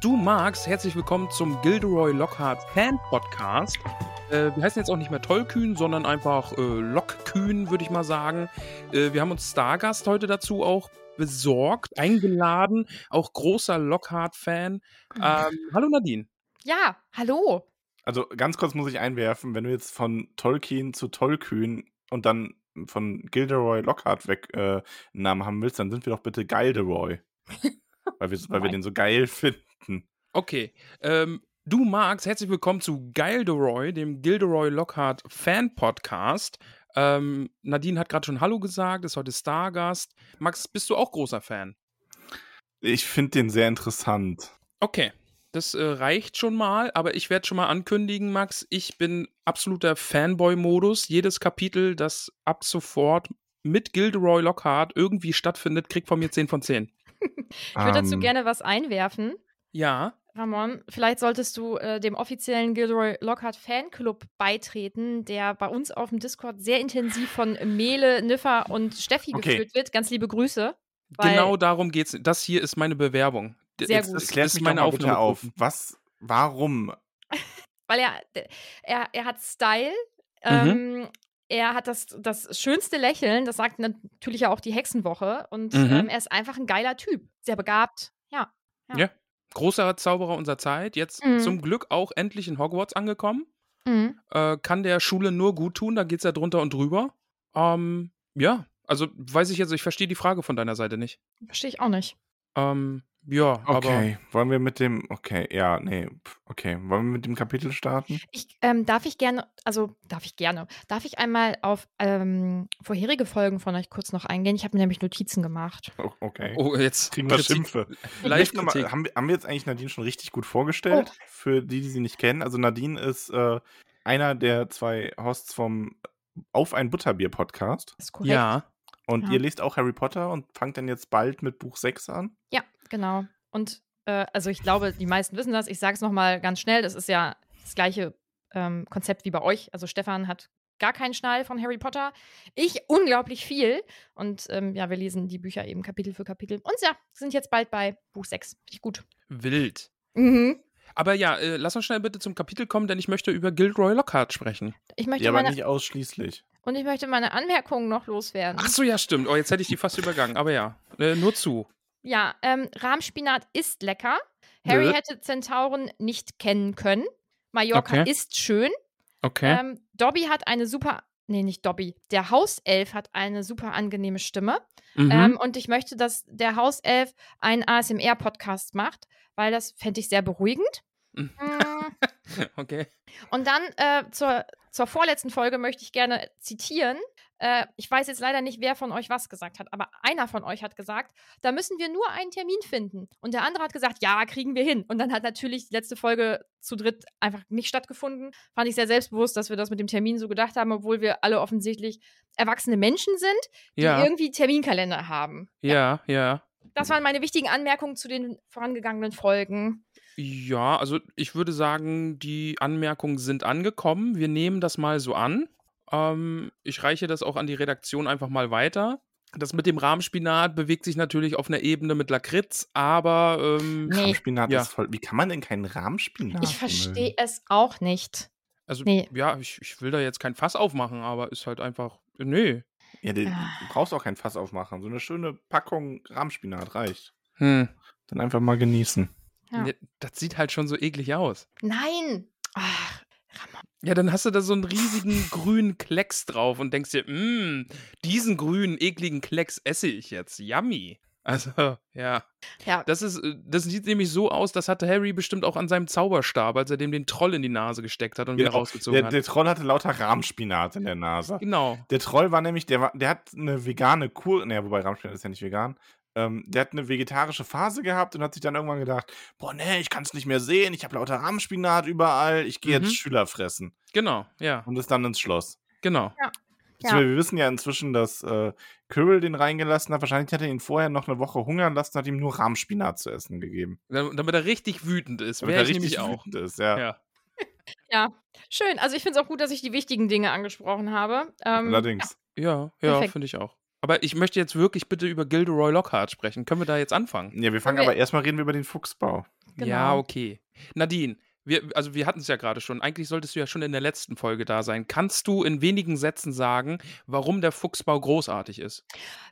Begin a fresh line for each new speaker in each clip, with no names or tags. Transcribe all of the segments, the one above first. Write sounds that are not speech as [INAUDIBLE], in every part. Du magst, herzlich willkommen zum Gilderoy Lockhart Fan Podcast. Äh, wir heißen jetzt auch nicht mehr Tollkühn, sondern einfach äh, Lockkühn, würde ich mal sagen. Äh, wir haben uns Stargast heute dazu auch besorgt, eingeladen, auch großer Lockhart-Fan. Ähm, hallo Nadine.
Ja, hallo.
Also ganz kurz muss ich einwerfen, wenn du jetzt von Tolkien zu Tollkühn und dann von Gilderoy Lockhart weg äh, einen Namen haben willst, dann sind wir doch
[LAUGHS]
bitte Gilderoy. weil wir, weil wir den so geil finden.
Okay. Ähm, du magst, herzlich willkommen zu Gilderoy, dem Gilderoy Lockhart Fan Podcast. Ähm, Nadine hat gerade schon Hallo gesagt, ist heute Stargast. Max, bist du auch großer Fan?
Ich finde den sehr interessant.
Okay, das äh, reicht schon mal, aber ich werde schon mal ankündigen, Max, ich bin absoluter Fanboy-Modus. Jedes Kapitel, das ab sofort mit Gilderoy Lockhart irgendwie stattfindet, kriegt von mir 10 von 10.
Ich würde dazu
Ähm,
gerne was einwerfen.
Ja,
Ramon, vielleicht solltest du äh, dem offiziellen Gilroy Lockhart Fanclub beitreten, der bei uns auf dem Discord sehr intensiv von Mele, Niffer und Steffi
Okay.
geführt wird. Ganz liebe Grüße. Weil,
genau darum geht's. Das hier ist meine Bewerbung. D-
Sehr
jetzt
gut.
ist-
Das klärt
ist
mich meine
meine
doch mal bitte auf.
Aufnahme.
Was, warum?
Weil er, er, er hat Style.
Mhm.
Ähm, Er hat das, das schönste Lächeln. Das sagt natürlich ja auch die Hexenwoche. Und
Mhm.
ähm, er ist einfach ein geiler Typ. Sehr begabt. Ja.
Großer Zauberer unserer Zeit, jetzt
Mhm.
zum Glück auch endlich in Hogwarts angekommen.
Mhm.
äh, kann der Schule nur gut tun, da geht's ja drunter und drüber. Ähm, ja, also weiß ich jetzt, ich verstehe die Frage von deiner Seite nicht.
Verstehe ich auch nicht.
Ähm, ja, aber
Okay, wollen wir mit dem, okay, ja, nee, pf, okay, wollen wir mit dem Kapitel starten?
Ich, ähm, darf ich gerne, also darf ich gerne, darf ich einmal auf ähm, vorherige Folgen von euch kurz noch eingehen? Ich habe mir nämlich Notizen gemacht.
O- Okay.
oh, jetzt
Kriegen wir
Kritik-
Schimpfe.
Leicht
Möchten wir mal,
Kritik.
haben, wir- haben wir jetzt eigentlich Nadine schon richtig gut vorgestellt,
Oh.
für die, die sie nicht kennen? Also Nadine ist äh, einer der zwei Hosts vom Auf ein Butterbier-Podcast.
Ist korrekt.
Ja,
Und
Ja.
ihr lest auch Harry Potter und fangt dann jetzt bald mit Buch 6 an.
Ja, genau. Und äh, also ich glaube, die meisten wissen das. Ich sage es nochmal ganz schnell. Das ist ja das gleiche ähm, Konzept wie bei euch. Also Stefan hat gar keinen Schnall von Harry Potter. Ich unglaublich viel. Und ähm, ja, wir lesen die Bücher eben Kapitel für Kapitel. Und ja, sind jetzt bald bei Buch 6. Finde ich gut.
wild.
Mhm.
Aber ja, äh, lass uns schnell bitte zum Kapitel kommen, denn ich möchte über Gilroy Lockhart sprechen.
Ich möchte
Ja, aber
meine,
nicht ausschließlich.
und ich möchte meine Anmerkungen noch loswerden.
Ach so, ja, stimmt. Oh, jetzt hätte ich die fast übergangen, aber ja, äh, nur zu.
Ja, ähm, Rahmspinat ist lecker. Harry
Nö.
hätte Zentauren nicht kennen können. Mallorca
Okay.
ist schön.
Okay.
Ähm, Dobby hat eine super, nee, nicht Dobby, der Hauself hat eine super angenehme Stimme.
mhm.
Ähm, und ich möchte, dass der Hauself einen ASMR-Podcast macht, weil das fände ich sehr beruhigend.
Mhm.
Mm.
okay.
Und dann äh, zur, zur vorletzten Folge möchte ich gerne zitieren. Äh, ich weiß jetzt leider nicht, wer von euch was gesagt hat, aber einer von euch hat gesagt, da müssen wir nur einen Termin finden. Und der andere hat gesagt, ja, kriegen wir hin. Und dann hat natürlich die letzte Folge zu dritt einfach nicht stattgefunden. Fand ich sehr selbstbewusst, dass wir das mit dem Termin so gedacht haben, obwohl wir alle offensichtlich erwachsene Menschen sind, die
Ja,
irgendwie Terminkalender haben.
ja, ja.
Das waren meine wichtigen Anmerkungen zu den vorangegangenen Folgen.
Ja, also ich würde sagen, die Anmerkungen sind angekommen. Wir nehmen das mal so an. Ähm, ich reiche das auch an die Redaktion einfach mal weiter. Das mit dem Rahmspinat bewegt sich natürlich auf einer Ebene mit Lakritz, aber ähm,
Nee.
Rahmspinat
Ja.
ist voll. Wie kann man denn keinen Rahmspinat?
ich verstehe
mögen?
es auch nicht.
also
Nee.
ja, ich, ich will da jetzt kein Fass aufmachen, aber ist halt einfach. Nee.
Ja, du
Ah.
brauchst auch kein Fass aufmachen. So eine schöne Packung Rahmspinat reicht.
Hm.
Dann einfach mal genießen.
Ja.
Nee, Das sieht halt schon so eklig aus.
Nein. Ach,
Ja, dann hast du da so einen
[LAUGHS]
riesigen grünen Klecks drauf und denkst dir, mmm, diesen grünen, ekligen Klecks esse ich jetzt. Yummy. Also, ja.
Ja.
Das ist, äh, das sieht nämlich so aus, das hatte Harry bestimmt auch an seinem Zauberstab, als er dem den Troll in die Nase gesteckt hat und wieder rausgezogen
Genau. der,
hat.
der Troll hatte lauter Rahmspinat in der Nase.
genau.
Der Troll war nämlich, der, war, der hat eine vegane Kur, naja, wobei Rammstein ist ja nicht vegan. Ähm, der hat eine vegetarische Phase gehabt und hat sich dann irgendwann gedacht, boah, nee, ich kann es nicht mehr sehen, ich habe lauter Rahmspinat überall, ich gehe
Mhm.
jetzt Schüler fressen
Genau, ja,
und ist dann ins Schloss.
genau.
Ja.
Wir wissen ja inzwischen, dass äh, Kirill den reingelassen hat. Wahrscheinlich hat er ihn vorher noch eine Woche hungern lassen, hat ihm nur Rahmspinat zu essen gegeben.
Dam- Damit er richtig wütend ist,
Damit
wäre
er
ich nämlich auch.
wütend ist, ja.
Ja.
Schön. Also ich finde es auch gut, dass ich die wichtigen Dinge angesprochen habe. Ähm,
Allerdings.
Ja, ja,
Perfekt.
finde ich auch. Aber ich möchte jetzt wirklich bitte über Gilderoy Lockhart sprechen. Können wir da jetzt anfangen?
Ja, wir fangen
Okay.
aber erstmal reden wir über den Fuchsbau.
Ja,
Genau.
okay. Nadine, wir, also wir hatten es ja gerade schon. Eigentlich solltest du ja schon in der letzten Folge da sein. Kannst du in wenigen Sätzen sagen, warum der Fuchsbau großartig ist?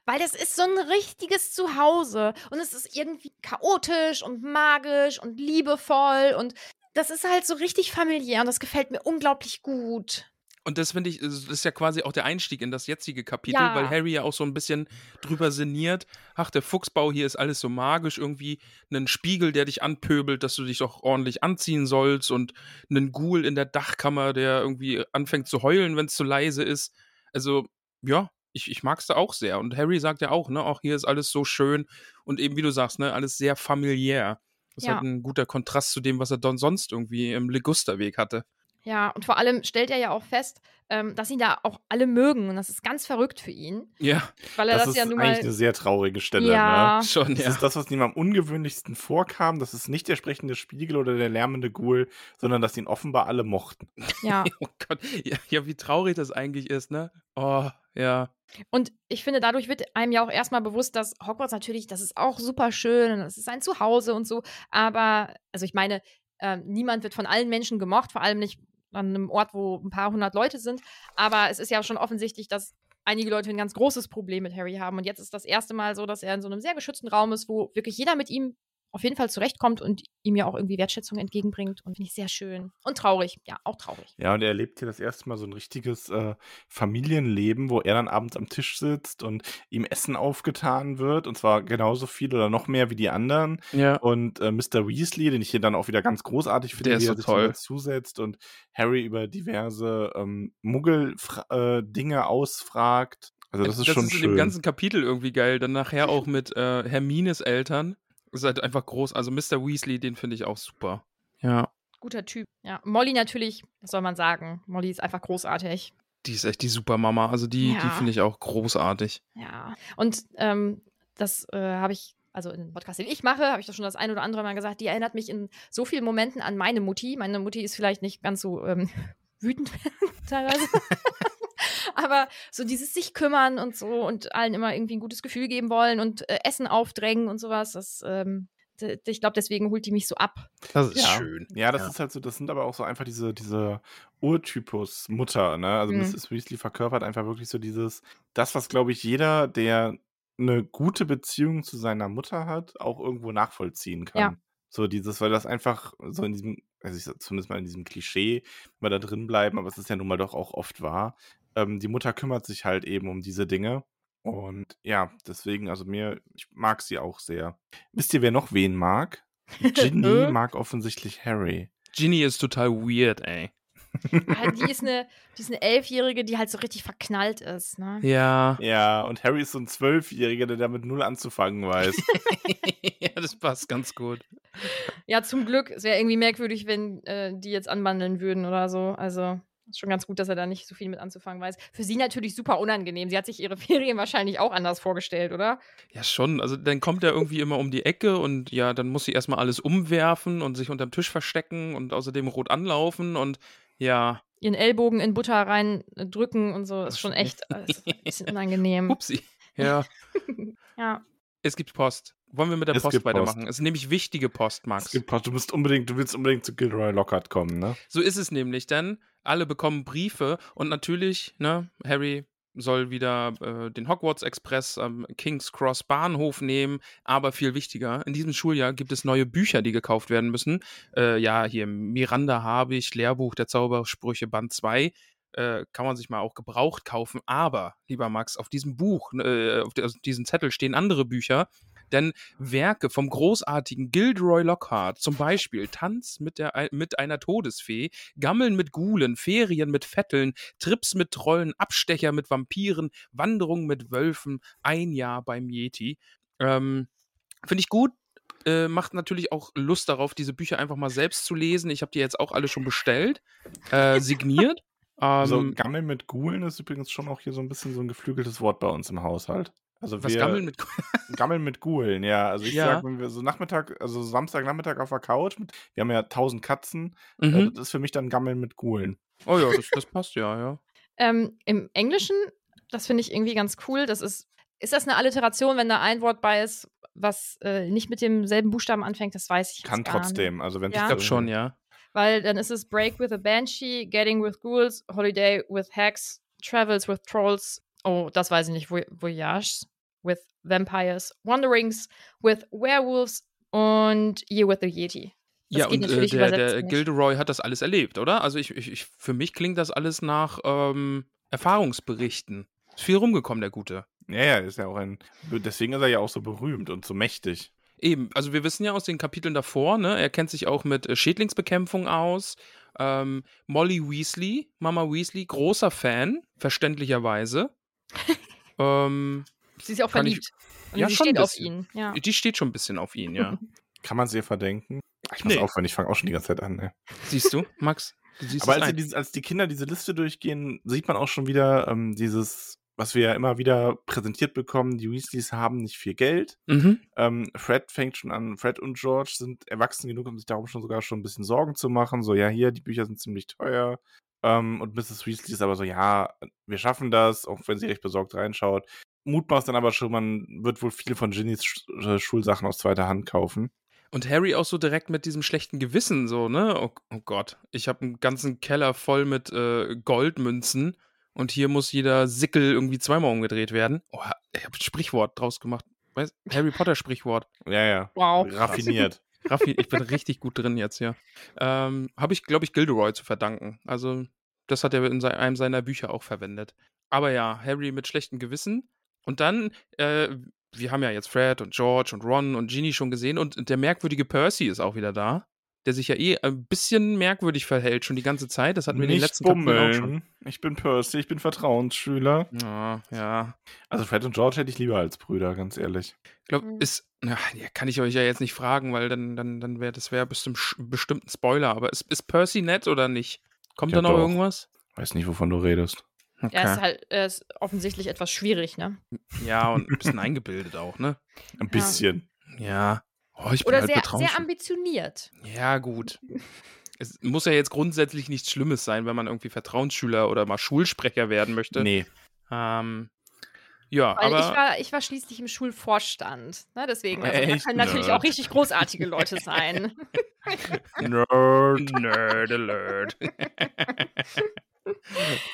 Weil das ist so ein richtiges Zuhause. Und es ist irgendwie chaotisch und magisch und liebevoll. Und das ist halt so richtig familiär. Und das gefällt mir unglaublich gut.
Und das finde ich, das ist ja quasi auch der Einstieg in das jetzige Kapitel,
Ja.
weil Harry ja auch so ein bisschen drüber sinniert. Ach, der Fuchsbau hier ist alles so magisch, irgendwie einen Spiegel, der dich anpöbelt, dass du dich doch ordentlich anziehen sollst und einen Ghoul in der Dachkammer, der irgendwie anfängt zu heulen, wenn es zu leise ist. Also, ja, ich, ich mag es da auch sehr. Und Harry sagt ja auch, ne, auch hier ist alles so schön und eben, wie du sagst, ne, alles sehr familiär. Das ist
Ja.
halt ein guter Kontrast zu dem, was er don- sonst irgendwie im Legusterweg hatte.
Ja, und vor allem stellt er ja auch fest, ähm, dass ihn da auch alle mögen. Und das ist ganz verrückt für ihn,
Ja,
weil er
Das,
das,
ist
ja nun mal.
eigentlich eine sehr traurige Stelle. Ne?
ja,
schon,
Das
ja.
ist das, was ihm am ungewöhnlichsten vorkam. Das ist nicht der sprechende Spiegel oder der lärmende Ghoul, sondern dass ihn offenbar alle mochten.
ja.
Oh Gott, ja, ja, wie traurig das eigentlich ist, ne? Oh, ja.
Und ich finde, dadurch wird einem ja auch erstmal bewusst, dass Hogwarts natürlich, das ist auch super schön und das ist ein Zuhause und so. Aber, also ich meine, ähm, niemand wird von allen Menschen gemocht, vor allem nicht an einem Ort, wo ein paar hundert Leute sind. Aber es ist ja schon offensichtlich, dass einige Leute ein ganz großes Problem mit Harry haben. Und jetzt ist das erste Mal so, dass er in so einem sehr geschützten Raum ist, wo wirklich jeder mit ihm auf jeden Fall zurechtkommt und ihm ja auch irgendwie Wertschätzung entgegenbringt. Und finde ich sehr schön. Und traurig. Ja, auch traurig.
Ja, und er erlebt hier das erste Mal so ein richtiges äh, Familienleben, wo er dann abends am Tisch sitzt und ihm Essen aufgetan wird. Und zwar genauso viel oder noch mehr wie die anderen.
Ja.
Und äh, Mr. Weasley, den ich hier dann auch wieder ganz großartig finde,
Der ist
wie er
so
sich
toll.
immer zusetzt und Harry über diverse ähm, Muggel-Dinge ausfragt. Also das ist schon
ist in
schön.
dem ganzen Kapitel irgendwie geil. Dann nachher auch mit äh, Hermines Eltern. Ist halt einfach groß. Also Mr. Weasley, den finde ich auch super. Ja.
Guter Typ. Ja, Molly natürlich, was soll man sagen? Molly ist einfach großartig.
Die ist echt die Supermama. Also die, die
Ja.
finde ich auch großartig.
Ja, und ähm, das äh, habe ich, also in dem Podcast, den ich mache, habe ich das schon das ein oder andere Mal gesagt, die erinnert mich in so vielen Momenten an meine Mutti. Meine Mutti ist vielleicht nicht ganz so ähm, [LAUGHS] wütend teilweise. [LAUGHS] Aber so dieses sich kümmern und so und allen immer irgendwie ein gutes Gefühl geben wollen und äh, Essen aufdrängen und sowas, das, ähm, d- d- ich glaube, deswegen holt die mich so ab.
Das
Ja.
schön.
Ja, das
Ja.
ist halt so, das sind aber auch so einfach diese, diese Urtypus-Mutter, ne? Also
Mhm.
Mrs. Weasley verkörpert einfach wirklich so dieses, das, was, glaube ich, jeder, der eine gute Beziehung zu seiner Mutter hat, auch irgendwo nachvollziehen kann.
Ja.
So dieses, weil das einfach so in diesem, also ich, sag zumindest mal in diesem Klischee, mal da drin bleiben,
Mhm.
aber es ist ja nun mal doch auch oft wahr. Ähm, die Mutter kümmert sich halt eben um diese Dinge. Und ja, deswegen, also mir, ich mag sie auch sehr. Wisst ihr, wer noch wen mag?
[LAUGHS]
Ginny
Äh?
mag offensichtlich Harry.
Ginny ist total weird, ey.
Weil die ist eine, die ist eine Elfjährige, die halt so richtig verknallt ist. Ne?
Ja.
Ja, und Harry ist so ein Zwölfjähriger, der damit null anzufangen weiß.
[LAUGHS] [LAUGHS] ja, das passt ganz gut.
Ja, zum Glück. Es wäre irgendwie merkwürdig, wenn äh, die jetzt anbandeln würden oder so. Also ist schon ganz gut, dass er da nicht so viel mit anzufangen weiß. Für sie natürlich super unangenehm. Sie hat sich ihre [LAUGHS] Ferien wahrscheinlich auch anders vorgestellt, oder?
Ja, schon. Also dann kommt er irgendwie immer um die Ecke und ja, dann muss sie erstmal alles umwerfen und sich unterm Tisch verstecken und außerdem rot anlaufen und ja,
Ihren Ellbogen in Butter reindrücken und so. Ist schon echt äh, ist ein bisschen
Mhm.
unangenehm.
upsi. Ja,
Ja.
es gibt Post. Wollen wir mit der
Es
Post
gibt Post.
weitermachen? Es ist nämlich wichtige Post,
Es
Max.
gibt- Du musst unbedingt, du willst unbedingt zu Gilroy Lockhart kommen, ne?
So ist es nämlich, denn alle bekommen Briefe und natürlich, ne, Harry soll wieder äh, den Hogwarts Express am King's Cross Bahnhof nehmen. Aber viel wichtiger, in diesem Schuljahr gibt es neue Bücher, die gekauft werden müssen. Äh, ja, hier Miranda Habig, Lehrbuch der Zaubersprüche, Band 2. Äh, kann man sich mal auch gebraucht kaufen. Aber, lieber Max, auf diesem Buch, äh, auf, de, auf diesem Zettel stehen andere Bücher. Denn Werke vom großartigen Gilderoy Lockhart, zum Beispiel Tanz mit, der, mit einer Todesfee, Gammeln mit Gulen, Ferien mit Vetteln, Trips mit Trollen, Abstecher mit Vampiren, Wanderung mit Wölfen, ein Jahr beim Yeti. Ähm, Finde ich gut. Äh, macht natürlich auch Lust darauf, diese Bücher einfach mal selbst zu lesen. Ich habe die jetzt auch alle schon bestellt, äh, signiert.
Ähm, [LAUGHS] so Gammeln mit Gulen ist übrigens schon auch hier so ein bisschen so ein geflügeltes Wort bei uns im Haushalt. Also
Was
wir
gammeln mit
gammeln mit Gulen, ja. Also ich
Ja.
sag, wenn wir so Nachmittag, also Samstagnachmittag auf der Couch, mit, wir haben ja tausend Katzen, äh,
[LAUGHS] Mhm.
das ist für mich dann Gammeln mit Gulen.
Oh ja, das, das passt ja, ja.
Ähm, Im Englischen, das finde ich irgendwie ganz cool. Das ist, ist das eine Alliteration, wenn da ein Wort bei ist, was äh, nicht mit demselben Buchstaben anfängt? Das weiß ich jetzt
Kann
gar Nicht.
trotzdem, also wenn
Ja.
Ich glaube schon, ja.
Weil dann ist es Break with a Banshee, Getting with Ghouls, Holiday with Hacks, Travels with Trolls. Oh, das weiß ich nicht. Voy- Voyages with Vampires, Wanderings with Werewolves und Year with the Yeti. Das
ja,
geht
und äh,
natürlich
der,
übersetzt
der
nicht.
Gilderoy hat das alles erlebt, oder? Also ich, ich, ich, für mich klingt das alles nach ähm, Erfahrungsberichten. Ist viel rumgekommen, der Gute.
Ja, ja, ist ja auch ein. Deswegen ist er ja auch so berühmt und so mächtig.
Eben, also wir wissen ja aus den Kapiteln davor, ne, er kennt sich auch mit äh, Schädlingsbekämpfung aus. Ähm, Molly Weasley, Mama Weasley, großer Fan,
[LAUGHS]
verständlicherweise. ähm,
Sie ist ja auch
Kann ich-
verliebt. und
Ja,
sie
schon ein
steht auf
bisschen.
ihn. Ja.
Die steht schon ein bisschen auf ihn,
[LAUGHS]
ja.
Kann man es ihr verdenken? Ich muss
Nee.
aufhören, ich fange auch schon die ganze Zeit an. Ne?
Siehst du, also Max? Du siehst
Aber
es
als,
ein.
ihr diese, als die Kinder diese Liste durchgehen, sieht man auch schon wieder ähm, dieses, was wir ja immer wieder präsentiert bekommen: die Weasleys haben nicht viel Geld.
mhm.
Ähm, Fred fängt schon an, Fred und George sind erwachsen genug, um sich darum schon sogar schon ein bisschen Sorgen zu machen. So, ja, hier, die Bücher sind ziemlich teuer. Ähm, und Mrs. Weasley ist aber so, ja, wir schaffen das, auch wenn sie recht besorgt reinschaut. Mutmaßt dann aber schon, man wird wohl viel von Ginnys Sch äh, Schulsachen aus zweiter Hand kaufen.
Und Harry auch so direkt mit diesem schlechten Gewissen, so, ne? Oh, oh Gott, ich habe einen ganzen Keller voll mit äh, Goldmünzen und hier muss jeder Sickel irgendwie zweimal umgedreht werden. Oh, ich habe ein Sprichwort draus gemacht. Weißt, Harry Potter Sprichwort.
Ja, ja.
Wow.
Raffiniert.
Raffi, ich bin richtig gut drin jetzt hier. Ähm, habe ich, glaube ich, Gilderoy zu verdanken. Also, das hat er in sei- einem seiner Bücher auch verwendet. Aber ja, Harry mit schlechtem Gewissen. Und dann, äh, wir haben ja jetzt Fred und George und Ron und Ginny schon gesehen und der merkwürdige Percy ist auch wieder da, der sich ja eh ein bisschen merkwürdig verhält schon die ganze Zeit. Das hatten wir in den letzten Kapiteln auch schon.
bummeln. Ich bin Percy, ich bin Vertrauensschüler.
Ja, ja.
Also Fred und George hätte ich lieber als Brüder, ganz ehrlich.
Glaub,
Mhm.
ist, na, ja, kann ich euch ja jetzt nicht fragen, weil dann, dann, dann wäre das wäre bestimmt, bestimmt ein Spoiler. Aber ist, ist Percy nett oder nicht? Kommt
Ja,
da noch
doch.
irgendwas?
Weiß nicht, wovon du redest.
Okay.
Er ist halt er ist offensichtlich etwas schwierig, ne?
Ja, und ein bisschen eingebildet auch, ne?
Ein bisschen.
Ja. Oh, ich bin
Oder
halt
sehr,
betrauenswert.
sehr ambitioniert.
Ja, gut. Es muss ja jetzt grundsätzlich nichts Schlimmes sein, wenn man irgendwie Vertrauensschüler oder mal Schulsprecher werden möchte.
Nee.
Ähm, ja,
Weil
aber
ich, war, ich war schließlich im Schulvorstand. Ne? Deswegen, also, da
Echt?
können natürlich
Nerd.
auch richtig großartige Leute
[LAUGHS]
sein. [LAUGHS]
Nerd.
Nerd Alert. [LAUGHS]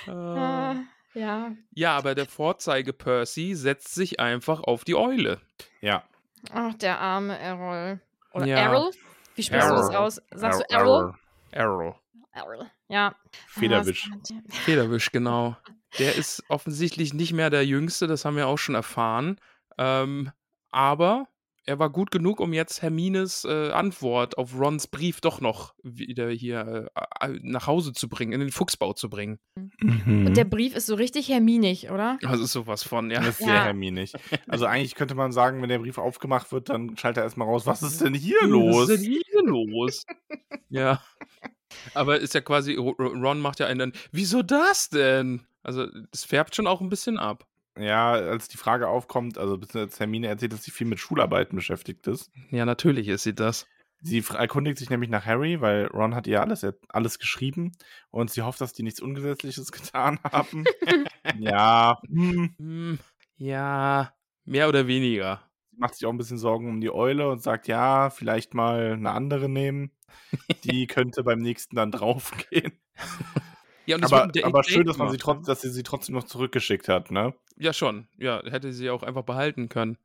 Äh,
Äh, ja.
ja, aber der Vorzeige Percy setzt sich einfach auf die Eule.
Ja.
Ach, der arme Errol. Oder
Ja.
Errol? Wie sprichst du das
Errol.
aus? Sagst du
Err-
Errol?
Arrow.
Errol. Ja. Ah,
Federwisch.
Federwisch, genau. Der ist offensichtlich nicht mehr der Jüngste, das haben wir auch schon erfahren. Ähm, aber er war gut genug, um jetzt Hermines äh, Antwort auf Rons Brief doch noch wieder hier äh, äh, nach Hause zu bringen, in den Fuchsbau zu bringen.
Mhm.
Und der Brief ist so richtig herminig, oder?
Das ist sowas von, ja.
Das ist sehr
Ja.
herminig. Also eigentlich könnte man sagen, wenn der Brief aufgemacht wird, dann schaltet er erstmal raus, was ist denn hier los?
Was ist denn hier los? ja. Aber ist ja quasi, R- R- Ron macht ja einen dann, wieso das denn? Also, es färbt schon auch ein bisschen ab.
Ja, als die Frage aufkommt, also beziehungsweise Hermine erzählt, dass sie viel mit Schularbeiten beschäftigt ist.
Ja, natürlich ist sie das.
Sie fra- erkundigt sich nämlich nach Harry, weil Ron hat ihr alles, er- alles geschrieben und sie hofft, dass die nichts Ungesetzliches [LAUGHS] getan
[LAUGHS]
haben. ja, hm.
Hm, ja, mehr oder weniger.
sie macht sich auch ein bisschen Sorgen um die Eule und sagt, ja,
[LAUGHS]
vielleicht mal eine andere nehmen. Die könnte beim nächsten dann draufgehen.
Ja, und es
Aber,
wird ein Da-
aber
Date
schön, dass, man sie
gemacht, ne?
trotz, dass sie sie trotzdem noch zurückgeschickt hat, ne?
Ja, schon. Ja, hätte sie auch einfach behalten können.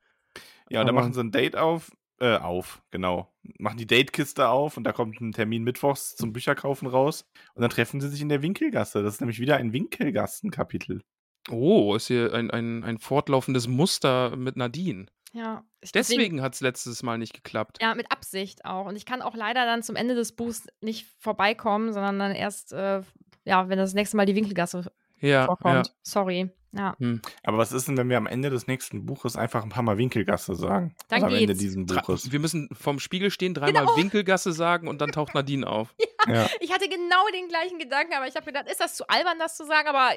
Ja, und dann
Aber-
machen sie ein Date auf. Äh, auf, genau. Machen die Datekiste auf und da kommt ein Termin mittwochs zum Bücherkaufen raus. Und dann treffen sie sich in der Winkelgasse. Das ist nämlich wieder ein Winkelgassenkapitel.
Oh, ist hier ein, ein, ein fortlaufendes Muster mit Nadine.
Ja. Ich-
Deswegen hat es letztes Mal nicht geklappt.
Ja, mit Absicht auch. Und ich kann auch leider dann zum Ende des Buchs nicht vorbeikommen, sondern dann erst, äh, ja, wenn das nächste Mal die Winkelgasse
Ja, ja.
vorkommt. Sorry. Ja,
Aber was ist denn, wenn wir am Ende des nächsten Buches einfach ein paar Mal Winkelgasse sagen? Also
Dann
am Ende
geht's.
dieses
Tra- [LAUGHS]
Buches.
Wir müssen vom Spiegel stehen, dreimal Winkelgasse sagen und dann taucht Nadine auf.
Ja.
ich hatte genau den gleichen Gedanken, aber ich habe gedacht, ist das zu albern, das zu sagen? Aber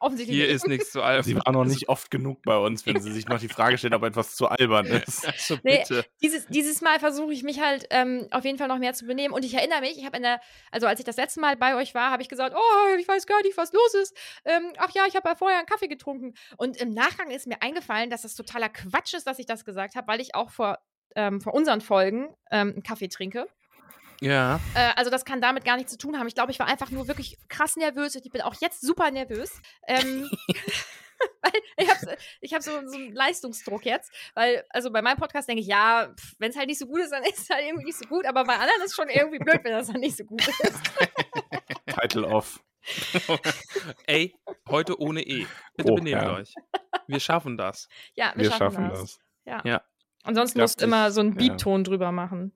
offensichtlich
Hier
nicht.
ist nichts zu albern.
[LAUGHS] Sie war noch nicht oft genug bei uns, wenn sie sich noch die Frage stellt, ob etwas zu albern ist.
[LAUGHS] Also
Nee.
bitte.
Dieses, dieses Mal versuche ich mich halt ähm, auf jeden Fall noch mehr zu benehmen. Und ich erinnere mich, ich habe in der, also als ich das letzte Mal bei euch war, habe ich gesagt, oh, ich weiß gar nicht, was los ist. Ähm, ach ja, ich habe ja vorher einen Kaffee getrunken. Und im Nachgang ist mir eingefallen, dass das totaler Quatsch ist, dass ich das gesagt habe, weil ich auch vor, ähm, vor unseren Folgen ähm, einen Kaffee trinke.
Ja.
Äh, also das kann damit gar nichts zu tun haben. Ich glaube, ich war einfach nur wirklich krass nervös und ich bin auch jetzt super nervös.
[LAUGHS]
Ähm, [LAUGHS] weil ich habe ich hab so, so einen Leistungsdruck jetzt, weil also bei meinem Podcast denke ich, ja, wenn es halt nicht so gut ist, dann [LAUGHS] ist es halt irgendwie nicht so gut, aber bei anderen ist es schon irgendwie blöd, wenn das dann nicht so gut ist.
Title off.
[LAUGHS] Ey, heute ohne E. Bitte
Oh,
benehmt
ja.
euch. Wir schaffen das.
Ja, wir,
Wir schaffen das.
Ja.
Ja.
Ansonsten
Ja,
musst du immer so einen
ja.
Beepton drüber machen.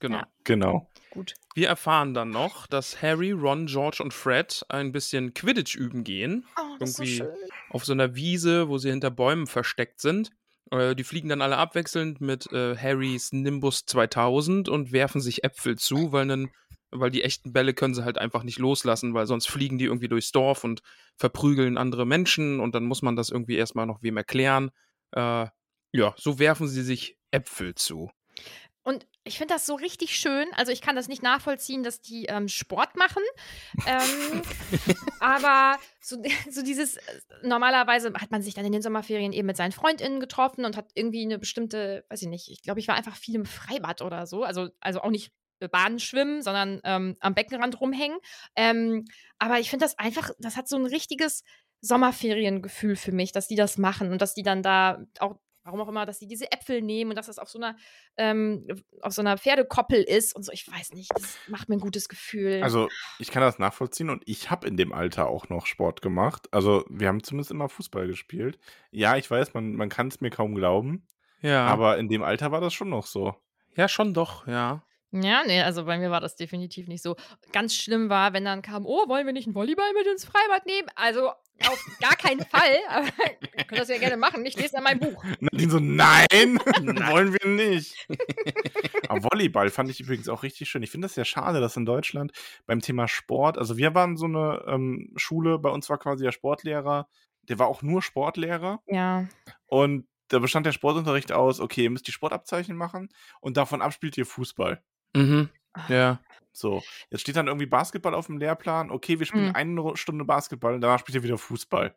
Genau.
Ja.
Genau.
Gut.
Wir erfahren dann noch, dass Harry, Ron, George und Fred ein bisschen Quidditch üben gehen.
Oh, das ist so
Irgendwie-
schön.
Auf so einer Wiese, wo sie hinter Bäumen versteckt sind. Äh, die fliegen dann alle abwechselnd mit äh, Harrys Nimbus 2000 und werfen sich Äpfel zu, weil, dann, weil die echten Bälle können sie halt einfach nicht loslassen, weil sonst fliegen die irgendwie durchs Dorf und verprügeln andere Menschen und dann muss man das irgendwie erstmal noch wem erklären. Äh, ja, so werfen sie sich Äpfel zu.
Und ich finde das so richtig schön. Also ich kann das nicht nachvollziehen, dass die ähm, Sport machen. Ähm, aber so, so dieses, äh, normalerweise hat man sich dann in den Sommerferien eben mit seinen FreundInnen getroffen und hat irgendwie eine bestimmte, weiß ich nicht, ich glaube, ich war einfach viel im Freibad oder so. Also, also auch nicht Bahnen schwimmen, sondern ähm, am Beckenrand rumhängen. Ähm, aber ich finde das einfach, das hat so ein richtiges Sommerferiengefühl für mich, dass die das machen und dass die dann da auch, warum auch immer, dass die diese Äpfel nehmen und dass das auf so einer ähm, auf so einer Pferdekoppel ist und so. Ich weiß nicht, das macht mir ein gutes Gefühl.
Also, ich kann das nachvollziehen und ich habe in dem Alter auch noch Sport gemacht. Also, wir haben zumindest immer Fußball gespielt. Ja, ich weiß, man, man kann es mir kaum glauben,
Ja, aber
aber in dem Alter war das schon noch so.
ja schon doch, ja.
ja, nee, also bei mir war das definitiv nicht so. Ganz schlimm war, wenn dann kam, oh, wollen wir nicht einen Volleyball mit ins Freibad nehmen? Also auf gar keinen Fall, [LAUGHS] aber ihr könnt das ja gerne machen. Ich lese an meinem Buch.
Nadine so, nein, [LAUGHS] wollen wir nicht. Aber Volleyball fand ich übrigens auch richtig schön. Ich finde das ja schade, dass in Deutschland beim Thema Sport, also wir waren so eine ähm, Schule, bei uns war quasi der Sportlehrer, der war auch nur Sportlehrer.
Ja.
Und da bestand der Sportunterricht aus, okay, ihr müsst die Sportabzeichen machen und davon ab spielt ihr Fußball.
Mhm. Ja.
So, jetzt steht dann irgendwie Basketball auf dem Lehrplan. Okay, wir spielen
Mhm.
eine Ru- Stunde Basketball und danach spielt ihr wieder Fußball.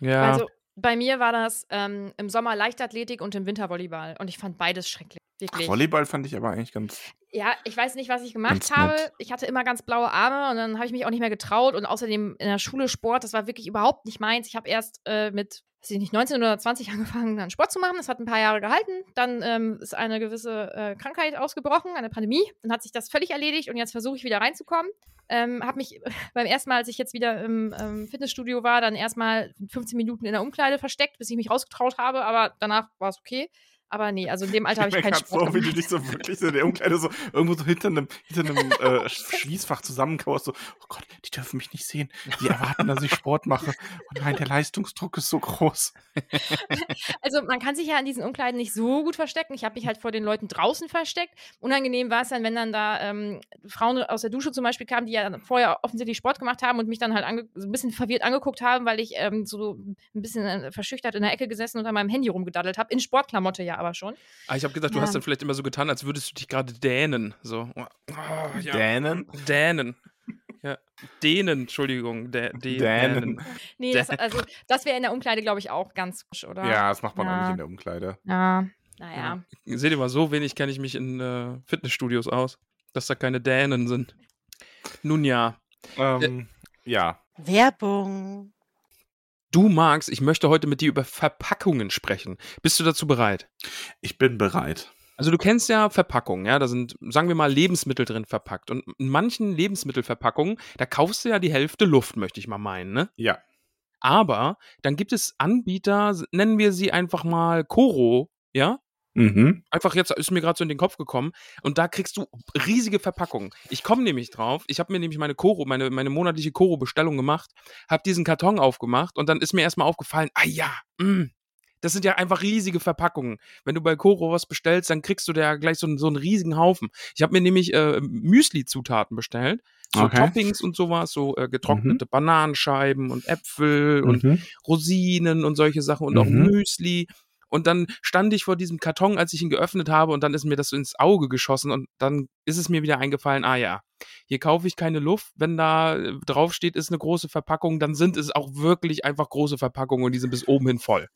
Ja.
Also bei mir war das ähm, im Sommer Leichtathletik und im Winter Volleyball und ich fand beides schrecklich. Wirklich.
Volleyball fand ich aber eigentlich ganz.
Ja, ich weiß nicht, was ich gemacht
Ganz
habe.
nett.
Ich hatte immer ganz blaue Arme und dann habe ich mich auch nicht mehr getraut. Und außerdem in der Schule Sport, das war wirklich überhaupt nicht meins. Ich habe erst äh, mit, weiß ich nicht, 19 oder 20 angefangen, dann Sport zu machen. Das hat ein paar Jahre gehalten. Dann ähm, ist eine gewisse äh, Krankheit ausgebrochen, eine Pandemie. Dann hat sich das völlig erledigt und jetzt versuche ich wieder reinzukommen. Ähm, habe mich [LAUGHS] beim ersten Mal, als ich jetzt wieder im ähm, Fitnessstudio war, dann erstmal 15 Minuten in der Umkleide versteckt, bis ich mich rausgetraut habe. Aber danach war es okay. Aber nee, also in dem
[LAUGHS]
Alter habe ich
merk
keinen
grad
Sport
so, wie du
gemacht.
dich so wirklich so in der Umkleide so irgendwo so hinter einem,
[LAUGHS]
hinter einem äh, Schließfach zusammenkauerst. So, oh Gott, die dürfen mich nicht sehen. Die erwarten, dass ich Sport mache. Und nein, der Leistungsdruck ist so groß.
Also man kann sich ja an diesen Umkleiden nicht so gut verstecken. Ich habe mich halt vor den Leuten draußen versteckt. Unangenehm war es dann, wenn dann da ähm, Frauen aus der Dusche zum Beispiel kamen, die ja vorher offensichtlich Sport gemacht haben und mich dann halt ange so ein bisschen verwirrt angeguckt haben, weil ich ähm, so ein bisschen äh, verschüchtert in der Ecke gesessen und an meinem Handy rumgedaddelt habe. In Sportklamotte ja aber schon.
Ah, ich habe gedacht, du
Ja.
hast dann vielleicht immer so getan, als würdest du dich gerade dänen. So. Oh, ja.
Dänen?
Dänen. Ja. Dänen, Entschuldigung. Dä dä
Dänen.
Dänen.
Nee, das, also das wäre in der Umkleide, glaube ich, auch ganz frisch, oder?
Ja, das macht man auch
Ja.
nicht in der Umkleide.
Ja, naja.
Seht ihr mal, so wenig kenne ich mich in äh, Fitnessstudios aus, dass da keine Dänen sind. Nun ja.
Ähm, Ja.
Werbung.
Du magst, ich möchte heute mit dir über Verpackungen sprechen. Bist du dazu bereit?
Ich bin bereit.
Also du kennst ja Verpackungen, ja, da sind, sagen wir mal, Lebensmittel drin verpackt. Und in manchen Lebensmittelverpackungen, da kaufst du ja die Hälfte Luft, möchte ich mal meinen, ne?
Ja.
Aber dann gibt es Anbieter, nennen wir sie einfach mal Koro, ja?
Mhm.
Einfach jetzt ist mir gerade so in den Kopf gekommen und da kriegst du riesige Verpackungen. Ich komme nämlich drauf, ich habe mir nämlich meine Koro, meine, meine monatliche Koro-Bestellung gemacht, habe diesen Karton aufgemacht und dann ist mir erstmal aufgefallen, ah ja, mm, das sind ja einfach riesige Verpackungen. Wenn du bei Koro was bestellst, dann kriegst du da ja gleich so, einen- so einen riesigen Haufen. Ich habe mir nämlich äh, Müsli-Zutaten bestellt, so
Okay.
Toppings und sowas, so äh, getrocknete Bananenscheiben und Äpfel und
Mhm.
Rosinen und solche Sachen und auch
Mhm.
Müsli. Und dann stand ich vor diesem Karton, als ich ihn geöffnet habe, und dann ist mir das so ins Auge geschossen und dann ist es mir wieder eingefallen, ah ja, hier kaufe ich keine Luft, wenn da äh, draufsteht, ist eine große Verpackung, dann sind es auch wirklich einfach große Verpackungen und die sind bis oben hin voll.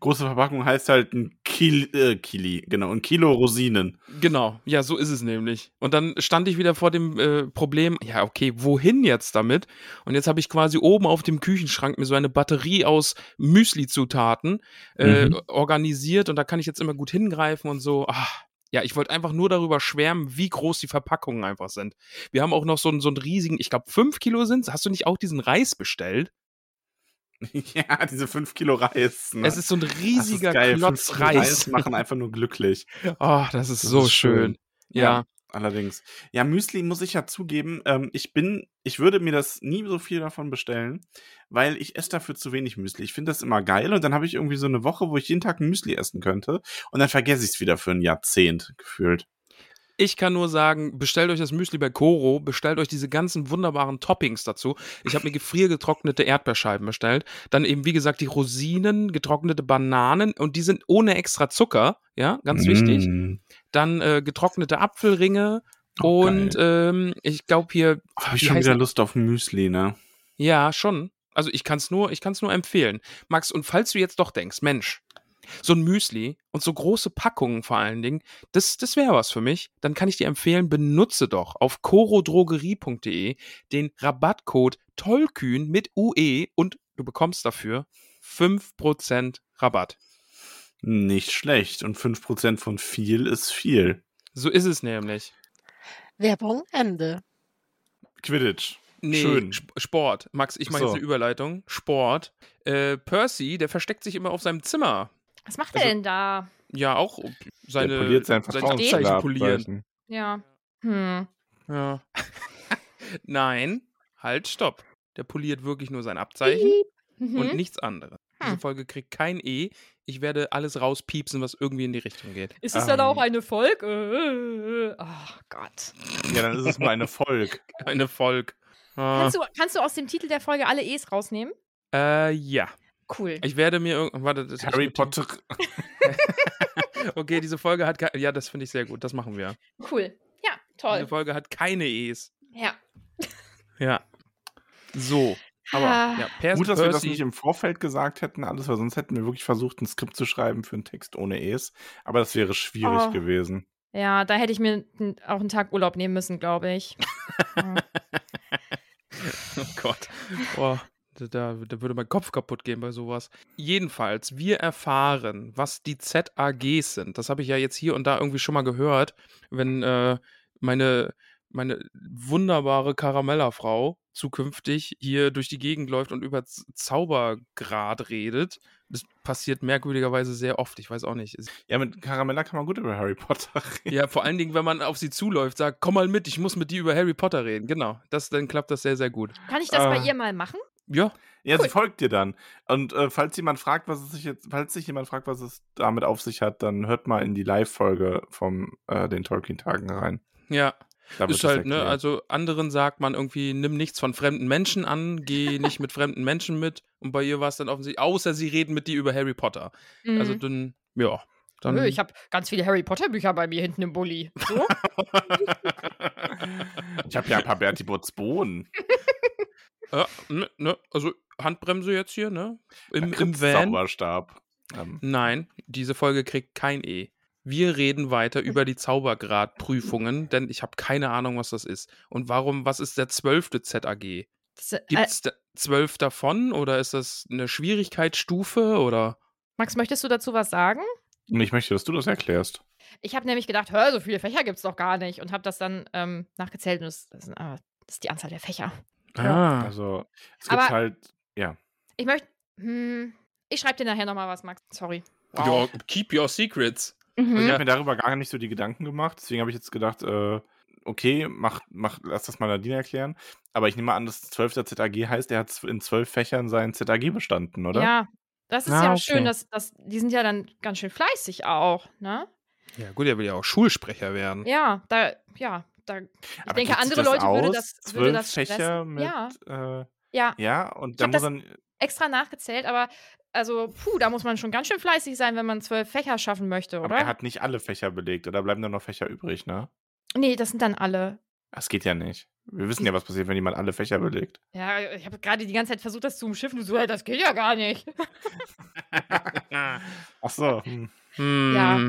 Große Verpackung heißt halt ein Kil äh, Kili, genau, ein Kilo Rosinen.
Genau, ja, so ist es nämlich. Und dann stand ich wieder vor dem äh, Problem, ja, okay, wohin jetzt damit? Und jetzt habe ich quasi oben auf dem Küchenschrank mir so eine Batterie aus Müsli-Zutaten äh,
Mhm.
organisiert und da kann ich jetzt immer gut hingreifen und so. Ah, ja, ich wollte einfach nur darüber schwärmen, wie groß die Verpackungen einfach sind. Wir haben auch noch so einen, so einen riesigen, ich glaube, fünf Kilo sind Hast du nicht auch diesen Reis bestellt?
[LAUGHS] ja, diese 5 Kilo Reis. Ne?
Es ist so ein
Das ist
riesiger
geil. Fünf
Klotz
Kilo Reis
Reis. [LAUGHS]
machen einfach nur glücklich.
Oh, das ist
Das
so
ist
schön.
schön.
Ja.
Allerdings. Ja, Müsli muss ich ja zugeben, ähm, ich bin, ich würde mir das nie so viel davon bestellen, weil ich esse dafür zu wenig Müsli. Ich finde das immer geil und dann habe ich irgendwie so eine Woche, wo ich jeden Tag Müsli essen könnte und dann vergesse ich es wieder für ein Jahrzehnt gefühlt.
Ich kann nur sagen, bestellt euch das Müsli bei Koro, bestellt euch diese ganzen wunderbaren Toppings dazu. Ich habe mir gefriergetrocknete Erdbeerscheiben bestellt, dann eben wie gesagt die Rosinen, getrocknete Bananen und die sind ohne extra Zucker, ja, ganz wichtig.
Mm.
Dann äh, getrocknete Apfelringe
Oh,
und ähm, ich glaube hier
Habe ich
wie
schon
heißt
wieder
das?
Lust auf Müsli, ne?
ja, schon. Also ich kann es nur, ich kann es nur empfehlen. Max, und falls du jetzt doch denkst, Mensch, so ein Müsli und so große Packungen vor allen Dingen, das, das wäre was für mich. Dann kann ich dir empfehlen, benutze doch auf korodrogerie.de den Rabattcode Tollkühn mit UE und du bekommst dafür 5% Rabatt.
Nicht schlecht. Und 5% von viel ist viel.
So ist es nämlich.
Werbung Ende.
Quidditch.
Nee,
Schön.
Sp- Sport. Max, ich mache
Ach so.
jetzt eine Überleitung. Sport. Äh, Percy, der versteckt sich immer auf seinem Zimmer.
Was macht er
Also-
denn da?
ja auch ob seine,
Der poliert sein
seine Abzeichen
Vertrauensstab-
polieren.
Zeichen.
Ja. Hm.
Ja. [LAUGHS] Nein, halt, stopp. Der poliert wirklich nur sein Abzeichen
Mhm.
und nichts anderes. Diese
Hm.
Folge kriegt kein E. Ich werde alles rauspiepsen, was irgendwie in die Richtung geht.
Ist es dann
Ähm.
auch eine Folge? äh. Ach Gott.
Ja, dann ist es mal eine Volk.
Eine Folge. Ah,
Kannst du, kannst du aus dem Titel der Folge alle E's rausnehmen?
äh, ja.
Cool.
Ich werde mir irgendwann. Warte, das [LAUGHS] ich
Harry
notiere-
Potter.
Okay, diese Folge hat. ke- Ja, das finde ich sehr gut. Das machen wir.
Cool. Ja,
Diese
toll.
Folge hat keine E's.
Ja.
Ja. So. Aber
Ah.
ja, Pers
Gut, dass wir das
Percy-
nicht im Vorfeld gesagt hätten, alles, weil sonst hätten wir wirklich versucht, ein Skript zu schreiben für einen Text ohne Es. Aber das wäre schwierig
Ah.
Oh.
gewesen.
Ja, da hätte ich mir n- auch einen Tag Urlaub nehmen müssen, glaube ich.
[LAUGHS] Oh Gott. Boah, da, da, da würde mein Kopf kaputt gehen bei sowas. Jedenfalls, wir erfahren, was die ZAGs sind. Das habe ich ja jetzt hier und da irgendwie schon mal gehört, wenn äh, meine, meine wunderbare Karamella-Frau zukünftig hier durch die Gegend läuft und über Z Zaubergrad redet. Das passiert merkwürdigerweise sehr oft. Ich weiß auch nicht. Es-
Ja, mit Karamella kann man gut über Harry Potter [LAUGHS] reden.
Ja, vor allen Dingen, wenn man auf sie zuläuft, sagt, komm mal mit, ich muss mit dir über Harry Potter reden. Genau. Das, dann klappt das sehr, sehr gut.
Kann ich das bei
Ah.
ihr mal machen?
Ja,
Ja,
Cool.
sie folgt dir dann. Und äh, falls jemand fragt, was es sich jetzt, falls sich jemand fragt, was es damit auf sich hat, dann hört mal in die Live-Folge vom äh, den Tolkien-Tagen rein.
ja.
Da wird
ist
das
halt, ne,
erklärt.
also anderen sagt man irgendwie, nimm nichts von fremden Menschen an,
[LAUGHS]
geh nicht mit fremden Menschen mit. Und bei ihr war es dann offensichtlich, außer sie reden mit dir über Harry Potter. Also
Mhm.
dann, ja. Dann,
Nö, ich habe ganz viele Harry Potter Bücher bei mir hinten im Bulli. So?
also
[LAUGHS] ich habe ja ein paar Berti Butz Bohnen.
ja, ne, ne, also Handbremse jetzt hier, ne? Im,
Da
im
kriegt's
Van.
Zauberstab. Ähm,
Nein, diese Folge kriegt kein E. Wir reden
Hm.
weiter über die Zaubergradprüfungen, denn ich habe keine Ahnung, was das ist. Und warum, was ist der zwölfte ZAG?
Das, äh,
Gibt es zwölf davon oder ist das eine Schwierigkeitsstufe oder?
Max, möchtest du dazu was sagen?
Und ich möchte, dass du das erklärst.
Ich habe nämlich gedacht, hör, so viele Fächer gibt es doch gar nicht und habe das dann ähm, nachgezählt und das, das, sind, äh, das ist die Anzahl der Fächer.
Ja.
Also, es
Ah. Aber-
gibt halt.
Ich möchte, hm, ich schreibe dir nachher nochmal was, Max. Sorry.
Ja, keep your secrets.
Also
hm?
Ich
Ja.
habe mir darüber gar nicht so die Gedanken gemacht. Deswegen habe ich jetzt gedacht, äh, okay, mach, mach, lass das mal Nadine erklären. Aber ich nehme an, dass 12. ZAG heißt, er hat z- in zwölf Fächern sein ZAG bestanden, oder?
Ja, das ist
Ah,
ja
okay.
schön, dass, dass die sind ja dann ganz schön fleißig auch, ne?
Ja, gut, er will ja auch Schulsprecher
Hm.
werden.
Ja, da, ja, da, ich
Aber
denke,
geht sich
andere
das
Leute würde
aus?
das,
Zwölf
würde das
Fächer
stressen.
mit.
Ja,
Ja, äh,
ja,
ja und
Ich hab
dann
das-
muss dann.
extra nachgezählt, aber also, puh, da muss man schon ganz schön fleißig sein, wenn man zwölf Fächer schaffen möchte,
Aber er
oder?
hat nicht alle Fächer belegt, oder bleiben dann noch Fächer übrig, ne?
nee, das sind dann alle.
Das geht ja nicht. Wir wissen ja, was passiert, wenn jemand alle Fächer
[LAUGHS]
belegt.
Ja, ich habe gerade die ganze Zeit versucht, das zu umschiffen. Du so, ey, das geht ja gar nicht. [LAUGHS]
Ach so. Hm.
Hm.
Ja.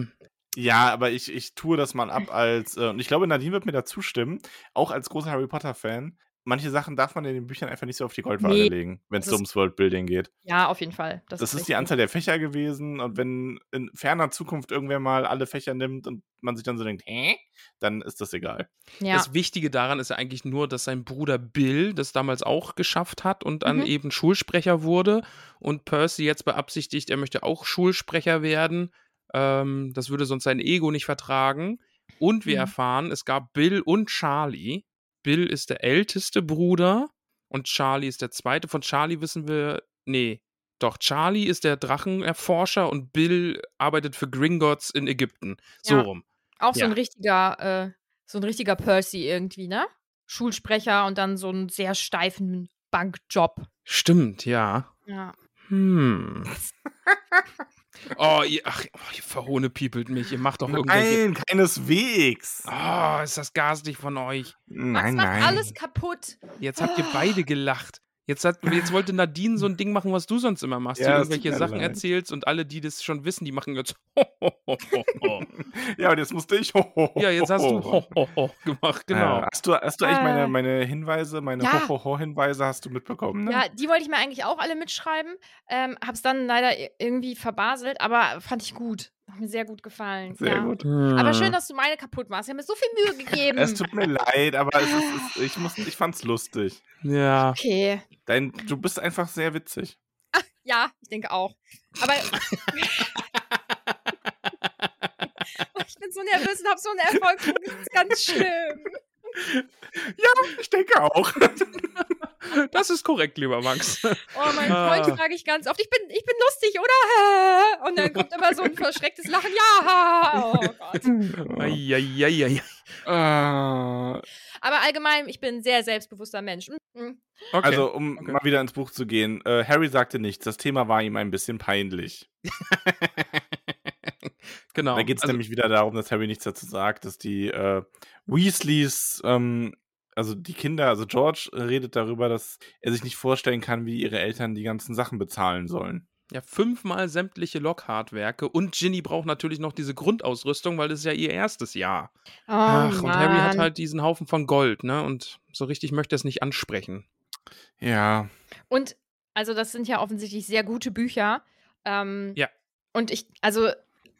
Ja, aber ich, ich tue das mal ab als, äh, und ich glaube, Nadine wird mir da zustimmen, auch als großer Harry Potter-Fan. Manche Sachen darf man in den Büchern einfach nicht so auf die Goldwaage
Nee,
legen, wenn es
das ist-
ums Worldbuilding geht.
Ja, auf jeden Fall.
Das ist
richtig.
die Anzahl der Fächer gewesen und wenn in ferner Zukunft irgendwer mal alle Fächer nimmt und man sich dann so denkt, hä? Dann ist das egal.
Ja.
Das Wichtige daran ist ja eigentlich nur, dass sein Bruder Bill das damals auch geschafft hat und dann
Mhm.
eben Schulsprecher wurde und Percy jetzt beabsichtigt, er möchte auch Schulsprecher werden. Ähm, das würde sonst sein Ego nicht vertragen. Und wir
Mhm.
erfahren, es gab Bill und Charlie. Bill ist der älteste Bruder und Charlie ist der zweite. Von Charlie wissen wir, nee, doch, Charlie ist der Drachenerforscher und Bill arbeitet für Gringotts in Ägypten. So
Ja.
rum.
Auch so
Ja.
ein richtiger, äh, so ein richtiger Percy irgendwie, ne? Schulsprecher und dann so einen sehr steifen Bankjob.
Stimmt, ja.
Ja. [LAUGHS]
Hm. oh, ihr, ach, oh, ihr verhohnepiepelt mich. Ihr macht doch irgendwelche.
keineswegs.
Oh, ist das garstig von euch.
Max
Nein,
macht
nein.
alles kaputt.
Jetzt habt ihr
Ah.
beide gelacht. Jetzt, hat, jetzt wollte Nadine so ein Ding machen, was du sonst immer machst. du
Ja, es tut
irgendwelche
mir
Sachen
leid.
erzählst und alle, die das schon wissen, die machen jetzt. [LAUGHS]
ja, und jetzt musste ich. [LAUGHS]
ja, jetzt hast du [LAUGHS] gemacht, genau.
Äh, hast du, hast du eigentlich
Ah.
meine, meine Hinweise, meine
Ja.
Ho-Ho-Ho-Hinweise hast du mitbekommen, ne?
Ja, die wollte ich mir eigentlich auch alle mitschreiben. Ähm, hab's dann leider i- irgendwie verbaselt, aber fand ich gut. Hat mir sehr gut gefallen.
Sehr
ja.
gut. Hm.
Hm.
Aber schön, dass du meine kaputt machst. Ich habe mir so viel Mühe gegeben.
Es tut mir leid, aber es ist, es, ich, muss, ich fand's lustig.
Ja.
okay.
Dein, du bist einfach sehr witzig.
Ja, ich denke auch.
[LAUGHS]
Aber ich bin so nervös und habe so einen Erfolg. Das ist ganz schlimm.
[LAUGHS] Ich denke auch.
Das ist korrekt, lieber
[LAUGHS]
Max.
Oh, mein
Ah.
Freund frage ich ganz oft. Ich bin, ich bin lustig, oder? Und dann kommt immer so
[LAUGHS]
ein verschrecktes Lachen. Ja. Oh Gott.
Hm. Eieieiei.
Ah.
Aber allgemein, ich bin ein sehr selbstbewusster Mensch. Mhm.
Okay.
Also, um
Okay.
mal wieder ins Buch zu gehen, äh, Harry sagte nichts. Das Thema war ihm ein bisschen peinlich.
[LAUGHS] genau.
Da geht's
also,
nämlich wieder darum, dass Harry nichts dazu sagt, dass die äh, Weasleys, ähm, also die Kinder, also George äh, redet darüber, dass er sich nicht vorstellen kann, wie ihre Eltern die ganzen Sachen bezahlen sollen.
Ja, fünfmal sämtliche Lockhart-Werke und Ginny braucht natürlich noch diese Grundausrüstung, weil das ist ja ihr erstes Jahr.
Oh,
Ach, und Harry hat
Mann.
halt diesen Haufen von Gold, ne? Und so richtig möchte er es nicht ansprechen.
Ja,
Und also das sind ja offensichtlich sehr gute Bücher. Ähm,
Ja.
Und ich, also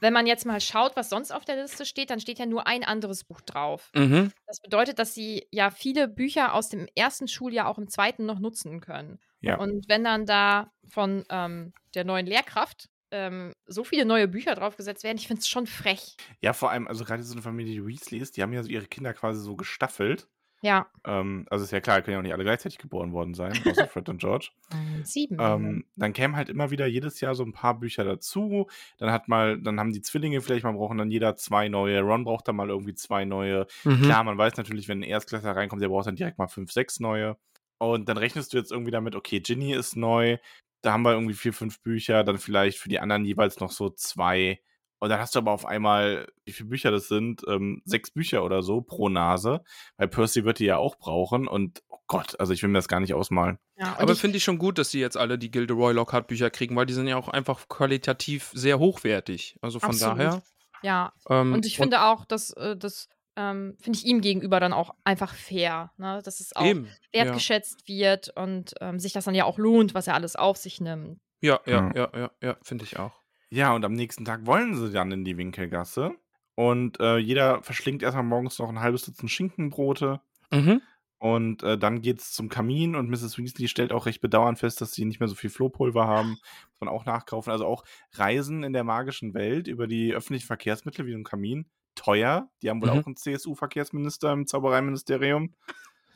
wenn man jetzt mal schaut, was sonst auf der Liste steht, dann steht ja nur ein anderes Buch drauf.
Mhm.
Das bedeutet, dass sie ja viele Bücher aus dem ersten Schuljahr auch im zweiten noch nutzen können.
Ja.
Und wenn dann da von ähm, der neuen Lehrkraft ähm, so viele neue Bücher draufgesetzt werden, ich finde es schon frech.
Ja, vor allem, also gerade so eine Familie, die Weasley ist, die haben ja so ihre Kinder quasi so gestaffelt.
Ja.
Ähm, also ist ja klar, können ja auch nicht alle gleichzeitig geboren worden sein, außer Fred und George.
Mhm.
Sieben.
Ähm, dann kämen halt immer wieder jedes Jahr so ein paar Bücher dazu. Dann hat mal, dann haben die Zwillinge vielleicht mal brauchen dann jeder zwei neue. Ron braucht dann mal irgendwie zwei neue.
Mhm.
Mhm.
Klar, man weiß natürlich, wenn ein Erstklässler reinkommt, der braucht dann direkt mal fünf, sechs neue. Und dann rechnest du jetzt irgendwie damit, okay, Ginny ist neu, da haben wir irgendwie vier, fünf Bücher, dann vielleicht für die anderen jeweils noch so zwei. Und dann hast du aber auf einmal, wie viele Bücher das sind, ähm, sechs Bücher oder so pro Nase, weil Percy wird die ja auch brauchen. Und oh Gott, also ich will mir das gar nicht ausmalen.
ja, und
Aber
ich,
finde ich schon gut, dass sie jetzt alle die Gilderoy Lockhart-Bücher kriegen, weil die sind ja auch einfach qualitativ sehr hochwertig. Also von
Absolut.
daher.
ja.
Ähm,
Und ich finde auch, dass äh, das ähm, finde ich ihm gegenüber dann auch einfach fair, ne? dass es auch
Eben.
wertgeschätzt wird und ähm, sich das dann ja auch lohnt, was er alles auf sich nimmt.
Ja, ja,
Mhm.
ja, ja, ja, finde ich auch.
Ja, und am nächsten Tag wollen sie dann in die Winkelgasse. Und äh, jeder verschlingt erstmal morgens noch ein halbes Dutzend Schinkenbrote.
Mhm.
Und äh, dann geht's zum Kamin und Mrs. Weasley stellt auch recht bedauernd fest, dass sie nicht mehr so viel Flohpulver haben. Muss man auch nachkaufen. Also auch Reisen in der magischen Welt über die öffentlichen Verkehrsmittel wie den Kamin. Teuer. Die haben wohl
Mhm.
auch einen CSU-Verkehrsminister im Zaubereiministerium.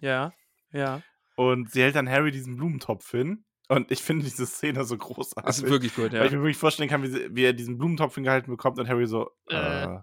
Ja, ja.
Und sie hält dann Harry diesen Blumentopf hin. Und ich finde diese Szene so großartig.
Das ist wirklich gut,
Weil
ja.
Also ich mir wirklich vorstellen kann, wie, sie, wie er diesen Blumentopf hingehalten bekommt und Harry so,
[LAUGHS]
äh,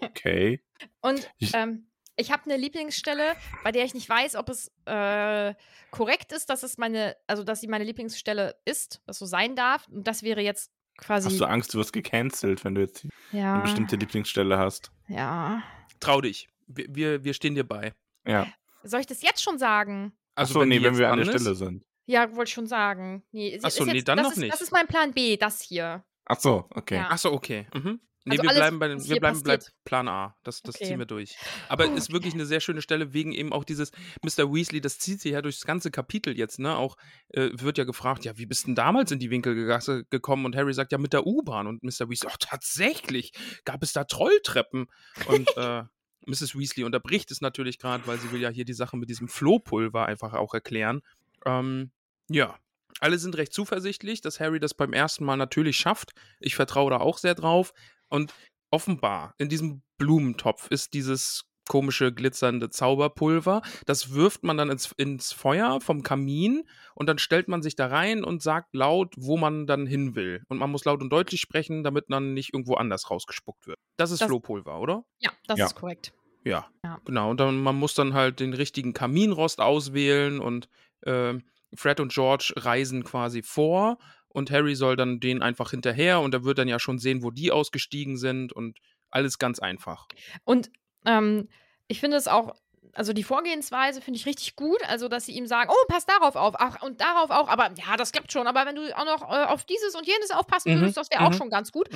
okay.
Und
Ich-
ähm, ich habe eine Lieblingsstelle, bei der ich nicht weiß, ob es äh, korrekt ist, dass es meine, also dass sie meine Lieblingsstelle ist, dass so sein darf. Und das wäre jetzt
Also
quasi.
Hast du Angst, du wirst gecancelt, wenn du jetzt die- eine
Ah.
ja,
bestimmte Lieblingsstelle hast?
ja.
Trau dich. Wir, wir, wir stehen dir bei.
Ja.
Soll ich das jetzt schon sagen?
Also Achso,
die
nee, wenn
jetzt
wir an
dran
der
ist-
Stelle sind.
Ja, wollte ich schon sagen. Nee, sie-
Ach so,
ist
nee,
jetzt,
dann
das
noch
ist,
nicht.
Das ist mein Plan B, das hier.
Achso, okay.
Ja.
Ach so, okay. Mhm. Nee,
Also
wir
alles,
bleiben, bei, dem-
was
wir
hier
bleiben bei
passiert.
Plan A. Das, das
Okay.
ziehen wir durch. Aber es ist wirklich eine sehr schöne Stelle, wegen eben auch dieses Mr. Weasley, das zieht sich ja durchs ganze Kapitel jetzt, ne? Auch äh, wird ja gefragt, ja, wie bist denn damals in die Winkelgasse gekommen? Und Harry sagt, ja, mit der U-Bahn. Und Mr. Weasley, ach, tatsächlich, gab es da Trolltreppen? Und äh, Mrs. Weasley unterbricht es natürlich gerade, weil sie will ja hier die Sache mit diesem Flohpulver einfach auch erklären. Ähm, ja, alle sind recht zuversichtlich, dass Harry das beim ersten Mal natürlich schafft. Ich vertraue da auch sehr drauf. Und offenbar, in diesem Blumentopf ist dieses komische glitzernde Zauberpulver. Das wirft man dann ins, ins Feuer vom Kamin und dann stellt man sich da rein und sagt laut, wo man dann hin will. Und man muss laut und deutlich sprechen, damit man nicht irgendwo anders rausgespuckt wird. Das ist
Das-
Flohpulver, oder?
Ja, das
Ja.
ist korrekt.
Ja,
Ja.
genau. Und dann man muss dann halt den richtigen Kaminrost auswählen und ähm, Fred und George reisen quasi vor und Harry soll dann den einfach hinterher und er wird dann ja schon sehen, wo die ausgestiegen sind und alles ganz einfach.
Und ähm, ich finde es auch, also die Vorgehensweise finde ich richtig gut. Also, dass sie ihm sagen, oh, pass darauf auf, ach, und darauf auch, aber ja, das klappt schon. Aber wenn du auch noch äh, auf dieses und jenes aufpassen
Mhm,
würdest, das wäre
mhm.
auch schon ganz gut.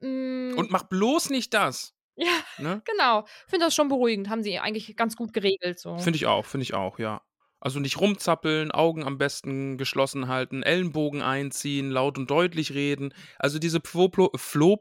Mm,
Und mach bloß nicht das.
ja,
Ne?
genau. Finde das schon beruhigend. Haben sie eigentlich ganz gut geregelt. So.
Finde ich auch, finde ich auch, ja. Also nicht rumzappeln, Augen am besten geschlossen halten, Ellenbogen einziehen, laut und deutlich reden. Also diese Pfoplo-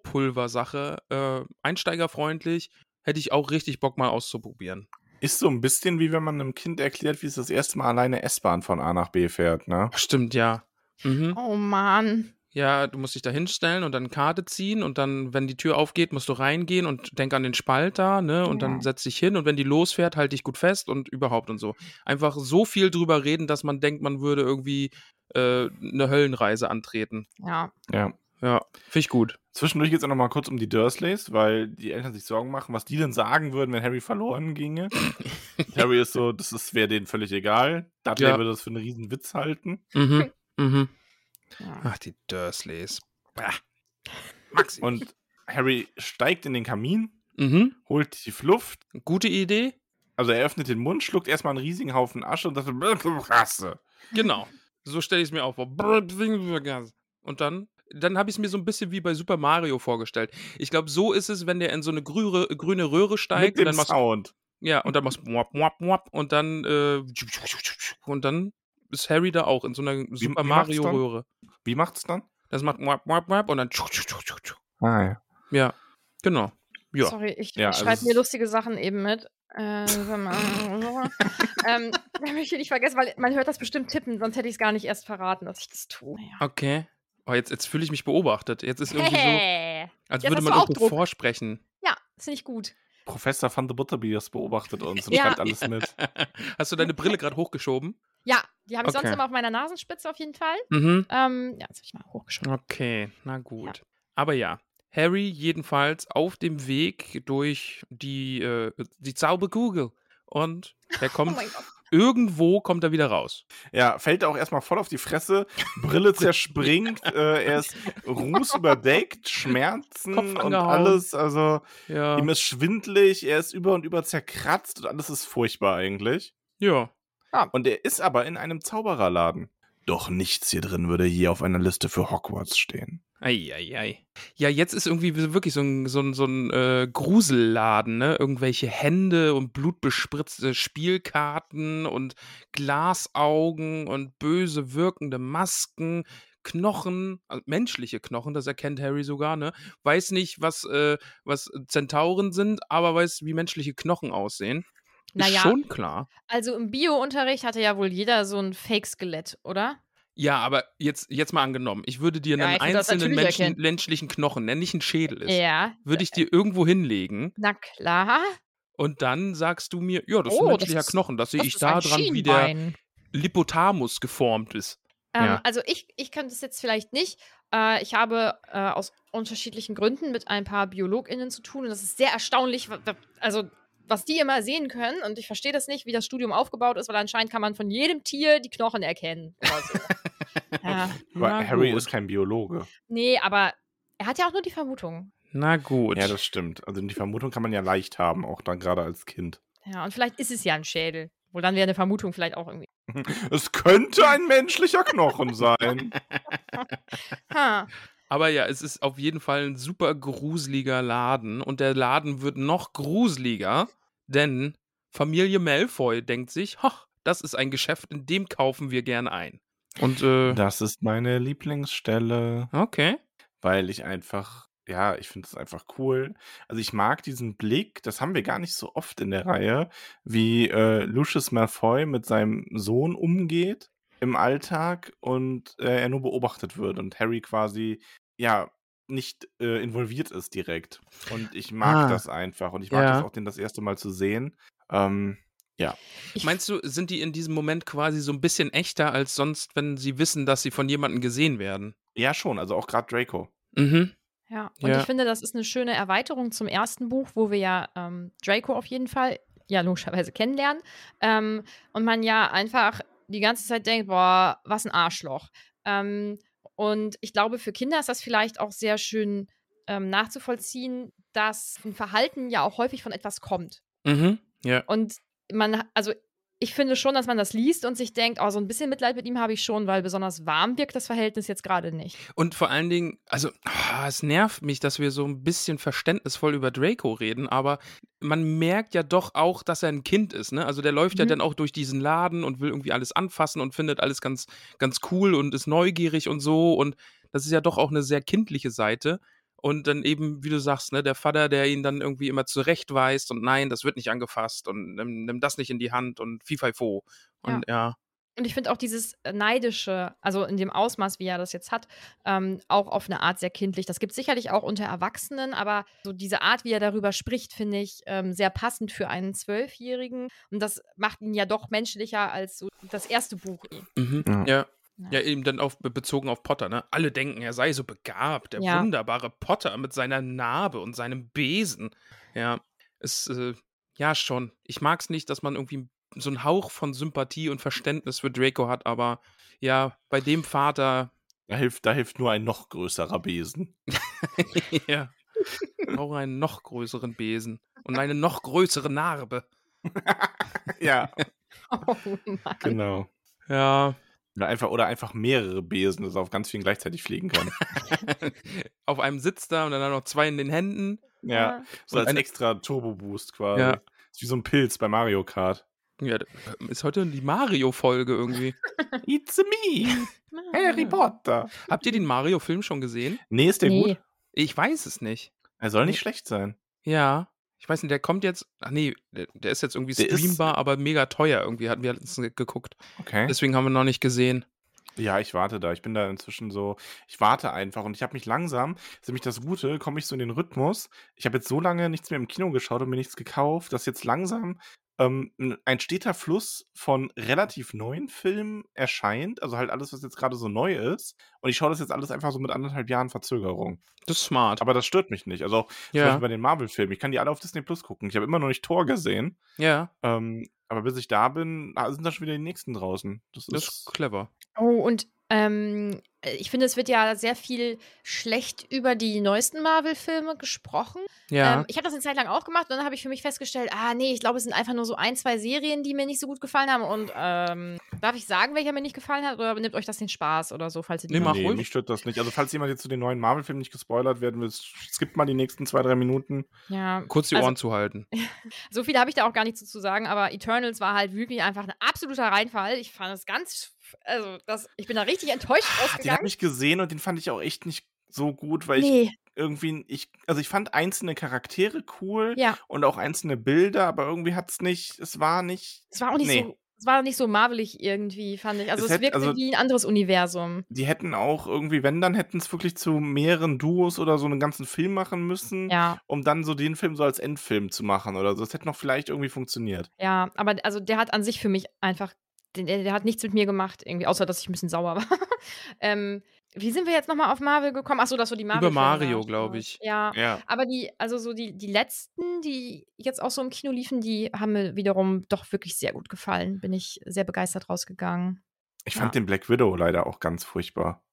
Flohpulver-Sache, äh, einsteigerfreundlich, hätte ich auch richtig Bock mal auszuprobieren.
Ist so ein bisschen wie wenn man einem Kind erklärt, wie es das erste Mal alleine S-Bahn von A nach B fährt, ne?
Ach, stimmt, ja. Mhm.
oh Mann.
Ja, du musst dich da hinstellen und dann Karte ziehen und dann, wenn die Tür aufgeht, musst du reingehen und denk an den Spalter, ne? Und dann setz dich hin und wenn die losfährt, halt dich gut fest und überhaupt und so. Einfach so viel drüber reden, dass man denkt, man würde irgendwie äh, eine Höllenreise antreten.
Ja.
Ja.
Ja, finde ich gut.
Zwischendurch geht es auch nochmal kurz um die Dursleys, weil die Eltern sich Sorgen machen, was die denn sagen würden, wenn Harry verloren ginge.
[LAUGHS]
Harry ist so, das ist- wäre denen völlig egal. Dudley
Ja.
würde das für einen riesen Witz halten.
Mhm. mhm.
ja.
Ach, die Dursleys. Bah. Maxi.
Und Harry steigt in den Kamin,
mhm.
holt die Luft,
Gute Idee?
also er öffnet den Mund, schluckt erstmal einen riesigen Haufen Asche und sagt, so, [LAUGHS] "Blub, blub, Rasse.
Genau. So stelle ich es mir auch vor. Und dann, dann habe ich es mir so ein bisschen wie bei Super Mario vorgestellt. Ich glaube, so ist es, wenn der in so eine grüne, grüne Röhre steigt und
Mit dem
dann machst
Sound.
ja und dann machst muap, muap, muap, und dann äh, und dann ist Harry da auch in so einer Super
wie macht's
Mario
dann?
Röhre.
Wie macht's dann?
Das macht muap, muap, muap, und dann
Ah, ja.
ja genau ja
Sorry, ich
Ja, also
schreibe
es
mir
ist-
lustige Sachen eben mit. Äh, warte mal.
[LAUGHS]
ähm, da möchte ich nicht vergessen, weil man hört das bestimmt tippen, sonst hätte ich es gar nicht erst verraten, dass ich das tue. Ja.
okay. Oh, jetzt jetzt fühle ich mich beobachtet. Jetzt ist irgendwie
[LAUGHS]
so,
Hey.
als
Jetzt
würde
hast
man
du auch
irgendwo
Druck.
vorsprechen. [LAUGHS]
Ja, ist nicht gut.
Professor van de Butterbiers beobachtet
[LAUGHS]
uns und
Ja.
schreibt alles mit.
Hast du deine Brille gerade hochgeschoben?
Ja, die habe ich
Okay.
sonst immer auf meiner Nasenspitze auf jeden Fall.
Mhm.
Ähm, ja, jetzt habe ich mal hochgeschoben.
Okay, na gut. Aber ja, Harry jedenfalls auf dem Weg durch die, äh, die Zauberkugel.
[LAUGHS]
Und er
Oh
kommt,
mein Gott.
irgendwo kommt er wieder raus.
Ja, fällt auch erstmal voll auf die Fresse,
[LAUGHS]
Brille zerspringt, äh, er ist Ruß überdeckt, Schmerzen
Kopf
und
angehauen.
alles. Also
Ja.
ihm ist schwindlig, er ist über und über zerkratzt und alles ist furchtbar eigentlich.
Ja.
Und er ist aber in einem Zaubererladen. Doch nichts hier drin würde je auf einer Liste für Hogwarts stehen.
Ei, ei, ei. Ja, jetzt ist irgendwie so- wirklich so ein, so ein, so ein äh, Gruselladen, ne? Irgendwelche Hände und blutbespritzte Spielkarten und Glasaugen und böse wirkende Masken, Knochen, also menschliche Knochen, das erkennt Harry sogar, ne? Weiß nicht, was, äh, was Zentauren sind, aber weiß, wie menschliche Knochen aussehen. Ist
Naja,
schon klar.
also im Bio-Unterricht hatte ja wohl jeder so ein Fake-Skelett, oder?
Ja, aber jetzt, jetzt mal angenommen, ich würde dir
Ja,
einen
ich würd das
einzelnen
natürlich
Menschen,
erkennen.
menschlichen Knochen, der nicht ein Schädel ist,
Ja,
würde ich dir irgendwo hinlegen
na klar.
und dann sagst du mir, ja, das ist
Oh,
ein
das
menschlicher
ist-
Knochen, das sehe
Das
ich
ist ein
da dran, wie der
Schienbein.
Lipothamus geformt ist.
Ähm,
Ja.
Also ich, ich kann das jetzt vielleicht nicht. Äh, ich habe äh, aus unterschiedlichen Gründen mit ein paar BiologInnen zu tun und das ist sehr erstaunlich, wa- wa- also was die immer sehen können und ich verstehe das nicht, wie das Studium aufgebaut ist, weil anscheinend kann man von jedem Tier die Knochen erkennen. Oder
[LAUGHS]
so. ja,
Aber
Na
Harry
gut.
ist kein Biologe.
nee, aber er hat ja auch nur die Vermutung.
Na gut.
Ja, das stimmt. Also die Vermutung kann man ja leicht haben, auch dann gerade als Kind.
Ja, und vielleicht ist es ja ein Schädel. Wo dann wäre eine Vermutung vielleicht auch irgendwie.
Es könnte ein menschlicher
[LAUGHS]
Knochen sein.
Ha.
aber ja, es ist auf jeden Fall ein super gruseliger Laden und der Laden wird noch gruseliger, denn Familie Malfoy denkt sich, hoch, das ist ein Geschäft, in dem kaufen wir gern ein. Und, äh,
Das ist meine Lieblingsstelle.
okay.
weil ich einfach, ja, ich finde es einfach cool. Also ich mag diesen Blick, das haben wir gar nicht so oft in der Reihe, wie äh, Lucius Malfoy mit seinem Sohn umgeht im Alltag und äh, er nur beobachtet wird und Harry quasi, ja, nicht äh, involviert ist direkt. Und ich mag
Ah.
das einfach und ich mag
Ja.
das auch, den das erste Mal zu sehen. Ähm,
Ich-
Meinst du, sind die in diesem Moment quasi so ein bisschen echter als sonst, wenn sie wissen, dass sie von jemandem gesehen werden?
ja, schon, also auch gerade Draco.
Mhm.
Ja, und
Ja.
ich finde, das ist eine schöne Erweiterung zum ersten Buch, wo wir ja ähm, Draco auf jeden Fall, ja, logischerweise kennenlernen. Ähm, und man ja einfach die ganze Zeit denkt, boah, was ein Arschloch. Ähm, und ich glaube, für Kinder ist das vielleicht auch sehr schön ähm, nachzuvollziehen, dass ein Verhalten ja auch häufig von etwas kommt.
Mhm. Ja.
Und man, also ich finde schon, dass man das liest und sich denkt, oh, so ein bisschen Mitleid mit ihm habe ich schon, weil besonders warm wirkt das Verhältnis jetzt gerade nicht.
Und vor allen Dingen, also ah, es nervt mich, dass wir so ein bisschen verständnisvoll über Draco reden, aber man merkt ja doch auch, dass er ein Kind ist, ne? Also der läuft ja
Mhm.
dann auch durch diesen Laden und will irgendwie alles anfassen und findet alles ganz, ganz cool und ist neugierig und so. Und das ist ja doch auch eine sehr kindliche Seite. Und dann eben, wie du sagst, ne, der Vater, der ihn dann irgendwie immer zurechtweist und nein, das wird nicht angefasst und nimm, nimm das nicht in die Hand und fifo. Und ja.
Und ich finde auch dieses äh, Neidische, also in dem Ausmaß, wie er das jetzt hat, ähm, auch auf eine Art sehr kindlich. Das gibt es sicherlich auch unter Erwachsenen, aber so diese Art, wie er darüber spricht, finde ich ähm, sehr passend für einen Zwölfjährigen. Und das macht ihn ja doch menschlicher als so das erste
[LAUGHS]
Buch. eh.
Mhm.
Ja.
ja.
Ja.
Ja, eben dann auf, bezogen auf Potter, ne? Alle denken, er sei so begabt, der
Ja.
wunderbare Potter mit seiner Narbe und seinem Besen. Ja, es, äh, ja, schon. Ich mag's nicht, dass man irgendwie so einen Hauch von Sympathie und Verständnis für Draco hat, aber ja, bei dem Vater,
Da hilft, da hilft nur ein noch größerer Besen.
ja, braucht einen noch größeren Besen und eine noch größere Narbe.
[LAUGHS] ja,
Oh Mann.
genau.
Ja,
Oder einfach, oder einfach mehrere Besen, dass er auf ganz vielen gleichzeitig
[LAUGHS]
fliegen kann.
[LAUGHS] auf einem sitzt da und dann noch zwei in den Händen.
ja. So
Und
als
eine-
extra Turbo-Boost quasi.
Ja.
Ist wie so ein Pilz bei Mario Kart.
Ja, ähm, ist heute die Mario-Folge irgendwie.
It's me, Harry Potter.
Habt ihr den Mario-Film schon gesehen?
Nee, ist der
Nee.
gut?
Ich weiß es nicht.
Er soll nicht
Nee.
schlecht sein.
Ja. Ich weiß nicht, der kommt jetzt. Ach nee, der, der ist äh jetzt irgendwie
Der ist-
streambar, aber mega teuer irgendwie, hatten wir letztens geguckt.
Okay.
Deswegen haben wir noch nicht gesehen.
Ja, ich warte da. Ich bin da inzwischen so, ich warte einfach und ich habe mich langsam, ist nämlich das Gute, komme ich so in den Rhythmus. Ich habe jetzt so lange nichts mehr im Kino geschaut und mir nichts gekauft, dass jetzt langsam ähm, ein steter Fluss von relativ neuen Filmen erscheint. Also halt alles, was jetzt gerade so neu ist. Und ich schaue das jetzt alles einfach so mit anderthalb Jahren Verzögerung.
Das ist smart.
Aber das stört mich nicht. Also auch zum
ja.
Beispiel bei den Marvel-Filmen. Ich kann die alle auf Disney Plus gucken. Ich habe immer noch nicht Tor gesehen.
Ja,
Ähm, aber bis ich da bin, ah, sind da schon wieder die nächsten draußen. Das
das
ist.
ist clever.
Oh, und ähm, ich finde, es wird ja sehr viel schlecht über die neuesten Marvel-Filme gesprochen.
Ja.
Ähm, ich habe das eine Zeit lang auch gemacht und dann habe ich für mich festgestellt, ah nee, ich glaube, es sind einfach nur so ein, zwei Serien, die mir nicht so gut gefallen haben und ähm, Darf ich sagen, welcher mir nicht gefallen hat? Oder nimmt euch das den Spaß oder so, falls ihr die
Nee, mach
nee,
ruhig.
mich stört das nicht. Also, falls jemand jetzt zu den neuen Marvel-Filmen nicht gespoilert werden will, skippt mal die nächsten zwei, drei Minuten.
Ja,
Kurz die
Also-
Ohren zu
[LAUGHS]
halten.
so viel habe ich da auch gar nicht zu, zu sagen, aber Eternals war halt wirklich einfach ein absoluter Reinfall. Ich fand es ganz, also das, ich bin da richtig enttäuscht
Ah,
Den habe
ausgegangen.
ich gesehen und den fand ich auch echt nicht so gut, weil ich
Nee,
irgendwie, ich, also ich fand einzelne Charaktere cool
ja,
und auch einzelne Bilder, aber irgendwie hat es nicht, es war nicht,
es war auch nicht
Nee.
so, es war nicht so marvelig irgendwie, fand ich. Also
Es
es,
hätte-
wirkte
also-
wie ein anderes Universum.
die hätten auch irgendwie, wenn, dann hätten es wirklich zu mehreren Duos oder so einen ganzen Film machen müssen,
Ja,
um dann so den Film so als Endfilm zu machen oder so. Das hätte noch vielleicht irgendwie funktioniert.
ja, aber also der hat an sich für mich einfach, den- der, der hat nichts mit mir gemacht irgendwie, außer dass ich ein bisschen sauer [LAUGHS] war. ähm, wie sind wir jetzt nochmal auf Marvel gekommen? Achso, dass so die Marvel.
Mario, glaub ich.
Ja,
Ja.
Aber die, also so die, die letzten, die jetzt auch so im Kino liefen, die haben mir wiederum doch wirklich sehr gut gefallen. Bin ich sehr begeistert rausgegangen.
Ich fand
Ja.
den Black Widow leider auch ganz furchtbar.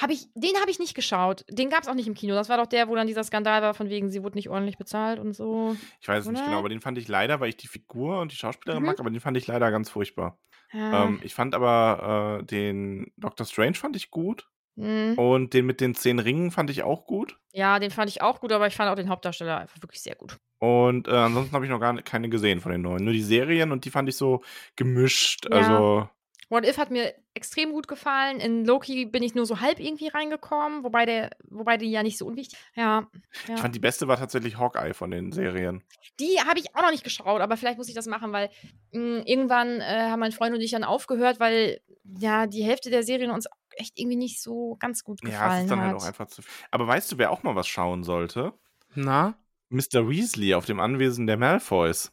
Hab ich, den habe ich nicht geschaut. Den gab es auch nicht im Kino. Das war doch der, wo dann dieser Skandal war, von wegen, sie wurde nicht ordentlich bezahlt und so.
Ich weiß es nicht
Oder?
genau, aber den fand ich leider, weil ich die Figur und die Schauspielerin
Mhm. Ah.
mag, aber den fand ich leider ganz furchtbar.
Ja.
Ähm, ich fand aber äh, den Doctor Strange fand ich gut
Mm.
und den mit den zehn Ringen fand ich auch gut.
ja, den fand ich auch gut, aber ich fand auch den Hauptdarsteller einfach wirklich sehr gut.
Und äh, ansonsten habe ich noch gar ni- keine gesehen von den neuen. Nur die Serien und die fand ich so gemischt.
Ja.
Also,
What If hat mir extrem gut gefallen. In Loki bin ich nur so halb irgendwie reingekommen, wobei der, wobei die ja nicht so unwichtig. Ja, ja.
ich fand die beste war tatsächlich Hawkeye von den Serien.
Die habe ich auch noch nicht geschaut, aber vielleicht muss ich das machen, weil mh, irgendwann äh, haben mein Freund und ich dann aufgehört, weil ja die Hälfte der Serien uns echt irgendwie nicht so ganz gut
Ja, es
gefallen
ist dann
hat.
halt auch einfach zu viel. Aber weißt du, wer auch mal was schauen sollte?
Na?
Mr. Weasley auf dem Anwesen der Malfoys.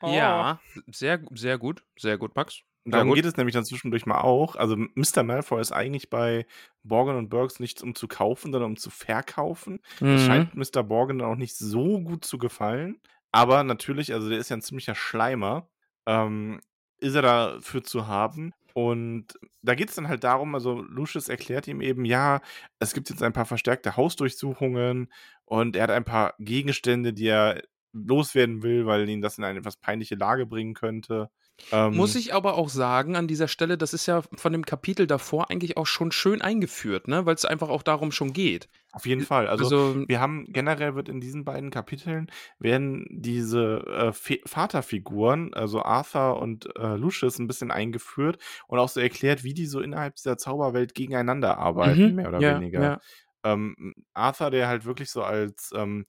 Oh.
Ja. Sehr, sehr gut. Sehr gut, Max.
Darum
gut.
geht es nämlich dann zwischendurch mal auch. Also, Mr. Malfoy ist eigentlich bei Borgen und Burks nichts um zu kaufen, sondern um zu verkaufen.
Mhm.
Das scheint Mr. Borgen dann auch nicht so gut zu gefallen. Aber natürlich, also der ist ja ein ziemlicher Schleimer, ähm, ist er dafür zu haben. Und da geht es dann halt darum, also Lucius erklärt ihm eben, ja, es gibt jetzt ein paar verstärkte Hausdurchsuchungen und er hat ein paar Gegenstände, die er loswerden will, weil ihn das in eine etwas peinliche Lage bringen könnte. Ähm,
Muss ich aber auch sagen, an dieser Stelle, das ist ja von dem Kapitel davor eigentlich auch schon schön eingeführt, ne? weil es einfach auch darum schon geht.
Auf jeden Fall. Also,
Also,
wir haben generell wird in diesen beiden Kapiteln werden diese äh, Fe- Vaterfiguren, also Arthur und äh, Lucius, ein bisschen eingeführt und auch so erklärt, wie die so innerhalb dieser Zauberwelt gegeneinander arbeiten,
mhm,
mehr oder
ja,
weniger.
Ja.
Ähm, Arthur, der halt wirklich so als ähm,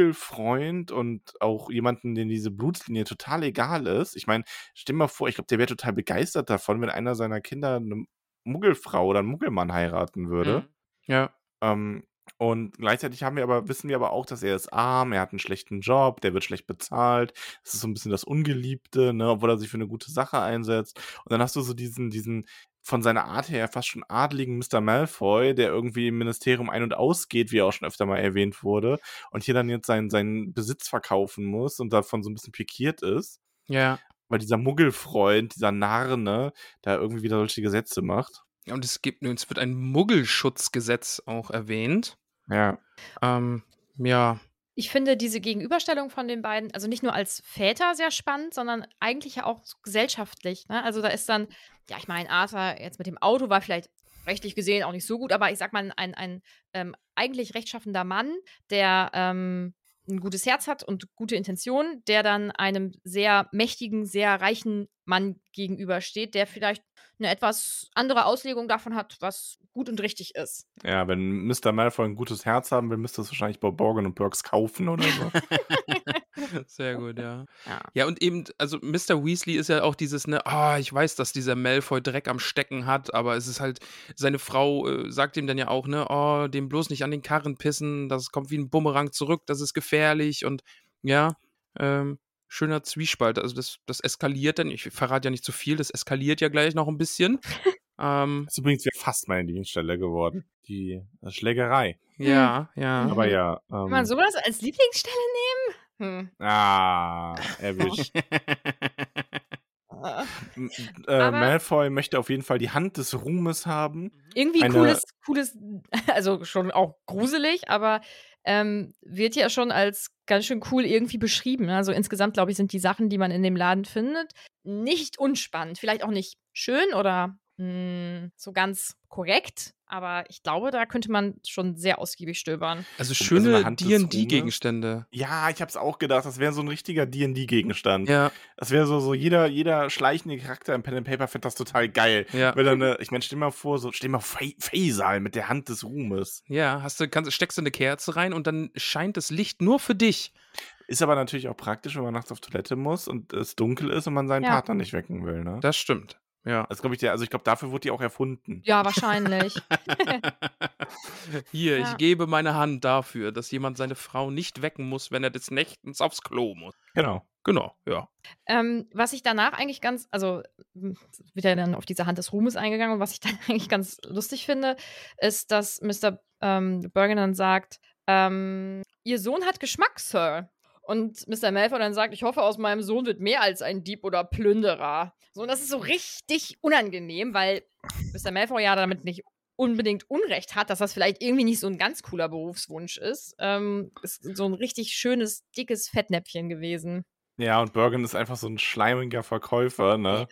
Muggelfreund und auch jemanden, den diese Blutslinie total egal ist. Ich meine, stell dir mal vor, ich glaube, der wäre total begeistert davon, wenn einer seiner Kinder eine Muggelfrau oder einen Muggelmann heiraten würde.
Mhm. ja.
Ähm, und gleichzeitig haben wir aber, wissen wir aber auch, dass er ist arm, er hat einen schlechten Job, der wird schlecht bezahlt, das ist so ein bisschen das Ungeliebte, ne, obwohl er sich für eine gute Sache einsetzt. Und dann hast du so diesen, diesen von seiner Art her fast schon adligen Mr. Malfoy, der irgendwie im Ministerium ein- und ausgeht, wie er auch schon öfter mal erwähnt wurde, und hier dann jetzt seinen, seinen Besitz verkaufen muss und davon so ein bisschen pikiert ist,
ja.
weil dieser Muggelfreund, dieser Narne, da irgendwie wieder solche Gesetze macht.
Und es, gibt, es wird ein Muggelschutzgesetz auch erwähnt.
Ja.
Ähm, ja.
Ich finde diese Gegenüberstellung von den beiden, also nicht nur als Väter sehr spannend, sondern eigentlich ja auch so gesellschaftlich. Ne? Also da ist dann, ja, ich meine, Arthur jetzt mit dem Auto war vielleicht rechtlich gesehen auch nicht so gut, aber ich sag mal, ein, ein ähm, eigentlich rechtschaffender Mann, der ähm, ein gutes Herz hat und gute Intentionen, der dann einem sehr mächtigen, sehr reichen Mann gegenübersteht, der vielleicht eine etwas andere Auslegung davon hat, was gut und richtig ist.
Ja, wenn Mr. Malfoy ein gutes Herz haben will, müsste es wahrscheinlich bei Borgen und Burks kaufen
[LAUGHS]
oder so.
[LAUGHS] Sehr gut, ja.
Ja.
Ja, und eben, also Mr. Weasley ist ja auch dieses, ne, ah, ich weiß, dass dieser Malfoy Dreck am Stecken hat, aber es ist halt, seine Frau äh, sagt ihm dann ja auch, ne, oh, dem bloß nicht an den Karren pissen, das kommt wie ein Bumerang zurück, das ist gefährlich und ja, ähm, schöner Zwiespalt. Also das, das eskaliert dann, ich verrate ja nicht zu viel, das eskaliert ja gleich noch ein [LAUGHS] bisschen. ähm,
das ist übrigens wäre fast meine Lieblingsstelle geworden. Die äh, Schlägerei.
Hm. ja, ja.
Aber ja. Ähm,
Kann man sowas als Lieblingsstelle nehmen? Hm.
Ah,
[LAUGHS]
erwischt.
Äh,
M- äh,
Aber-
Malfoy möchte auf jeden Fall die Hand des Ruhmes haben.
Irgendwie
Eine-
[LAUGHS] cooles, cooles, also schon auch gruselig, aber ähm, wird ja schon als ganz schön cool irgendwie beschrieben. Also insgesamt, glaube ich, sind die Sachen, die man in dem Laden findet, nicht unspannend. Vielleicht auch nicht schön oder mh, so ganz korrekt, aber ich glaube, da könnte man schon sehr ausgiebig stöbern.
Also
Also
schöne
eine Hand des
D&D-Gegenstände.
Ja, ich hab's auch gedacht, das wäre so ein richtiger D&D-Gegenstand.
Ja,
Das wäre so, so jeder, jeder schleichende Charakter im Pen and Paper fände das total geil.
ja.
Wenn dann, äh, ich meine, stell mal vor, so, stell mal Fa- Faisal mit der Hand des Ruhmes.
Ja, hast du, kannst, steckst du eine Kerze rein und dann scheint das Licht nur für dich.
Ist aber natürlich auch praktisch, wenn man nachts auf Toilette muss und es dunkel ist und man seinen
Ja.
Partner nicht wecken will, ne?
Das stimmt.
[LAUGHS]
Ja.
Also, glaube ich, der, also ich glaube, dafür wurde die auch erfunden.
Ja, wahrscheinlich.
Hier,
Ja.
ich gebe meine Hand dafür, dass jemand seine Frau nicht wecken muss, wenn er des Nächtens aufs Klo muss.
Genau.
Genau, ja.
Ähm, was ich danach eigentlich ganz, also m, wird ja dann auf diese Hand des Ruhmes eingegangen und was ich [LAUGHS] dann eigentlich ganz lustig finde, ist, dass Mr. Ähm, Bergen dann sagt, ähm, Ihr Sohn hat Geschmack, Sir. Und Mr. Malfoy dann sagt, ich hoffe, aus meinem Sohn wird mehr als ein Dieb oder Plünderer. So, und das ist so richtig unangenehm, weil Mr. Malfoy ja damit nicht unbedingt Unrecht hat, dass das vielleicht irgendwie nicht so ein ganz cooler Berufswunsch ist. Ähm, ist so ein richtig schönes, dickes Fettnäpfchen gewesen.
Ja, und Bergen ist einfach so ein schleimiger Verkäufer, ne?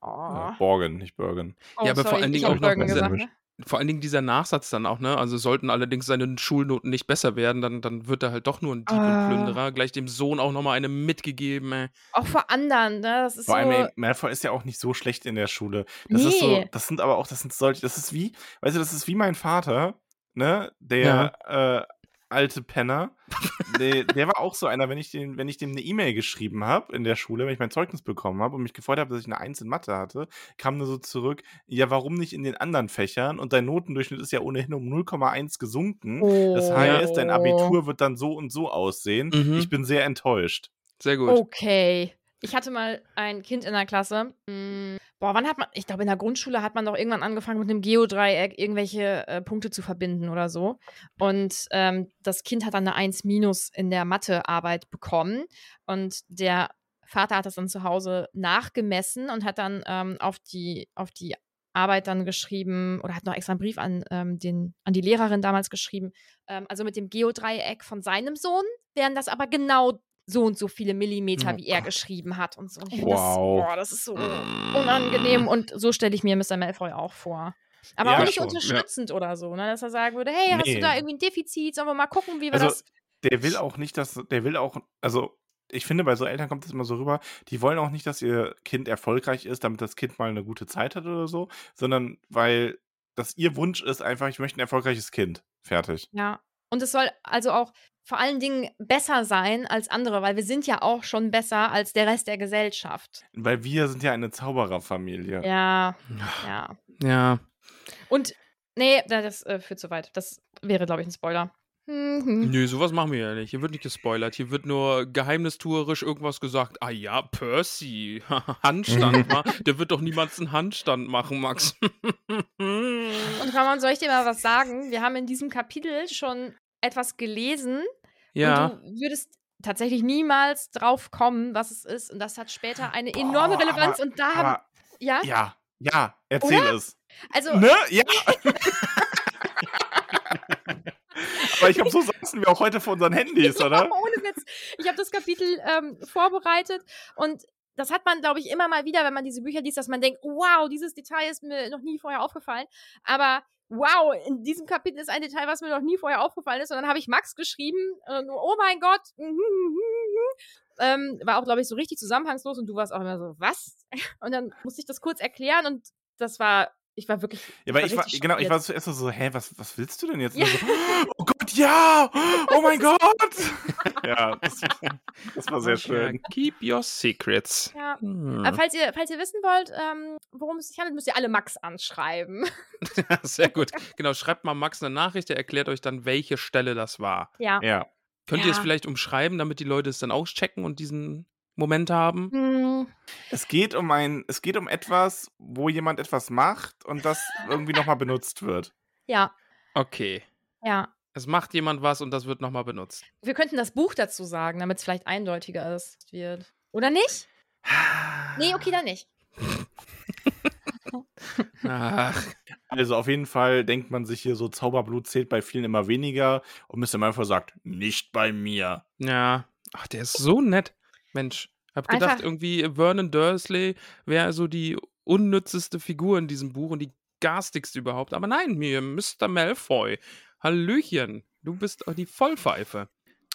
Oh.
Äh, Borgen, nicht Bergen.
Oh,
Ja, aber vor
sorry,
allen
ich
Dingen
hab
auch noch
Bergen
ein
gesagt,
Sandwich.
ne?
Vor allen Dingen dieser Nachsatz dann auch, ne? Also sollten allerdings seine Schulnoten nicht besser werden, dann, dann wird er halt doch nur ein Dieb
Ah.
und Plünderer. Gleich dem Sohn auch nochmal eine mitgegeben, äh. ey.
Auch vor anderen, ne? Das ist
Vor allem,
so.
ey, Malfoy ist ja auch nicht so schlecht in der Schule. Das ist so,
Nee.
das sind aber auch, das sind solche, das ist wie, weißt du, das ist wie mein Vater, ne, der äh, alte Penner. der, der war auch so einer, wenn ich, den, wenn ich dem eine E-Mail geschrieben habe in der Schule, wenn ich mein Zeugnis bekommen habe und mich gefreut habe, dass ich eine Eins in Mathe hatte, kam nur so zurück, ja, warum nicht in den anderen Fächern? Und dein Notendurchschnitt ist ja ohnehin um 0,1 gesunken. Das heißt,
Oh.
dein Abitur wird dann so und so aussehen.
Mhm.
Ich bin sehr enttäuscht.
Sehr gut.
Oh, Okay. Ich hatte mal ein Kind in der Klasse. mm, Boah, wann hat man, ich glaube, in der Grundschule hat man doch irgendwann angefangen, mit einem Geodreieck irgendwelche äh, Punkte zu verbinden oder so. Und ähm, das Kind hat dann eine 1 minus in der Mathearbeit bekommen. Und der Vater hat das dann zu Hause nachgemessen und hat dann ähm, auf, die, auf die Arbeit dann geschrieben oder hat noch extra einen Brief an, ähm, den, an die Lehrerin damals geschrieben. Ähm, also mit dem Geodreieck von seinem Sohn wären das aber genau so und so viele Millimeter,
Oh
wie er
Gott.
geschrieben hat und so. Und ich
Wow.
Das, boah, das ist so
Mm.
unangenehm und so stelle ich mir Mr. Malfoy auch vor. Aber
Ja,
auch nicht
schon, ja.
unterstützend oder so, ne? dass er sagen würde, hey, hast
Nee.
du da irgendwie ein Defizit? Sollen wir mal gucken, wie wir
Also,
das...
der will auch nicht, dass, der will auch, also ich finde, bei so Eltern kommt das immer so rüber, die wollen auch nicht, dass ihr Kind erfolgreich ist, damit das Kind mal eine gute Zeit hat oder so, sondern weil das ihr Wunsch ist einfach, ich möchte ein erfolgreiches Kind. Fertig.
Ja. Und es soll also auch vor allen Dingen besser sein als andere, weil wir sind ja auch schon besser als der Rest der Gesellschaft.
Weil wir sind ja eine Zaubererfamilie.
Ja, ja.
Ja.
Und, nee, na, das äh, führt zu weit. Das wäre, glaube ich, ein Spoiler. Mhm.
Nö, sowas machen wir ja nicht. Hier wird nicht gespoilert. Hier wird nur geheimnistuerisch irgendwas gesagt. Ah ja, Percy. [LAUGHS] Handstand. ma. Der wird doch niemals einen Handstand machen, Max. [LAUGHS]
Und Ramon, soll ich dir mal was sagen? Wir haben in diesem Kapitel schon etwas gelesen
ja.
und du würdest tatsächlich niemals drauf kommen, was es ist. Und das hat später eine enorme
Boah,
Relevanz.
aber-
und da haben,
Aber
ja,
ja, ja, erzähl es.
also
Ne? Ja. Aber ich glaube, so saßen wir auch heute vor unseren Handys,
Ja,
oder?
ohne Witz. Ich habe das Kapitel ähm, vorbereitet und das hat man, glaube ich, immer mal wieder, wenn man diese Bücher liest, dass man denkt, wow, dieses Detail ist mir noch nie vorher aufgefallen. Aber wow, in diesem Kapitel ist ein Detail, was mir noch nie vorher aufgefallen ist. Und dann habe ich Max geschrieben und oh mein Gott. [LAUGHS] Ähm, war auch, glaube ich, so richtig zusammenhangslos und du warst auch immer so, was? [LAUGHS] Und dann musste ich das kurz erklären und das war, ich war wirklich.
Ja, aber ich war,
richtig
genau, ich
schockiert.
war zuerst so, hä, was, was willst du denn jetzt?
Ja.
Und So, oh Gott, ja! Oh [LAUGHS] mein Gott! ja, das, das war sehr schön.
Keep your secrets.
Ja.
Hm. [LAUGHS]
Aber falls ihr, falls ihr wissen wollt, ähm, worum es sich handelt, müsst ihr alle Max anschreiben. [LAUGHS]
Sehr gut. Genau, schreibt mal Max eine Nachricht. Er erklärt euch dann, welche Stelle das war.
Ja.
Ja.
Könnt ihr es
Ja.
vielleicht umschreiben, damit die Leute es dann auch checken und diesen Moment haben?
Hm.
Es geht um ein, es geht um etwas, wo jemand etwas macht und das irgendwie nochmal benutzt wird.
Ja,
Okay.
ja.
Es macht jemand was und das wird nochmal benutzt.
Wir könnten das Buch dazu sagen, damit es vielleicht eindeutiger ist wird. Oder nicht? Nee, okay, dann nicht.
Ach,
Also auf jeden Fall denkt man sich hier so, Zauberblut zählt bei vielen immer weniger und Mr. Malfoy sagt, nicht bei mir.
Ja. Ach, der ist so nett. Mensch. Hab gedacht,
Einfach-
irgendwie Vernon Dursley wäre so die unnützeste Figur in diesem Buch und die garstigste überhaupt. Aber nein, mir, Mr. Malfoy. Hallöchen. Du bist auch die Vollpfeife.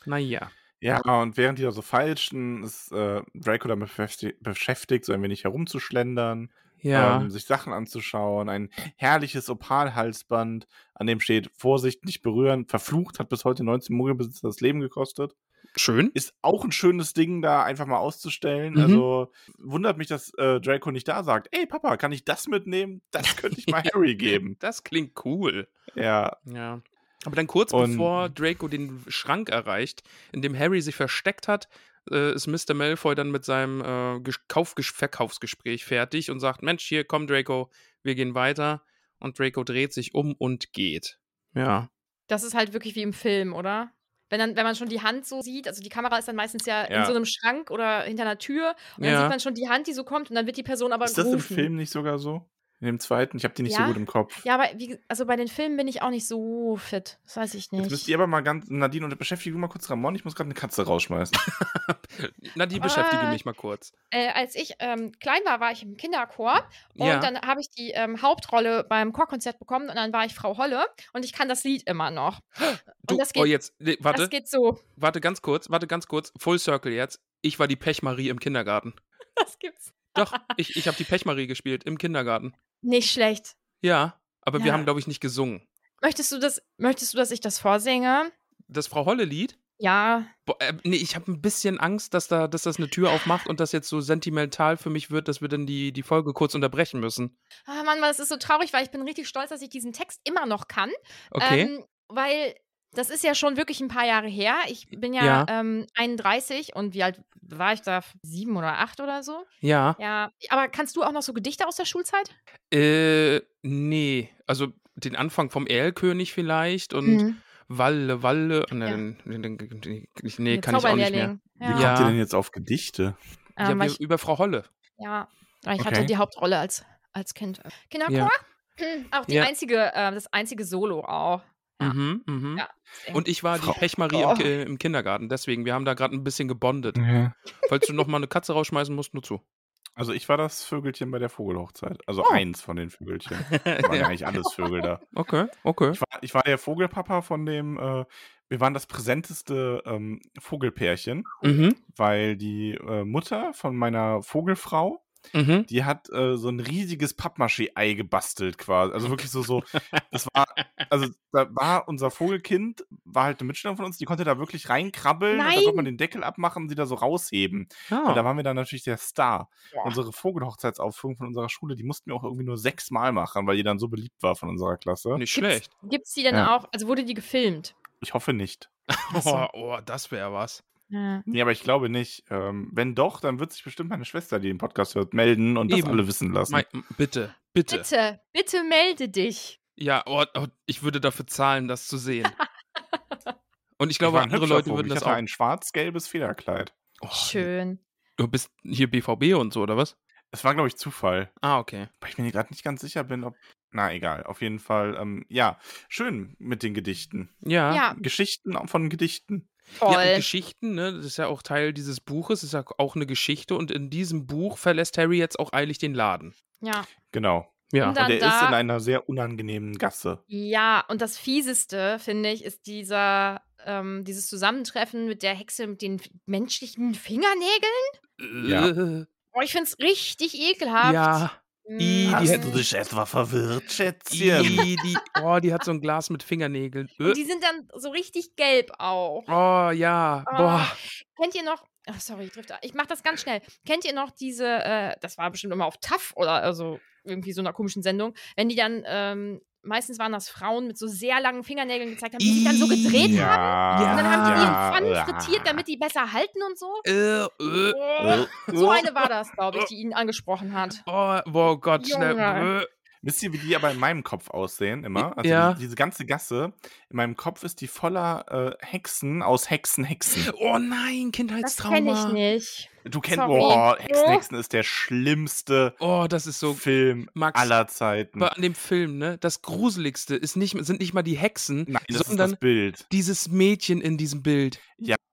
Naja.
Ja, und während die da so feilschen, ist äh, Draco damit beschäfti- beschäftigt, so ein wenig herumzuschlendern,
Ja.
ähm, sich Sachen anzuschauen, ein herrliches Opalhalsband, an dem steht, Vorsicht, nicht berühren, verflucht, hat bis heute 19 Mogelbesitzer das Leben gekostet.
Schön.
ist auch ein schönes Ding, da einfach mal auszustellen.
Mhm.
Also wundert mich, dass äh, Draco nicht da sagt, ey Papa, kann ich das mitnehmen? Das könnte
[LAUGHS]
ich mal Harry geben.
Das klingt cool.
Ja,
Ja. Aber dann kurz
Und-
bevor Draco den Schrank erreicht, in dem Harry sich versteckt hat, äh, ist Mr. Malfoy dann mit seinem äh, Gesch- Kaufges Verkaufsgespräch fertig und sagt: Mensch, hier, komm, Draco, wir gehen weiter. Und Draco dreht sich um und geht. Ja.
Das ist halt wirklich wie im Film, oder? Wenn, dann, wenn man schon die Hand so sieht, also die Kamera ist dann meistens ja,
Ja.
in so einem Schrank oder hinter einer Tür und dann sieht
ja.
man schon die Hand, die so kommt und dann wird die Person aber
ist das im
gerufen.
Film nicht sogar so? In dem zweiten? Ich habe die nicht
Ja.
so gut im Kopf.
Ja, aber wie, ge- also bei den Filmen bin ich auch nicht so fit. Das weiß ich
Jetzt müsst
nicht.
ihr aber mal ganz, Nadine, und beschäftige mal kurz Ramon, ich muss gerade eine Katze rausschmeißen.
Na, die beschäftige
Ah.
mich mal kurz.
Äh, als ich ähm, klein war, war ich im Kinderchor und
ja.
dann habe ich die ähm, Hauptrolle beim Chorkonzert bekommen und dann war ich Frau Holle und ich kann das Lied immer noch.
du,
und das
oh,
geht-
jetzt, nee, warte,
Das geht so. [LAUGHS]
warte ganz kurz, warte ganz kurz. Full Circle jetzt. Ich war die Pechmarie im Kindergarten.
Das gibt's. [LAUGHS]
Doch, ich, ich habe die Pechmarie gespielt im Kindergarten.
Nicht schlecht.
Ja, aber wir
Ja.
haben, glaube ich, nicht gesungen.
Möchtest du, das, möchtest du, dass ich das vorsinge?
Das Frau Holle-Lied?
Ja.
Boah, äh, nee, ich habe ein bisschen Angst, dass, da, dass das eine Tür aufmacht und das jetzt so sentimental für mich wird, dass wir dann die, die Folge kurz unterbrechen müssen.
Ah, Mann, das ist so traurig, weil ich bin richtig stolz, dass ich diesen Text immer noch kann.
Okay.
Ähm, weil das ist ja schon wirklich ein paar Jahre her. Ich bin ja,
Ja.
Ähm, 31 und wie alt war ich da? Sieben oder acht oder so?
ja.
Ja. Aber kannst du auch noch so Gedichte aus der Schulzeit?
Äh, nee. Also den Anfang vom Erlkönig vielleicht und
Hm.
Walle, Walle. Nee,
Mhm. Ja.
nee, nee, nee
Eine
kann ich auch nicht mehr.
Zauberlehrling.
Wie kommt
Ja.
Ja.
ihr denn jetzt auf Gedichte?
Ja,
Ähm, weil
wir,
ich,
über Frau Holle.
ja. Weil ich
Okay.
hatte die Hauptrolle als, als Kind. Kinderchor? [CLEARS THROAT] Auch die
Ja.
einzige, äh, das einzige Solo auch. Ja.
Mhm, mhm.
Ja, deswegen.
Und ich war die
Frau-
Pechmarie
Oh.
im, Ki- im Kindergarten, deswegen, wir haben da gerade ein bisschen gebondet. Falls du nochmal eine Katze rausschmeißen musst, nur zu.
Also ich war das Vögelchen bei der Vogelhochzeit. Also
Oh.
eins von den Vögelchen. Waren [LAUGHS] ja
ja.
eigentlich alles Vögel da.
Okay, okay.
Ich war, ich war der Vogelpapa von dem, äh, wir waren das präsenteste ähm, Vogelpärchen.
Mhm,
weil die äh, Mutter von meiner Vogelfrau,
mhm.
die hat äh, so ein riesiges Pappmaché-Ei gebastelt quasi. Also wirklich so, so, das war, also da war unser Vogelkind, war halt eine Mitschülerin von uns, die konnte da wirklich reinkrabbeln und da
Nein!
konnte man den Deckel abmachen und sie da so rausheben.
Ah.
Und da waren wir dann natürlich der Star.
Ja.
Unsere Vogelhochzeitsaufführung von unserer Schule, die mussten wir auch irgendwie nur sechsmal machen, weil die dann so beliebt war von unserer Klasse.
Nicht
Gibt's-
schlecht.
Gibt's die denn
Ja.
auch? Also wurde die gefilmt?
Ich hoffe nicht.
Oh, oh, das wäre was.
Ja.
Hm.
Nee, aber ich glaube nicht. Ähm, wenn doch, dann wird sich bestimmt meine Schwester, die den Podcast hört, melden und
Eben.
das alle wissen lassen.
Mei- m- bitte, bitte,
Bitte, bitte melde dich.
Ja, oh, oh, ich würde dafür zahlen, das zu
[LAUGHS]
sehen. Und ich
Ich
glaube,
war ein
andere
hübscher
Leute
Vogel.
würden das
ich hatte
auch.
ein schwarz-gelbes Federkleid.
Oh,
Schön.
Du bist hier BVB und so, oder was?
Es war, glaube ich, Zufall.
Ah, okay.
Weil ich mir gerade nicht ganz sicher bin, ob. Na, egal. Auf jeden Fall, ähm, ja, schön mit den Gedichten.
Ja.
Ja,
Geschichten von Gedichten.
voll.
Ja, und Geschichten, ne? Das ist ja auch Teil dieses Buches, ist ja auch eine Geschichte. Und in diesem Buch verlässt Harry jetzt auch eilig den Laden.
ja.
Genau.
Ja.
Und dann-
Und er ist
da-
in einer sehr unangenehmen Gasse.
ja, und das Fieseste, finde ich, ist dieser, ähm, dieses Zusammentreffen mit der Hexe mit den f- menschlichen Fingernägeln.
Ja.
Äh,
Oh, ich finde es richtig ekelhaft.
ja.
Mm.
I, die hätten-
dich etwa verwirrt, Schätzchen?
I, die, oh, die hat so ein Glas mit Fingernägeln. Äh,
Und die sind dann so richtig gelb auch.
Oh, ja.
Ah.
Boah.
Kennt ihr noch? Ach, sorry, ich drifte. ab. Ich mache das ganz schnell. Kennt ihr noch diese? Äh, das war bestimmt immer auf TAF oder also irgendwie so einer komischen Sendung, wenn die dann ähm, meistens waren das Frauen mit so sehr langen Fingernägeln gezeigt haben, die sich dann so gedreht
ja.
haben. Und dann haben die
ja.
ihren Pfannen frittiert, damit die besser halten und so.
Äh, äh.
äh,
Oh, so eine war das, glaube ich, die ihn angesprochen hat.
Oh, boah Gott, schnell.
Junge.
Brö.
Wisst ihr, wie die aber in meinem Kopf aussehen immer? Also
Ja.
die, diese ganze Gasse, in meinem Kopf ist die voller äh, Hexen aus Hexen, Hexen.
Oh nein,
Das
Kindheitstrauma.
kenne ich nicht.
Du kennst,
Sorry.
boah, Hexen,
Oh.
Hexen ist der schlimmste
Oh, das ist so.
Film
Max,
aller Zeiten.
Aber an dem Film, ne? Das Gruseligste ist nicht, sind nicht mal die Hexen,
Nein, das ist
sondern
das Bild.
dieses Mädchen in diesem Bild.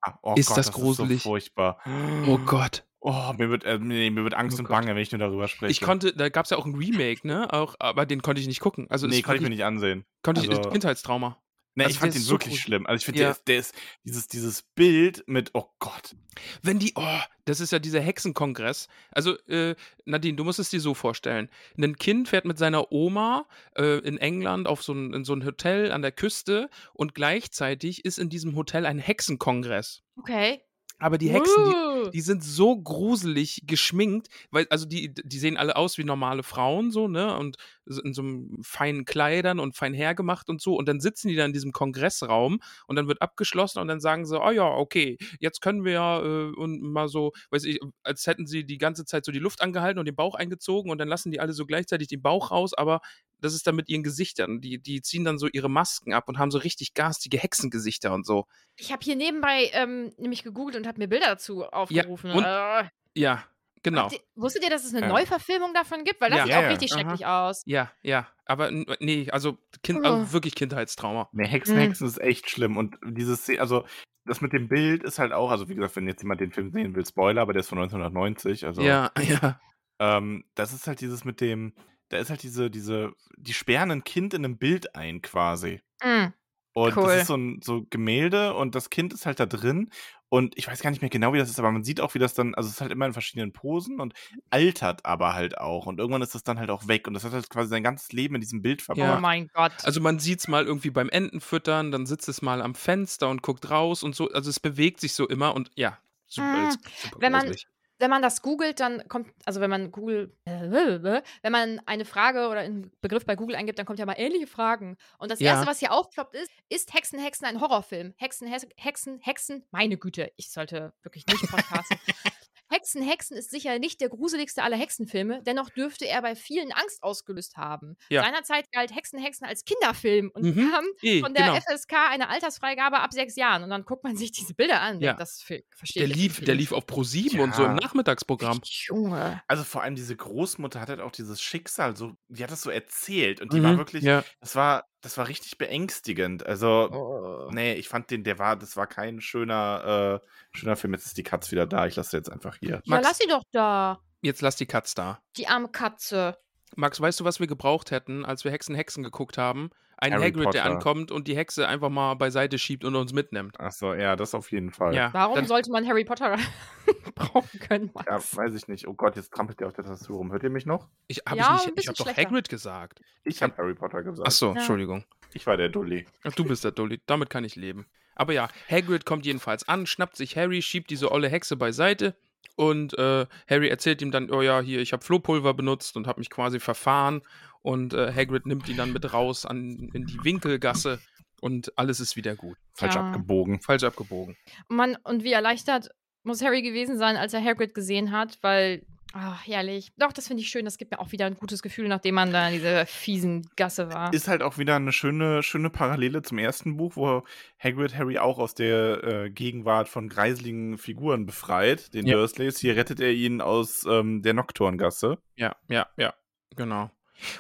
Ah, Oh
Ist das
Ist
gruselig?
so furchtbar.
Oh Gott.
Oh, mir wird, äh, nee, mir wird Angst
Oh
und
Gott.
Bange, wenn ich nur darüber spreche.
Ich konnte, da gab es ja auch ein Remake, ne? Auch, aber den konnte ich nicht gucken. Also
nee,
es
konnte ich
wirklich-
mir nicht ansehen.
Konnte
also-
ich Kindheitstrauma.
Nee,
Also
ich
der
fand
ist
den
so
wirklich
gruselig.
schlimm. Also ich finde,
Ja.
der, ist- der ist dieses, dieses Bild mit, oh Gott.
Wenn die, oh, das ist ja dieser Hexenkongress. Also, äh, Nadine, du musst es dir so vorstellen. Ein Kind fährt mit seiner Oma äh, in England auf so ein, in so ein Hotel an der Küste und gleichzeitig ist in diesem Hotel ein Hexenkongress.
Okay.
Aber die Hexen, die,
Uh.
die sind so gruselig geschminkt, weil, also die, die sehen alle aus wie normale Frauen, so, ne? Und so- in so einem feinen Kleidern und fein hergemacht und so. Und dann sitzen die da in diesem Kongressraum und dann wird abgeschlossen und dann sagen sie, oh ja, okay, jetzt können wir ja äh, und mal so, weiß ich, als hätten sie die ganze Zeit so die Luft angehalten und den Bauch eingezogen und dann lassen die alle so gleichzeitig den Bauch raus, aber das ist dann mit ihren Gesichtern. Die, die ziehen dann so ihre Masken ab und haben so richtig garstige Hexengesichter und so.
Ich habe hier nebenbei ähm, nämlich gegoogelt und habe mir Bilder dazu aufgerufen.
und-
Äh,
Ja, genau.
habt ihr- Wusstet ihr, dass es eine
Ja.
Neuverfilmung davon gibt? Weil das
Ja.
sieht
Ja,
auch
ja.
richtig
Aha.
schrecklich aus.
Ja, ja, aber n- nee, also, kind,
Oh.
also wirklich Kindheitstrauma.
Nee, Hexen,
Mhm.
Hexen Ne, ist echt schlimm. Und diese Szene, also das mit dem Bild ist halt auch, also wie gesagt, wenn jetzt jemand den Film sehen will, Spoiler, aber der ist von 1990, also
Ja, [LAUGHS] ja.
ähm, das ist halt dieses mit dem, da ist halt diese, diese, die sperren ein Kind in einem Bild ein quasi.
Mhm.
Und
Cool.
das ist so ein so Gemälde und das Kind ist halt da drin. Und ich weiß gar nicht mehr genau, wie das ist, aber man sieht auch, wie das dann, also es ist halt immer in verschiedenen Posen und altert aber halt auch. Und irgendwann ist das dann halt auch weg. Und das hat halt quasi sein ganzes Leben in diesem Bild
Ja.
Oh
verbracht.
mein Gott.
Also man sieht es mal irgendwie beim Entenfüttern, dann sitzt es mal am Fenster und guckt raus und so. Also es bewegt sich so immer und ja, super,
Mm,
ist super
wenn man-
gruselig.
wenn man das googelt, dann kommt, also wenn man Google, [LAUGHS] äh, wenn man eine Frage oder einen Begriff bei Google eingibt, dann kommt ja mal ähnliche Fragen. Und das
Ja.
Erste, was hier aufploppt, ist, ist Hexen, Hexen ein Horrorfilm? Hexen, Hex- Hexen, Hexen, meine Güte, ich sollte wirklich nicht
[LAUGHS]
podcasten. Hexen, Hexen ist sicher nicht der gruseligste aller Hexenfilme, dennoch dürfte er bei vielen Angst ausgelöst haben.
Ja.
Seinerzeit galt Hexen, Hexen als Kinderfilm und
Mhm.
kam
Eh,
von der
genau.
FSK eine Altersfreigabe ab sechs Jahren. Und dann guckt man [LAUGHS] sich diese Bilder an.
Ja.
denkt, Das ver- verstehe
der,
ich jetzt
lief,
nicht.
der lief auf Pro 7 und so im
Ja.
Nachmittagsprogramm.
Junge.
Also vor allem diese Großmutter hat halt auch dieses Schicksal so, die hat das so erzählt und die
Mhm,
war wirklich,
Ja.
das war, das war richtig beängstigend. Also,
Oh.
nee, ich fand den, der war, das war kein schöner, äh, schöner Film. Jetzt ist die Katz wieder da. Ich lasse sie jetzt einfach hier.
Max-
Ja, lass sie doch da.
Jetzt lass die Katz da.
Die arme Katze.
Max, weißt du, was wir gebraucht hätten, als wir Hexen Hexen geguckt haben? Ein
Harry
Hagrid, der
Potter.
ankommt und die Hexe einfach mal beiseite schiebt und uns mitnimmt.
Achso, ja, das auf jeden Fall.
Ja,
Warum
dann,
sollte man Harry Potter [LAUGHS] brauchen können,
Ja,
Max?
weiß ich nicht. Oh Gott, jetzt trampelt ihr auf der Tastatur rum. Hört ihr mich noch?
ich habe
Ja,
ich
ein
nicht- ich
bisschen
hab doch
schlechter.
Hagrid gesagt.
Ich habe Harry Potter gesagt.
Ach so,
Ja.
Entschuldigung.
Ich war der Dulli.
Ach, du bist der Dulli. Damit kann ich leben. Aber ja, Hagrid kommt jedenfalls an, schnappt sich Harry, schiebt diese olle Hexe beiseite und äh, Harry erzählt ihm dann, oh ja, hier, ich habe Flohpulver benutzt und habe mich quasi verfahren und äh, Hagrid nimmt ihn dann mit raus an, in die Winkelgasse und alles ist wieder gut.
Falsch
Ja.
abgebogen.
Falsch abgebogen.
Mann, und wie erleichtert muss Harry gewesen sein, als er Hagrid gesehen hat, weil, ach, herrlich. Doch, das finde ich schön. Das gibt mir auch wieder ein gutes Gefühl, nachdem man da in dieser fiesen Gasse war.
Ist halt auch wieder eine schöne, schöne Parallele zum ersten Buch, wo Hagrid Harry auch aus der äh, Gegenwart von greiseligen Figuren befreit, den
Ja.
Dursleys. Hier rettet er ihn aus ähm, der Nocturngasse.
Ja, ja, ja, genau.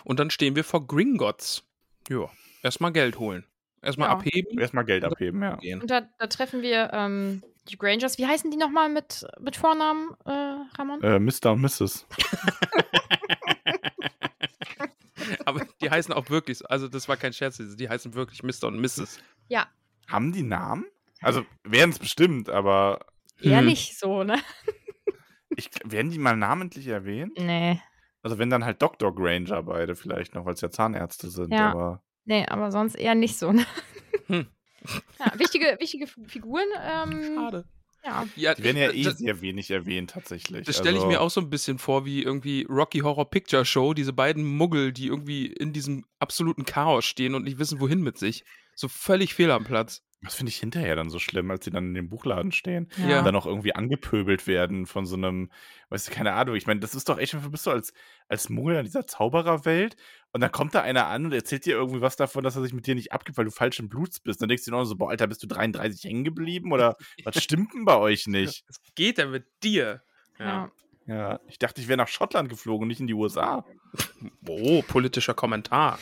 Und dann stehen wir vor Gringotts. Ja, erstmal Geld holen. Erstmal
Ja.
abheben.
Erstmal Geld abheben, ja.
Gehen. [LAUGHS]
Und da, da treffen wir ähm, die Grangers. Wie heißen die nochmal mit, mit Vornamen, äh, Ramon?
Äh, Mr. und Mrs.
Aber die heißen auch wirklich, so. also das war kein Scherz, die heißen wirklich Mr. und Mrs.
Haben die Namen? Also werden es bestimmt, aber
Äh, hm.
Ehrlich so, ne?
ich, werden die mal namentlich erwähnt?
Nee.
Also wenn dann halt Dr. Granger beide vielleicht noch, weil es ja Zahnärzte sind,
Ja.
aber.
Nee, aber sonst eher nicht so, ne?
Hm.
Ja, wichtige, wichtige Figuren. Ähm,
Schade.
Ja.
Ja,
Die werden ja eh
das,
sehr wenig erwähnt, tatsächlich.
das stelle ich
Also,
mir auch so ein bisschen vor, wie irgendwie Rocky Horror Picture Show, diese beiden Muggel, die irgendwie in diesem absoluten Chaos stehen und nicht wissen, wohin mit sich. So völlig fehl am Platz.
Das finde ich hinterher dann so schlimm, als die dann in dem Buchladen stehen
Ja.
und dann auch irgendwie angepöbelt werden von so einem, weißt du, keine Ahnung. Ich meine, das ist doch echt, dafür bist du als, als Muggel in dieser Zaubererwelt und dann kommt da einer an und erzählt dir irgendwie was davon, dass er sich mit dir nicht abgibt, weil du falschen Bluts bist. Dann denkst du dir noch so, boah, Alter, bist du 33 hängen geblieben oder was stimmt denn bei euch nicht?
Was geht denn mit dir?
Ja.
Ja, ich dachte, ich wäre nach Schottland geflogen und nicht in die USA.
Oh, politischer Kommentar.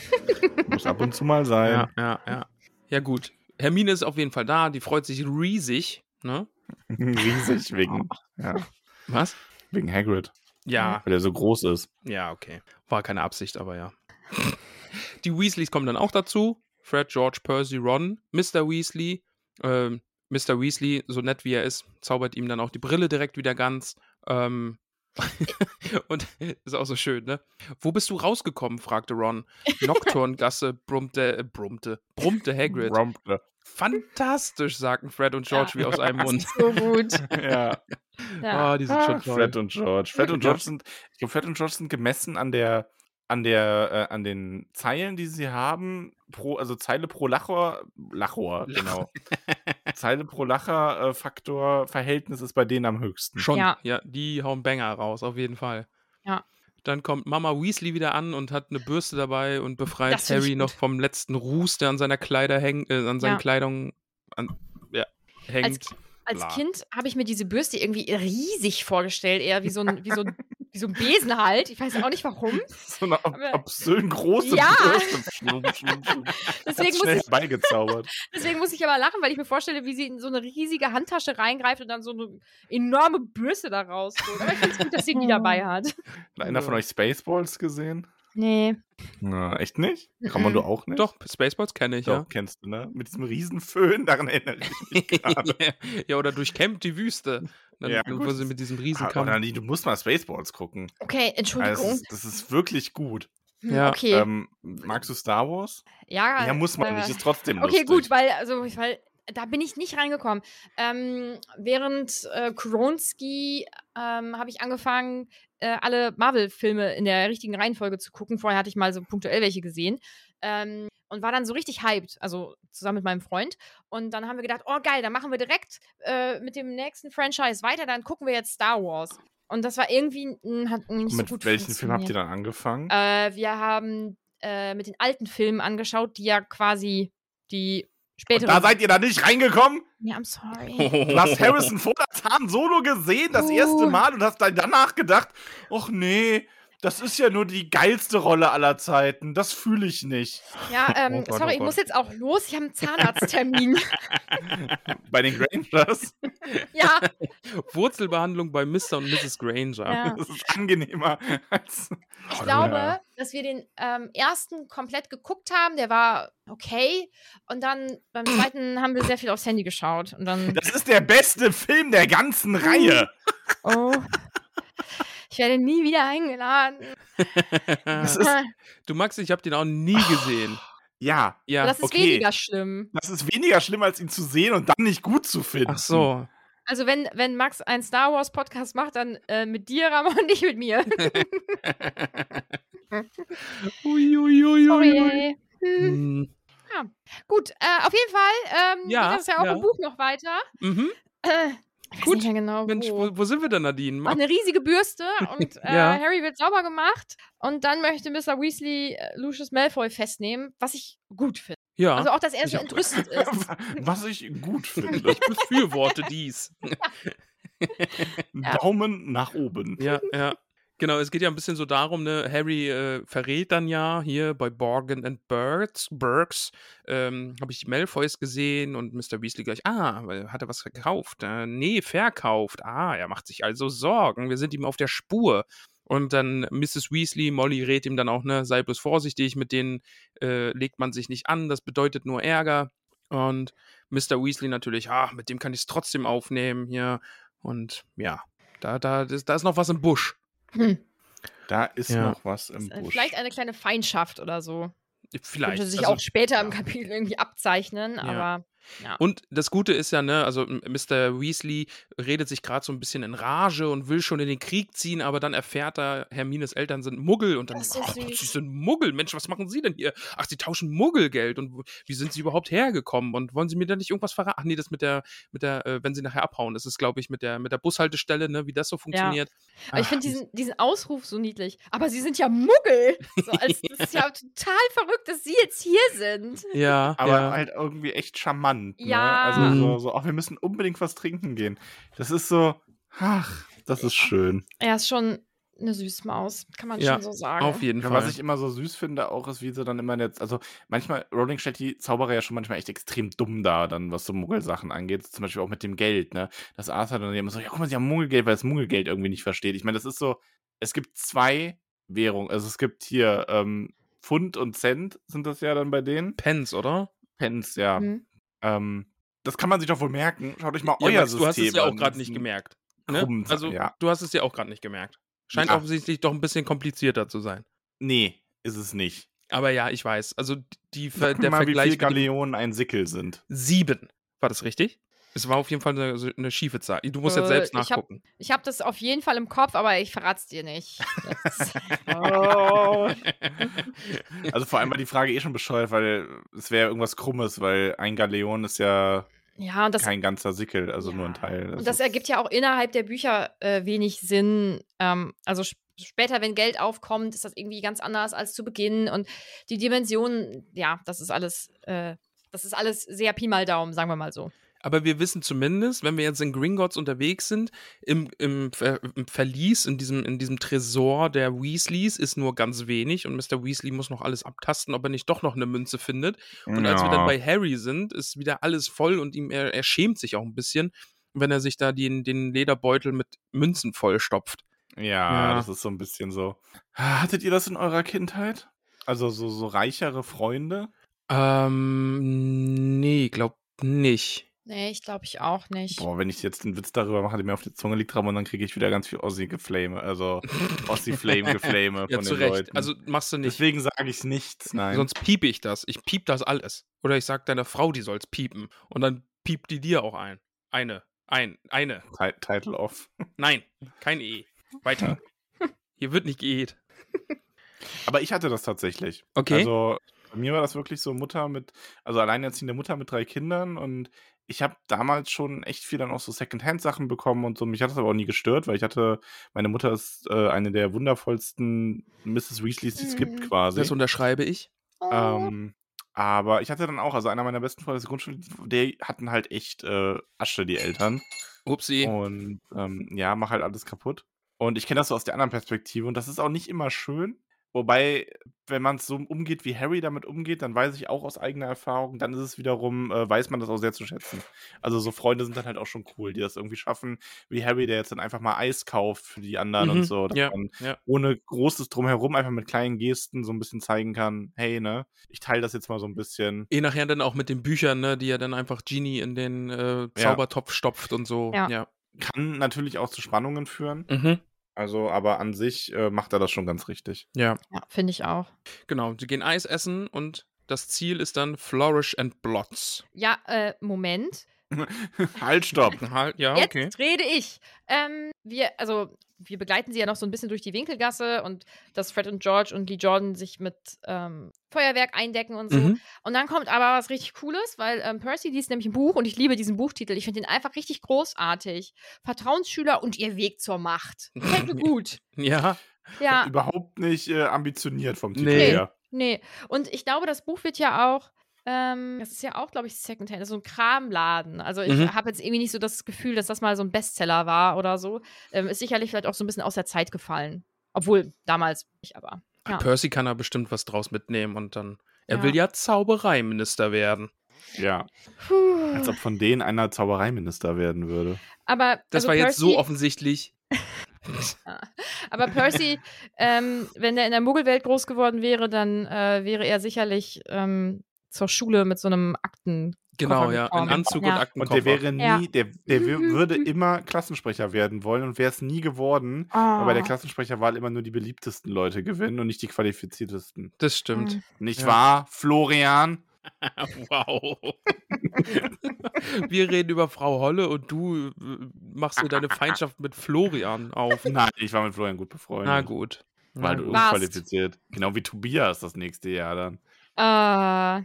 Muss ab und zu mal sein.
Ja, ja, ja. Ja, gut. Hermine ist auf jeden Fall da, die freut sich riesig. Ne?
[LAUGHS] Riesig wegen,
Ah.
ja,
Was?
wegen Hagrid,
Ja,
weil er so groß ist.
ja, okay. War keine Absicht, aber ja. Die Weasleys kommen dann auch dazu. Fred, George, Percy, Ron, Mr. Weasley. Ähm, Mr. Weasley, so nett wie er ist, zaubert ihm dann auch die Brille direkt wieder ganz. Ähm, [LAUGHS] und [LAUGHS] ist auch so schön, ne? Wo bist du rausgekommen? fragte Ron. Nocturngasse brummte, äh, brummte, brummte Hagrid.
Rompe.
Fantastisch, sagten Fred und George wie aus einem
[LAUGHS]
Mund.
So gut.
Ja.
Ja.
Ah, die sind schon toll.
Fred und George. Fred und
Ja.
George sind, ich glaube, Fred und George sind gemessen an der, an der, äh, an den Zeilen, die sie haben, pro, also Zeile pro Lachor, Lachor,
[LAUGHS]
genau. Zeile pro Lacher äh, Faktor Verhältnis ist bei denen am höchsten. [LAUGHS]
Schon. Ja.
Ja.
die hauen Banger raus, auf jeden Fall.
Ja.
Dann kommt Mama Weasley wieder an und hat eine Bürste dabei und befreit
Das find ich
Harry
gut.
noch vom letzten Ruß, der an seiner Kleider hängt, äh, an seinen
Ja.
Kleidung an, ja, hängt.
Als
Bla.
Kind habe ich mir diese Bürste irgendwie riesig vorgestellt, eher wie so ein, wie so ein, wie so ein Besen halt. Ich weiß auch nicht warum.
So eine ob
Aber-
obszön große
Ja.
Bürste. Schlum, schlum, schlum.
Deswegen muss,
Schnell
ich,
beigezaubert.
[LAUGHS] deswegen muss ich aber lachen, weil ich mir vorstelle, wie sie in so eine riesige Handtasche reingreift und dann so eine enorme Bürste da rausholt. Aber ich finde es gut, dass sie die dabei hat.
Hat Einer von euch Spaceballs gesehen?
Nee.
Na, echt nicht? Kann man
Mhm.
du auch nicht?
Doch, Spaceballs kenne ich,
Doch,
ja.
kennst du, ne? Mit diesem riesen Föhn, daran erinnere ich mich gerade.
[LAUGHS] ja. ja, oder durchkämmt die Wüste. Dann,
Ja,
wo
gut.
sie mit diesem
Ah, Oder
Riesenkampf.
nee, du musst mal Spaceballs gucken.
Okay,
Also, das,
Entschuldigung.
ist, das ist wirklich gut.
Hm,
[LAUGHS]
ja,
okay.
Ähm, magst du Star Wars?
ja,
Ja, muss man
äh,
nicht. Ist trotzdem
Okay,
lustig.
gut, weil, also, weil da bin ich nicht reingekommen. Ähm, während äh, Kronski ähm, habe ich angefangen, äh, alle Marvel-Filme in der richtigen Reihenfolge zu gucken. Vorher hatte ich mal so punktuell welche gesehen. Ähm, und war dann so richtig hyped, also zusammen mit meinem Freund. Und dann haben wir gedacht, oh geil, dann machen wir direkt äh, mit dem nächsten Franchise weiter, dann gucken wir jetzt Star Wars. Und das war irgendwie, mh, hat nicht so
Mit
gut
welchen Film habt ihr
funktioniert.
dann angefangen?
Äh, wir haben äh, mit den alten Filmen angeschaut, die ja quasi die
Und
späteren.
da seid ihr da
[LAUGHS]
nicht reingekommen?
nee, I'm sorry.
Du hast Harrison Ford als Han Solo gesehen, das
Uh.
erste Mal, und hast dann danach gedacht, ach nee, das ist ja nur die geilste Rolle aller Zeiten. Das fühle ich nicht. [LAUGHS]
Ja, ähm,
Oh Gott,
sorry,
oh
ich
Gott.
muss jetzt auch los. Ich habe einen
[LAUGHS]
Zahnarzttermin. [LAUGHS]
Bei den Grangers
ja,
Wurzelbehandlung bei Mr. und Mrs. Granger.
ja.
das ist angenehmer als.
Ich
Oh,
glaube,
ja.
dass wir den ähm, ersten komplett geguckt haben. Der war okay. Und dann beim zweiten haben wir sehr viel aufs Handy geschaut. Und dann,
Das ist der beste Film der ganzen Reihe.
[LAUGHS] oh, ich werde nie wieder eingeladen. Hm. [LAUGHS]
Das ist,
[LAUGHS] Du Max, ich habe den auch nie gesehen.
ja,
Ja,
das ist
okay.
weniger schlimm.
das ist weniger schlimm, als ihn zu sehen und dann nicht gut zu finden.
ach so.
Also wenn, wenn Max einen Star Wars Podcast macht, dann äh, mit dir, Ramon, [LAUGHS] und nicht mit mir.
Ui, ui, ui,
Sorry.
ui,
ey.
ui.
Hm.
Hm.
Gut, äh, auf jeden Fall ähm,
Ja,
geht das ja auch
ja.
im Buch noch weiter.
Mhm.
Äh, ich
Gut.
Gut, weiß nicht mehr genau
Mensch,
wo.
wo, wo sind wir denn, Nadine?
Macht eine riesige Bürste [LAUGHS] und äh,
Ja.
Harry wird sauber gemacht und dann möchte Mr. Weasley äh, Lucius Malfoy festnehmen, was ich gut finde.
ja,
Also auch, dass er
Ich
so
auch.
[LAUGHS] entrüstet ist.
[LAUGHS] Was ich gut
[LAUGHS]
finde.
ich befürworte dies.
Daumen nach oben.
ja, ja. Genau, es geht ja ein bisschen so darum, ne, Harry äh, verrät dann ja hier bei Borgen and Burks, Burks ähm, habe ich die Malfoys gesehen und Mr. Weasley gleich, ah, weil- hat er was gekauft? Äh, nee, verkauft. Ah, er macht sich also Sorgen. Wir sind ihm auf der Spur. Und dann Mrs. Weasley, Molly rät ihm dann auch, ne, sei bloß vorsichtig, mit denen äh, legt man sich nicht an, das bedeutet nur Ärger. Und Mr. Weasley natürlich, ah, mit dem kann ich es trotzdem aufnehmen hier. Und ja, da, da, das- da ist noch was im Busch.
Hm.
Da ist
Ja.
noch was im
Das ist
Busch.
Vielleicht eine kleine Feindschaft oder so.
Vielleicht.
Könnte sich
Also,
auch später im
ja.
Kapitel irgendwie abzeichnen,
Ja.
aber Ja.
Und das Gute ist ja, ne, also m- Mr. Weasley redet sich gerade so ein bisschen in Rage und will schon in den Krieg ziehen, aber dann erfährt er, Hermines Eltern sind Muggel und dann,
Das ist ja
ach Gott,
süß.
sie sind Muggel, Mensch, was machen sie denn hier? Ach, sie tauschen Muggelgeld und wo- wie sind sie überhaupt hergekommen und wollen sie mir da nicht irgendwas verraten? Ach nee, das mit der, mit der, äh, wenn sie nachher abhauen, das ist, glaube ich, mit der, mit der Bushaltestelle, ne, wie das so funktioniert.
Aber ich
Ach,
finde diesen, diesen Ausruf so niedlich. Aber sie sind ja Muggel. So, [LAUGHS] als, das ist ja total verrückt, dass sie jetzt hier sind.
Ja,
Aber
ja.
halt irgendwie echt charmant.
Ja.
Ne? Also so,
Mhm.
so, ach, wir müssen unbedingt was trinken gehen. Das ist so, ach, das ist schön.
Er ist schon eine süße Maus, kann man
Ja,
schon so sagen.
auf jeden
Ja,
Fall.
was ich immer so süß finde, auch ist, wie sie dann immer jetzt, also manchmal, Rowling stellt die Zauberer ja schon manchmal echt extrem dumm da, dann was so Muggelsachen angeht, zum Beispiel auch mit dem Geld, ne? Dass Arthur dann immer so, ja, guck mal, sie haben Muggelgeld, weil das Muggelgeld irgendwie nicht versteht. Ich meine, das ist so, es gibt zwei Währungen, also es gibt hier ähm, Pfund und Cent sind das ja dann bei denen.
Pence, oder?
Pence, ja.
Mhm.
Ähm, das kann man sich doch wohl merken. Schaut euch mal
Ja,
euer
Max,
System
du hast es ja
an.
auch gerade nicht
Diesen-
gemerkt. Ne?
krummen Sa-
Also
ja.
du hast es ja auch gerade nicht gemerkt. Scheint
Ja.
offensichtlich doch ein bisschen komplizierter zu sein.
Nee, ist es nicht.
Aber ja, ich weiß. Also die, Ver
Sag mir
der
mal, wie
Vergleich
viele
mit dem
Galeonen ein
[LAUGHS]
Sickel sind.
sieben. War das richtig? Es war auf jeden Fall eine, so eine schiefe Zahl. Du musst
Äh,
jetzt selbst
ich hab-
nachgucken. [LAUGHS]
Ich habe das auf jeden Fall im Kopf, aber ich verrat's dir nicht. Jetzt.
Also vor allem war die Frage eh schon bescheuert, weil es wäre irgendwas Krummes, weil ein Galeon ist ja
[LAUGHS] ja, und das
kein ganzer Sickel, also nur ein
Ja.
Teil.
Und das ergibt ja auch innerhalb der Bücher äh, wenig Sinn. Ähm, also sp später, wenn Geld aufkommt, ist das irgendwie ganz anders als zu Beginn. Und die Dimensionen, ja, das ist alles, äh, das ist alles sehr Pi mal Daumen, sagen wir mal so.
Aber wir wissen zumindest, wenn wir jetzt in Gringotts unterwegs sind, im, im, Ver im Verlies, in diesem, in diesem Tresor der Weasleys ist nur ganz wenig und Mr. Weasley muss noch alles abtasten, ob er nicht doch noch eine Münze findet.
e
Und als wir dann bei Harry sind, ist wieder alles voll und ihm, er, er schämt sich auch ein bisschen, wenn er sich da den, den Lederbeutel mit Münzen vollstopft.
Ja,
Ja.
das ist so ein bisschen so. Hattet ihr das in eurer Kindheit? Also so, so reichere Freunde?
Ähm, nee, glaub
[LAUGHS]
nicht.
Nee, ich glaube ich auch nicht.
Boah, wenn ich jetzt einen Witz darüber mache, der mir auf die Zunge liegt, Ramon, dann kriege ich wieder ganz viel Ossi-Geflame,
[LAUGHS]
also Ossi-Flame-Geflame
Ja,
von
zu
den
Recht.
Leuten.
Also machst du nicht.
Deswegen sage ich nichts, nein.
Sonst piep ich das. Ich piep das alles. Oder ich sag deiner Frau, die soll's piepen. Und dann piept die dir auch ein. Eine. Ein. Eine.
Ti- Title off.
Nein. Kein E.
[LAUGHS]
Weiter. Hier wird nicht geet.
Aber ich hatte das tatsächlich.
Okay.
Also bei mir war das wirklich so Mutter mit, also alleinerziehende Mutter mit drei Kindern und ich habe damals schon echt viel dann auch so Secondhand-Sachen bekommen und so. Mich hat das aber auch nie gestört, weil ich hatte, meine Mutter ist äh, eine der wundervollsten Mrs. Weasleys, die es gibt
Mhm.
quasi.
Das unterschreibe ich.
Oh.
Ähm, aber ich hatte dann auch, also einer meiner besten Freunde aus der Grundschule, die hatten halt echt äh, Asche, die Eltern.
Upsi.
Und ähm, ja, mach halt alles kaputt. Und ich kenne das so aus der anderen Perspektive und das ist auch nicht immer schön. Wobei, wenn man es so umgeht, wie Harry damit umgeht, dann weiß ich auch aus eigener Erfahrung, dann ist es wiederum, äh, weiß man das auch sehr zu schätzen. Also so Freunde sind dann halt auch schon cool, die das irgendwie schaffen, wie Harry, der jetzt dann einfach mal Eis kauft für die anderen
Mhm,
und so. Dass
ja,
man
ja.
ohne großes Drumherum einfach mit kleinen Gesten so ein bisschen zeigen kann, hey, ne, ich teile das jetzt mal so ein bisschen.
Eh nachher dann auch mit den Büchern, ne, die er dann einfach Genie in den äh, Zaubertopf stopft und so.
Ja.
Kann natürlich auch zu Spannungen führen.
Mhm.
Also, aber an sich äh, macht er das schon ganz richtig.
Ja.
ja, finde ich auch.
Genau. Sie gehen Eis essen und das Ziel ist dann Flourish and Blots.
Ja, äh, Moment.
halt, stopp.
Halt, ja,
Jetzt
okay.
rede ich. Ähm, wir, also, wir begleiten sie ja noch so ein bisschen durch die Winkelgasse und dass Fred und George und Lee Jordan sich mit ähm, Feuerwerk eindecken und so.
Mhm.
Und dann kommt aber was richtig Cooles, weil ähm, Percy liest nämlich ein Buch und ich liebe diesen Buchtitel. Ich finde den einfach richtig großartig. Vertrauensschüler und ihr Weg zur Macht.
[LAUGHS]
Fällt mir gut.
Ja.
[LAUGHS] Ja,
Überhaupt nicht äh, ambitioniert vom Titel
Nee.
her.
nee. Ne, Und ich glaube, das Buch wird ja auch. Ähm, das ist ja auch, glaube ich, Secondhand, das ist so ein Kramladen. Also ich
Mhm.
habe jetzt irgendwie nicht so das Gefühl, dass das mal so ein Bestseller war oder so. Ähm, ist sicherlich vielleicht auch so ein bisschen aus der Zeit gefallen. Obwohl, damals nicht, aber. Ja.
Percy kann da bestimmt was draus mitnehmen und dann. Er
Ja.
will ja Zaubereiminister werden.
Ja.
Puh.
Als ob von denen einer Zaubereiminister werden würde.
Also, aber
Das
also
war jetzt so
Percy-
offensichtlich.
Aber Percy,
[LAUGHS]
ähm, wenn er in der Muggelwelt groß geworden wäre, dann äh, wäre er sicherlich ähm, zur Schule mit so einem Akten.
Genau, ja. In
gekommen.
Anzug
Ja.
und
Und
Aktenkoffer.
der wäre nie,
Ja. Mhm.
der, der wür- würde immer Klassensprecher werden wollen und wäre es nie geworden,
Ah.
weil bei der Klassensprecherwahl immer nur die
Mhm.
beliebtesten Leute gewinnen und nicht die qualifiziertesten.
das stimmt.
Nicht
Ja.
wahr, Florian?
[LAUGHS] wow. Wir reden über Frau Holle und du äh, machst dir deine Feindschaft mit Florian auf.
Nein, ich war mit Florian gut befreundet.
Na gut.
Weil du
Warst.
unqualifiziert. Genau wie Tobias das nächste Jahr dann.
Äh,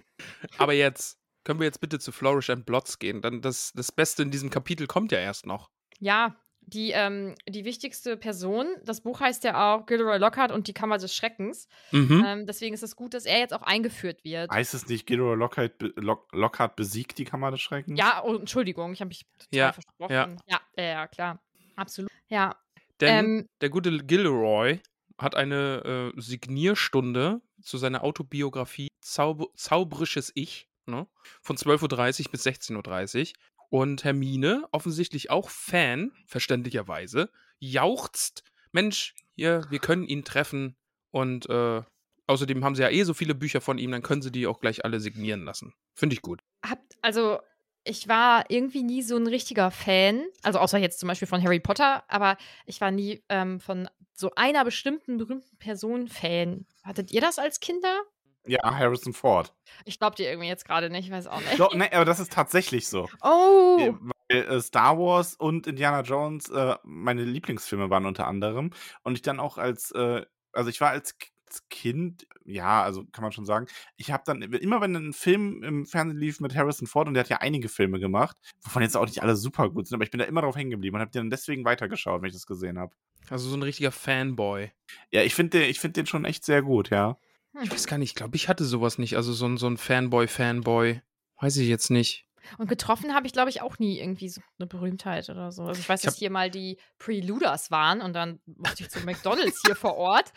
Aber jetzt können wir jetzt bitte zu Flourish and Blots gehen. Dann das, das Beste in diesem Kapitel kommt ja erst noch.
ja, die, ähm, die wichtigste Person, das Buch heißt ja auch Gilderoy Lockhart und die Kammer des Schreckens.
Mhm.
Ähm, deswegen ist es gut, dass er jetzt auch eingeführt wird.
Heißt es nicht, Gilroy Lockhart, be Lock Lockhart besiegt die Kammer des Schreckens?
Ja, oh, Entschuldigung, ich habe mich total
Ja,
versprochen. Ja. Ja, äh, ja, klar. Absolut. Ja.
Denn
Ähm,
der gute Gilroy hat eine äh, Signierstunde zu seiner Autobiografie Zaub Zaubrisches Ich ne? von 12.30 Uhr bis 16.30 Uhr. Und Hermine, offensichtlich auch Fan, verständlicherweise, jauchzt: Mensch, hier, wir können ihn treffen. Und äh, außerdem haben sie ja eh so viele Bücher von ihm, dann können sie die auch gleich alle signieren lassen. Finde ich gut.
Habt, also, ich war irgendwie nie so ein richtiger Fan, also außer jetzt zum Beispiel von Harry Potter, aber ich war nie ähm, von so einer bestimmten berühmten Person Fan. Hattet ihr das als Kinder?
Ja, Harrison Ford.
[LAUGHS] Ich glaube dir irgendwie jetzt gerade nicht, ich weiß auch nicht.
Doch, nee, aber das ist tatsächlich so. Äh,
Oh!
Weil äh, Star Wars und Indiana Jones äh, meine Lieblingsfilme waren unter anderem. Und ich dann auch als, äh, also ich war als K- als Kind, ja, also kann man schon sagen, ich habe dann immer, wenn ein Film im Fernsehen lief mit Harrison Ford, und der hat ja einige Filme gemacht, wovon jetzt auch nicht alle super gut sind, aber ich bin da immer drauf hängen geblieben und habe dann deswegen weitergeschaut, wenn ich das gesehen habe.
Also so ein richtiger Fanboy.
Ja, ich finde den, ich find den schon echt sehr gut, ja.
Ich weiß gar nicht, ich glaube, ich hatte sowas nicht. Also so ein, so ein Fanboy, Fanboy. Weiß ich jetzt nicht.
Und getroffen habe ich, glaube ich, auch nie irgendwie so eine Berühmtheit oder so. Also ich weiß,
Ich
dass
hab-
hier mal die Preluders waren und dann musste ich zu McDonalds hier vor Ort.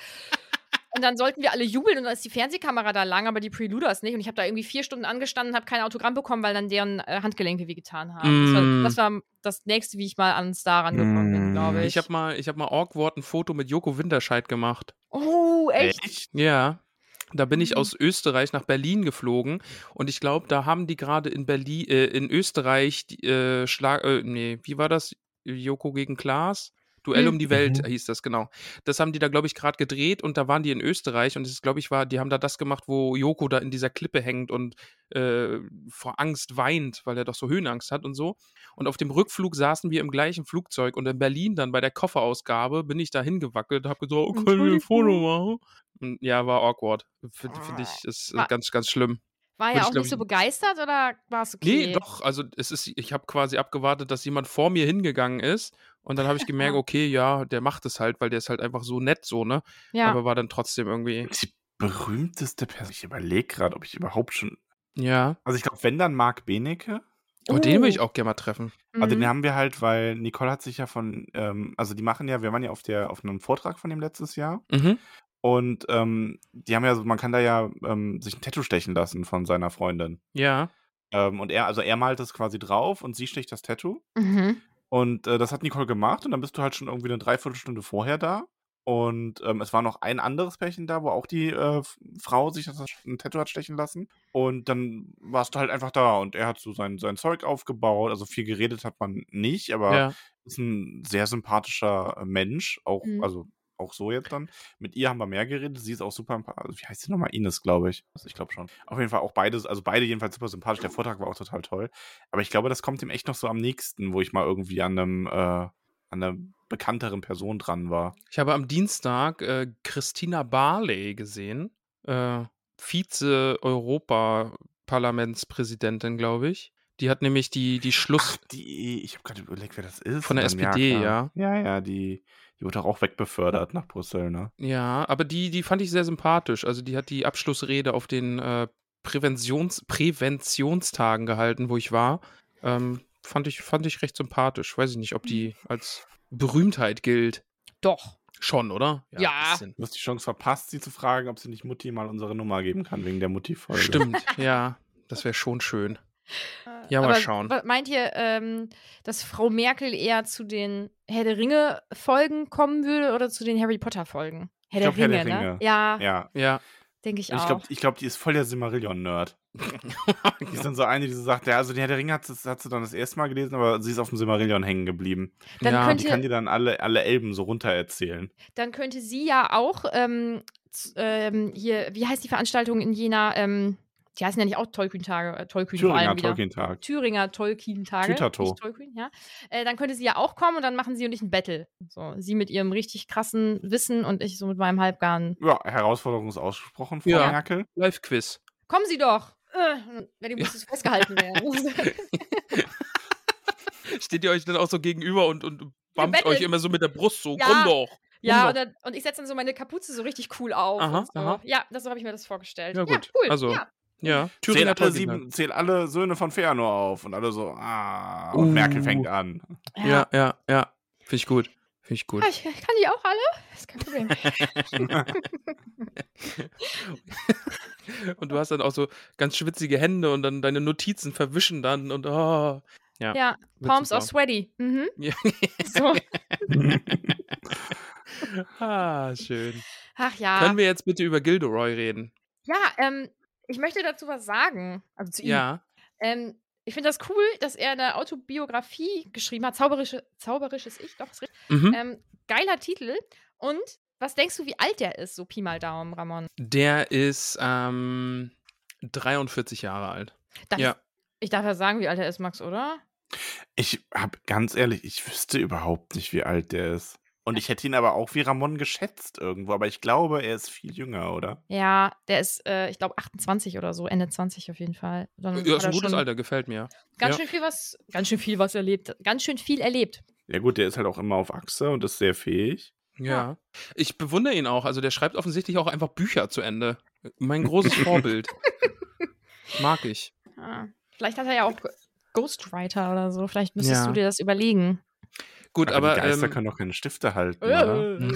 Und dann sollten wir alle jubeln und dann ist die Fernsehkamera da lang, aber die Preluders nicht. Und ich habe da irgendwie vier Stunden angestanden und habe kein Autogramm bekommen, weil dann deren äh, Handgelenke wehgetan haben.
Mm.
Das, war, das war das Nächste, wie ich mal ans da rangekommen bin,
Mm.
glaube ich.
Ich habe mal, ich hab mal awkward ein Foto mit Joko Winterscheid gemacht.
oh, echt?
Ja. Da bin ich
Mhm.
aus Österreich nach Berlin geflogen und ich glaube, da haben die gerade in Berlin, äh, in Österreich die, äh, Schlag, äh, nee, wie war das? Joko gegen Klaas? Duell
Mhm.
um die Welt
Mhm.
hieß das, genau. Das haben die da, glaube ich, gerade gedreht und da waren die in Österreich und es, glaube ich, war, die haben da das gemacht, wo Joko da in dieser Klippe hängt und äh, vor Angst weint, weil er doch so Höhenangst hat und so. Und auf dem Rückflug saßen wir im gleichen Flugzeug und in Berlin dann bei der Kofferausgabe bin ich da hingewackelt, hab gesagt, oh, können wir ein Foto machen? Und ja, war awkward. Finde find ich, ist äh,
War-
ganz, ganz schlimm.
War
Würde
ja
ich,
auch
glaub
nicht
ich-
so begeistert oder war es okay?
Nee, doch, also es ist, ich habe quasi abgewartet, dass jemand vor mir hingegangen ist und dann habe ich gemerkt,
Ah.
okay, ja, der macht es halt, weil der ist halt einfach so nett, so, ne?
Ja.
Aber war dann trotzdem irgendwie,
Die berühmteste Person. Ich überlege gerade, ob ich überhaupt schon.
ja.
Also ich glaube, wenn dann Marc Benecke.
Oh, den will ich auch gerne mal treffen.
Aber
Mhm.
den haben wir halt, weil Nicole hat sich ja von, ähm, also die machen ja, wir waren ja auf der, auf einem Vortrag von dem letztes Jahr
Mhm.
und ähm, die haben ja, so, man kann da ja ähm, sich ein Tattoo stechen lassen von seiner Freundin.
Ja.
Ähm, und er, also er malt das quasi drauf und sie sticht das Tattoo.
Mhm.
Und äh, das hat Nicole gemacht und dann bist du halt schon irgendwie eine Dreiviertelstunde vorher da. Und ähm, es war noch ein anderes Pärchen da, wo auch die äh, F- Frau sich das ein Tattoo hat stechen lassen. Und dann warst du halt einfach da und er hat so sein, sein Zeug aufgebaut. Also viel geredet hat man nicht, aber
ja.
ist ein sehr sympathischer äh, Mensch, auch,
Mhm.
also auch so jetzt dann. Mit ihr haben wir mehr geredet, sie ist auch super, empa- also wie heißt sie nochmal? Ines, glaube ich. Also ich glaube schon. Auf jeden Fall auch beides, also beide jedenfalls super sympathisch, der Vortrag war auch total toll. Aber ich glaube, das kommt ihm echt noch so am nächsten, wo ich mal irgendwie an einem, äh, an einer bekannteren Person dran war.
Ich habe am Dienstag äh, Christina Barley gesehen, äh, Vize-Europaparlamentspräsidentin, glaube ich. Die hat nämlich die, die Schluss.
Ach, die, ich habe gerade überlegt, wer das ist.
Von der
Und dann,
SPD,
klar. Ja, ja, die, die wurde doch auch wegbefördert nach Brüssel, ne?
Ja, aber die, die fand ich sehr sympathisch. Also die hat die Abschlussrede auf den äh, Präventions Präventionstagen gehalten, wo ich war. Ähm, fand, ich, fand ich recht sympathisch. Weiß ich nicht, ob die als Berühmtheit gilt.
Hm. Doch.
Schon, oder?
Ja.
bisschen.
Du hast die Chance verpasst, sie zu fragen, ob sie nicht Mutti mal unsere Nummer geben kann, wegen der
Oh, [LAUGHS]
Mutti-Folge.
Stimmt, ja. Das wäre schon schön. Ja, mal
Aber
schauen.
wa- Meint ihr, ähm, dass Frau Merkel eher zu den Herr der Ringe-Folgen kommen würde oder zu den Harry Potter-Folgen? Herr,
glaub, Herr der
ne?
Ringe.
Ja,
Ja,
Ja.
denke ich auch.
Ich glaube, ich glaub, die ist voll
[LAUGHS]
der Simmerillion-Nerd. Die ist dann so eine, die so sagt, ja, also die Herr der Ringe hat, sie- hat sie dann das erste Mal gelesen, aber sie ist auf dem Simmerillion hängen geblieben.
dann,
ja.
Die
könnte,
kann dir dann alle, alle Elben so runter erzählen.
dann könnte sie ja auch ähm, z- ähm, hier, wie heißt die Veranstaltung in Jena? Ähm, Die heißen ja nicht auch Tollkühn-Tage, äh, Tollkühn vor
Thüringer
allem wieder.
Tolkien-Tag.
Thüringer Tolkien-Tage.
Tütato.
nicht Tollkühn, ja. Äh, dann könnte sie ja auch kommen und dann machen sie und ich ein Battle. So, sie mit ihrem richtig krassen Wissen und ich so mit meinem halbgaren.
Ja, Herausforderung ist ausgesprochen, Frau
Ja.
Merkel.
Live-Quiz.
Kommen Sie doch! Äh, wenn die muss es
[LAUGHS]
festgehalten werden. [LAUGHS]
Steht ihr euch dann auch so gegenüber und, und bammt
betteln.
euch immer so mit der Brust so?
Ja.
Komm doch!
ja,
Komm
und, dann, und ich setze dann so meine Kapuze so richtig cool auf.
Aha,
und so.
aha.
Ja, das so habe ich mir das vorgestellt.
Ja, gut.
cool.
Also-
Ja.
Ja,
Zähl
Thüringer
alle,
Tolkien.
sieben, zähl alle Söhne von Feanor auf und alle so, ah, und
Uh.
Merkel
[LAUGHS]
fängt an.
Ja, ja, ja. Finde ich gut. Finde ich gut.
Ah, ich, [LAUGHS] kann die auch alle? Ist kein Problem.
Und du hast dann auch so ganz schwitzige Hände und dann deine Notizen verwischen dann und oh. [LAUGHS] Ja.
ja,
wird
Palms
super.
are sweaty. Mhm.
Ja.
[LAUGHS] So.
Ah, schön.
Ach ja.
Können wir jetzt bitte über Gilderoy reden?
Ja, ähm, ich möchte dazu was sagen. Also zu ihm.
Ja.
Ähm, ich finde das cool, dass er eine Autobiografie geschrieben hat. Zauberische, zauberisches Ich, doch, ist richtig.
Mhm.
Ähm, geiler Titel. Und was denkst du, wie alt der ist, so Pi mal Daumen, Ramon?
Der ist ähm, 43 Jahre alt.
Darf
ja.
ich, ich darf ja sagen, wie alt er ist, Max, oder?
Ich hab ganz ehrlich, ich wüsste überhaupt nicht, wie alt der ist. Und ich hätte ihn aber auch wie Ramon geschätzt irgendwo, aber ich glaube, er ist viel jünger, oder?
Ja, der ist, äh, ich glaube, 28 oder so, Ende 20 auf jeden Fall. Dann
Ja,
hat
ist
er
ein gutes
schon
Alter, gefällt mir.
Ganz
ja.
schön viel was, ganz schön viel was erlebt. Ganz schön viel erlebt.
Ja gut, der ist halt auch immer auf Achse und ist sehr fähig.
Ja. Ich bewundere ihn auch. Also der schreibt offensichtlich auch einfach Bücher zu Ende. Mein großes Vorbild. Mag ich.
Ah, vielleicht hat er ja auch G- Ghostwriter oder so. Vielleicht müsstest
Ja.
du dir das überlegen.
Gut,
aber
aber.
die Geister
ähm,
können doch keine Stifte halten, oder?
[LAUGHS]
Äh.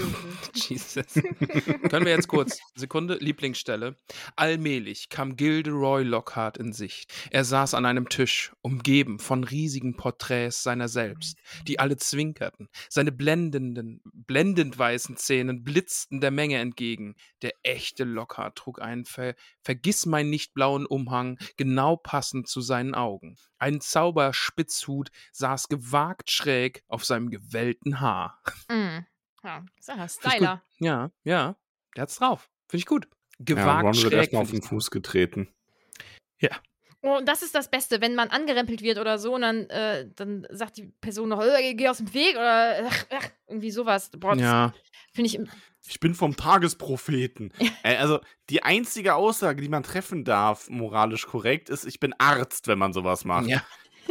Jesus. Können wir jetzt kurz, Sekunde, Lieblingsstelle. Allmählich kam Gilderoy Lockhart in Sicht. Er saß an einem Tisch, umgeben von riesigen Porträts seiner selbst, die alle zwinkerten. Seine blendenden, blendend weißen Zähnen blitzten der Menge entgegen. Der echte Lockhart trug einen ver vergiss mein nicht blauen Umhang, genau passend zu seinen Augen. Ein Zauberspitzhut saß gewagt schräg auf seinem gewellten Haar.
Mm. Ja, ist ja
Finde ich gut.
Styler.
Ja, ja. Der hat's drauf. Finde ich gut.
Ja,
Gewagt
Ron wird
schräg.
erstmal auf
find
den
ich.
Fuß getreten.
Oh, und das ist das Beste, wenn man angerempelt wird oder so und dann, äh, dann sagt die Person noch, äh, geh aus dem Weg oder ach, ach, irgendwie sowas. Boah, das
Ja,
finde ich.
Ich bin vom Tagespropheten.
[LAUGHS]
Äh, also die einzige Aussage, die man treffen darf, moralisch korrekt, ist, ich bin Arzt, wenn man sowas macht.
ja.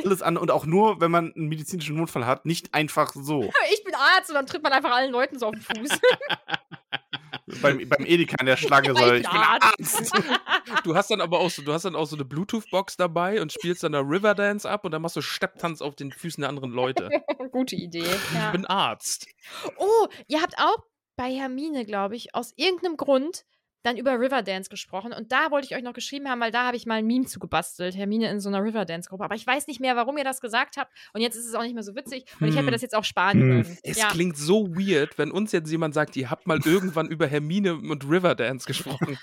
Alles an und auch nur, wenn man einen medizinischen Notfall hat, nicht einfach so.
[LAUGHS]
[LAUGHS]
Ich bin Arzt und dann tritt man einfach allen Leuten so auf den Fuß. [LAUGHS]
beim, beim Edeka in der Schlange
Weil
soll
ich
ich
bin
bin Arzt.
[LAUGHS] Du hast dann aber auch so, du hast dann auch so eine Bluetooth-Box dabei und spielst dann da Riverdance ab und dann machst du Stepptanz auf den Füßen der anderen
[LAUGHS]
Leute.
Gute Idee.
Ich
Ja.
bin Arzt.
Oh, ihr habt auch bei Hermine, glaube ich, aus irgendeinem Grund dann über Riverdance gesprochen. Und da wollte ich euch noch geschrieben haben, weil da habe ich mal ein Meme zu gebastelt. Hermine in so einer Riverdance-Gruppe. Aber ich weiß nicht mehr, warum ihr das gesagt habt. Und jetzt ist es auch nicht mehr so witzig. Und ich hätte
Hm.
mir das jetzt auch sparen
Hm.
können.
Es
ja.
klingt so weird, wenn uns jetzt jemand sagt, ihr habt mal irgendwann über Hermine und Riverdance
[LAUGHS]
gesprochen.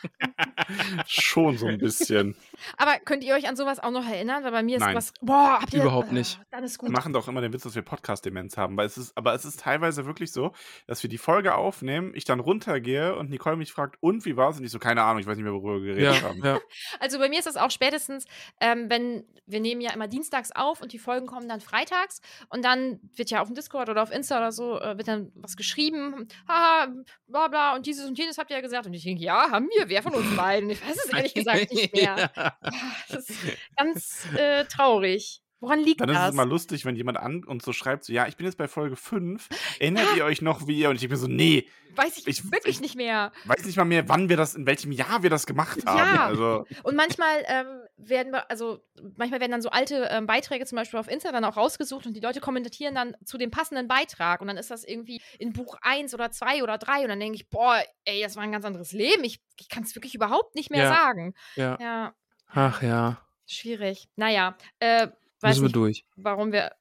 Schon so ein bisschen.
Aber könnt ihr euch an sowas auch noch erinnern? Weil bei mir ist
Nein.
was. Boah, habt ihr.
Überhaupt
Ah,
nicht.
Dann ist gut.
Wir machen doch immer den Witz, dass wir Podcast-Demenz haben, weil es ist, aber es ist teilweise wirklich so, dass wir die Folge aufnehmen, ich dann runtergehe und Nicole mich fragt, und wie war's? Und ich so, keine Ahnung, ich weiß nicht mehr, worüber wir
Ja,
geredet haben.
ja.
Also bei mir ist das auch spätestens, ähm, wenn wir nehmen ja immer dienstags auf und die Folgen kommen dann freitags und dann wird ja auf dem Discord oder auf Insta oder so äh, wird dann was geschrieben, haha, bla bla und dieses und jenes habt ihr ja gesagt und ich denke, ja, haben wir, wer von uns beiden? Ich weiß es ehrlich gesagt
[LAUGHS]
nicht mehr.
[LAUGHS]
Ah,
Ja.
Das ist ganz äh, traurig. Woran liegt
Dann ist es
das?
immer lustig, wenn jemand an uns so schreibt, so, ja, ich bin jetzt bei Folge 5, erinnert ihr euch noch, wie ihr? Und ich bin so, nee,
Weiß ich,
ich-
wirklich
ich-
nicht mehr.
weiß nicht mal mehr, wann wir das, in welchem Jahr wir das gemacht haben.
Ja.
Also,
Und manchmal ähm, werden wir, also manchmal werden dann so alte ähm, Beiträge zum Beispiel auf Insta dann auch rausgesucht und die Leute kommentieren dann zu dem passenden Beitrag und dann ist das irgendwie in Buch 1 oder 2 oder 3 und dann denke ich, boah, ey, das war ein ganz anderes Leben. Ich, ich kann es wirklich überhaupt nicht mehr
Ja.
sagen.
ja.
Ja,
Ach ja.
schwierig. Naja, äh, weiß
Müssen wir durch.
nicht, warum wir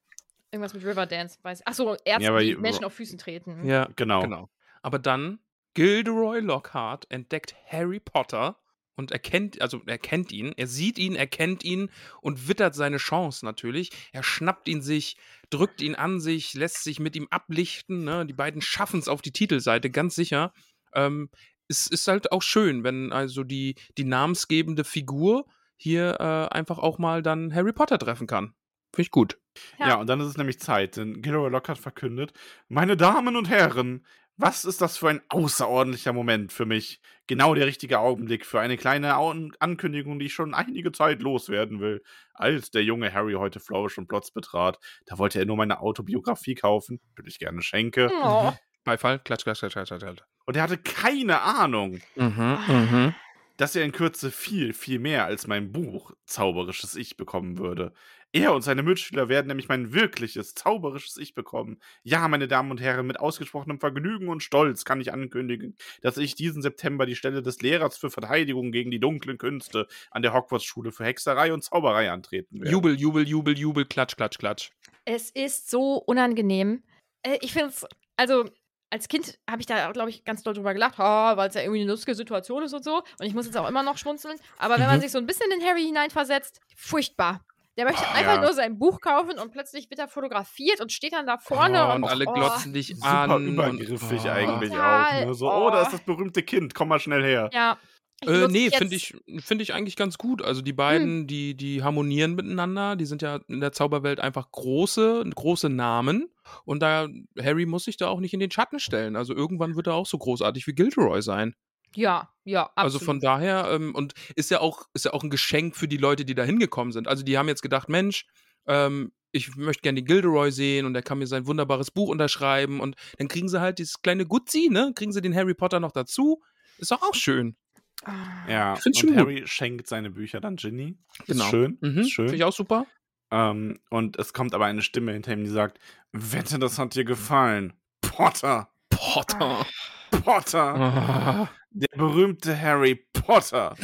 irgendwas mit Riverdance, weiß Achso, Ärzte,
Ja, aber
die
je-
Menschen auf Füßen treten.
Ja.
genau.
Genau. Aber dann Gilderoy Lockhart entdeckt Harry Potter und erkennt, also erkennt ihn, er sieht ihn, erkennt ihn und wittert seine Chance natürlich. Er schnappt ihn sich, drückt ihn an sich, lässt sich mit ihm ablichten. Ne? Die beiden schaffen es auf die Titelseite, ganz sicher. Ähm, es ist halt auch schön, wenn also die, die namensgebende Figur hier äh, einfach auch mal dann Harry Potter treffen kann. Finde ich gut.
Ja. und dann ist es nämlich Zeit, denn Gilroy Lockhart verkündet: Meine Damen und Herren, was ist das für ein außerordentlicher Moment für mich? Genau der richtige Augenblick für eine kleine Au- Ankündigung, die ich schon einige Zeit loswerden will. Als der junge Harry heute Flourish und Plotz betrat, da wollte er nur meine Autobiografie kaufen, natürlich gerne schenke.
Oh.
Beifall, klatsch, klatsch, klatsch, klatsch, klatsch.
Und er hatte keine Ahnung,
Mhm, mhm.
dass er in Kürze viel, viel mehr als mein Buch Zauberisches Ich bekommen würde. Er und seine Mitschüler werden nämlich mein wirkliches, zauberisches Ich bekommen. Ja, meine Damen und Herren, mit ausgesprochenem Vergnügen und Stolz kann ich ankündigen, dass ich diesen September die Stelle des Lehrers für Verteidigung gegen die dunklen Künste an der Hogwarts-Schule für Hexerei und Zauberei antreten werde.
Jubel, Jubel, Jubel, Jubel, klatsch, klatsch, klatsch.
Es ist so unangenehm. Äh, ich finde es, also als Kind habe ich da, glaube ich, ganz doll drüber gelacht, ha, weil es ja irgendwie eine lustige Situation ist und so. Und ich muss jetzt auch immer noch schmunzeln. Aber wenn man
Mhm.
sich so ein bisschen in Harry hineinversetzt, furchtbar. Der möchte
Ah,
einfach
ja.
nur sein Buch kaufen und plötzlich wird er fotografiert und steht dann da vorne
Oh,
und,
Und alle
oh,
glotzen dich
Super
an. und-
übergriffig
Oh.
eigentlich
Total.
auch. Ne? So,
Oh.
oh, da ist das berühmte Kind, komm mal schnell her.
Ja. Ich
Äh,
benutze
nee,
jetzt- Hm.
finde ich, find ich eigentlich ganz gut. Also die beiden, die, die harmonieren miteinander, die sind ja in der Zauberwelt einfach große, große Namen. Und da Harry muss sich da auch nicht in den Schatten stellen. Also irgendwann wird er auch so großartig wie Gilderoy sein.
Ja, ja, absolut.
Also von daher, ähm, und ist ja auch, ist ja auch ein Geschenk für die Leute, die da hingekommen sind. Also die haben jetzt gedacht, Mensch, ähm, ich möchte gerne den Gilderoy sehen und er kann mir sein wunderbares Buch unterschreiben. Und dann kriegen sie halt dieses kleine Gutzi, ne? Kriegen sie den Harry Potter noch dazu. Ist doch auch schön.
Ah.
Ja,
Ich find's
und
schon gut.
Harry schenkt seine Bücher dann Ginny.
Genau.
Ist schön,
Mhm.
ist schön.
Finde ich auch super.
Ähm, und es kommt aber eine Stimme hinter ihm, die sagt: Wette, das hat dir gefallen. Potter,
Potter.
Potter,
Ah.
der berühmte Harry Potter.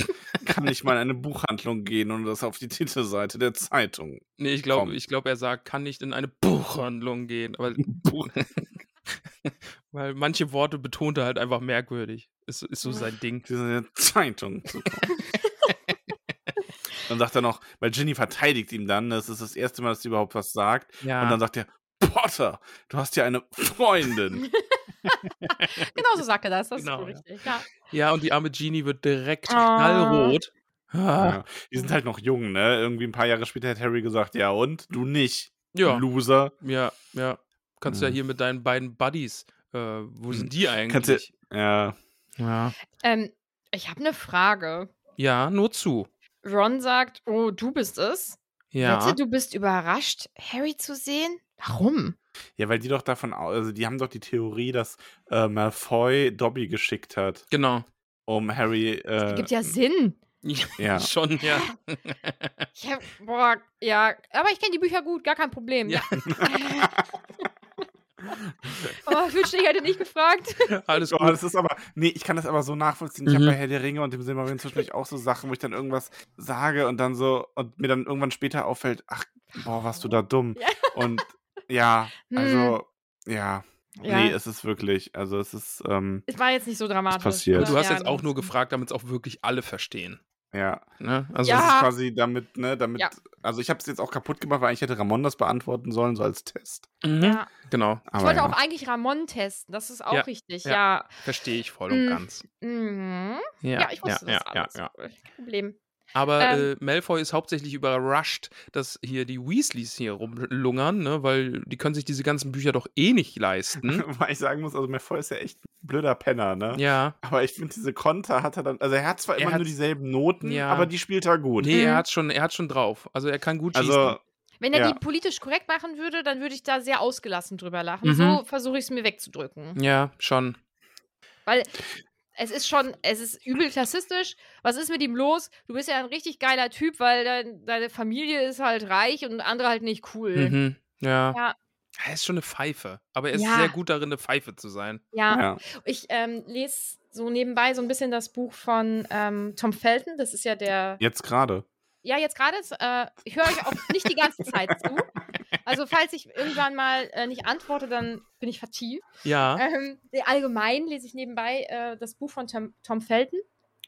Kann ich mal in eine Buchhandlung gehen und das auf die Titelseite der Zeitung?
Nee, ich
Komm.
glaube, ich glaub, er sagt, kann nicht in eine Buchhandlung gehen. Aber
Buch.
[LAUGHS] weil manche Worte betont er halt einfach merkwürdig. Ist, ist so sein Ding.
Diese Zeitung. zu
[LAUGHS]
kommen. dann sagt er noch, weil Ginny verteidigt ihm dann, das ist das erste Mal, dass sie überhaupt was sagt.
Ja.
Und dann sagt er, Potter, du hast ja eine Freundin.
Genau so sagt er das, das
Genau,
ist wohl
ja.
richtig. Ja.
ja, und die arme Genie wird direkt
Ah.
knallrot. Ah.
Ja. Die sind halt noch jung, ne? Irgendwie ein paar Jahre später hat Harry gesagt, ja und? Du nicht.
Ja,
Loser.
ja, ja. Kannst ja
Mhm.
hier mit deinen beiden Buddies. Äh, wo sind die
Kannst du-
eigentlich?
Ja.
Ja.
Ähm, ich habe eine Frage.
ja, nur zu.
Ron sagt, oh, du bist es.
Ja.
Wette, du bist überrascht, Harry zu sehen? Warum?
ja, weil die doch davon aus, also die haben doch die Theorie, dass äh, Malfoy Dobby geschickt hat,
Genau.
um Harry. Äh,
Gibt ja Sinn.
ja.
[LAUGHS] Schon,
[LAUGHS]
ja.
Ich hab, boah, ja, aber ich kenne die Bücher gut, gar kein Problem. [LAUGHS] Ja. aber Fühlstich hätte nicht gefragt.
Alles
Oh,
gut.
das ist aber, nee, ich kann das aber so nachvollziehen. Ich habe
Mhm.
bei Herr der Ringe und dem Silmarillion zwischendurch auch so Sachen, wo ich dann irgendwas sage und dann so, und mir dann irgendwann später auffällt, ach, boah, warst du da dumm.
Ja.
Und ja,
Hm,
also, ja,
ja.
Nee, es ist wirklich, also es ist, ähm,
es war jetzt nicht so dramatisch.
passiert.
oder?
Du hast
Ja,
jetzt auch
nee.
nur gefragt, damit es auch wirklich alle verstehen.
ja.
Ne? Also,
Also das
Ja.
ist quasi damit, ne, damit,
Ja.
also ich habe es jetzt auch kaputt gemacht, weil ich hätte Ramon das beantworten sollen, so als Test.
mhm.
Ja.
Genau,
Aber
Ich wollte
ja.
auch eigentlich Ramon testen, das ist auch
Ja,
richtig. Ja.
ja. verstehe ich voll und
Mhm.
ganz.
Mhm. Ja, ich wusste
ja,
das
ja,
alles.
ja.
Kein Problem.
Aber
Ähm.
äh, Malfoy ist hauptsächlich überrascht, dass hier die Weasleys hier rumlungern, ne? weil die können sich diese ganzen Bücher doch eh nicht
[LAUGHS]
leisten.
[LAUGHS] Weil ich sagen muss, also Malfoy ist ja echt ein blöder Penner, ne?
Hm? ja.
Aber ich finde, diese Konter hat er dann, also er hat zwar
Er
immer
hat-
nur dieselben Noten,
Ja.
aber die spielt er gut.
Nee,
Mhm.
er hat schon, er hat schon drauf. Also er kann gut
also,
Wenn er
Ja.
die politisch korrekt machen würde, dann würde ich da sehr ausgelassen drüber lachen.
Mhm.
So versuche ich es mir wegzudrücken.
schießen. Ja, schon.
Es ist schon, es ist übel klassistisch. Was ist mit ihm los? Du bist ja ein richtig geiler Typ, weil dein, deine Familie ist halt reich und andere halt nicht cool.
Mhm. Ja.
Ja.
Er ist schon eine Pfeife. Aber er ist
Ja.
sehr gut darin, eine Pfeife zu sein.
Ja,
ja.
ich ähm, lese so nebenbei so ein bisschen das Buch von ähm, Tom Felton. Das ist ja der.
Jetzt gerade.
Ja, jetzt gerade, äh, ich höre euch auch nicht die ganze Zeit zu. Also, falls ich irgendwann mal äh, nicht antworte, dann bin ich vertieft.
Ja.
Ähm, allgemein lese ich nebenbei äh, das Buch von Tom, Tom Felton.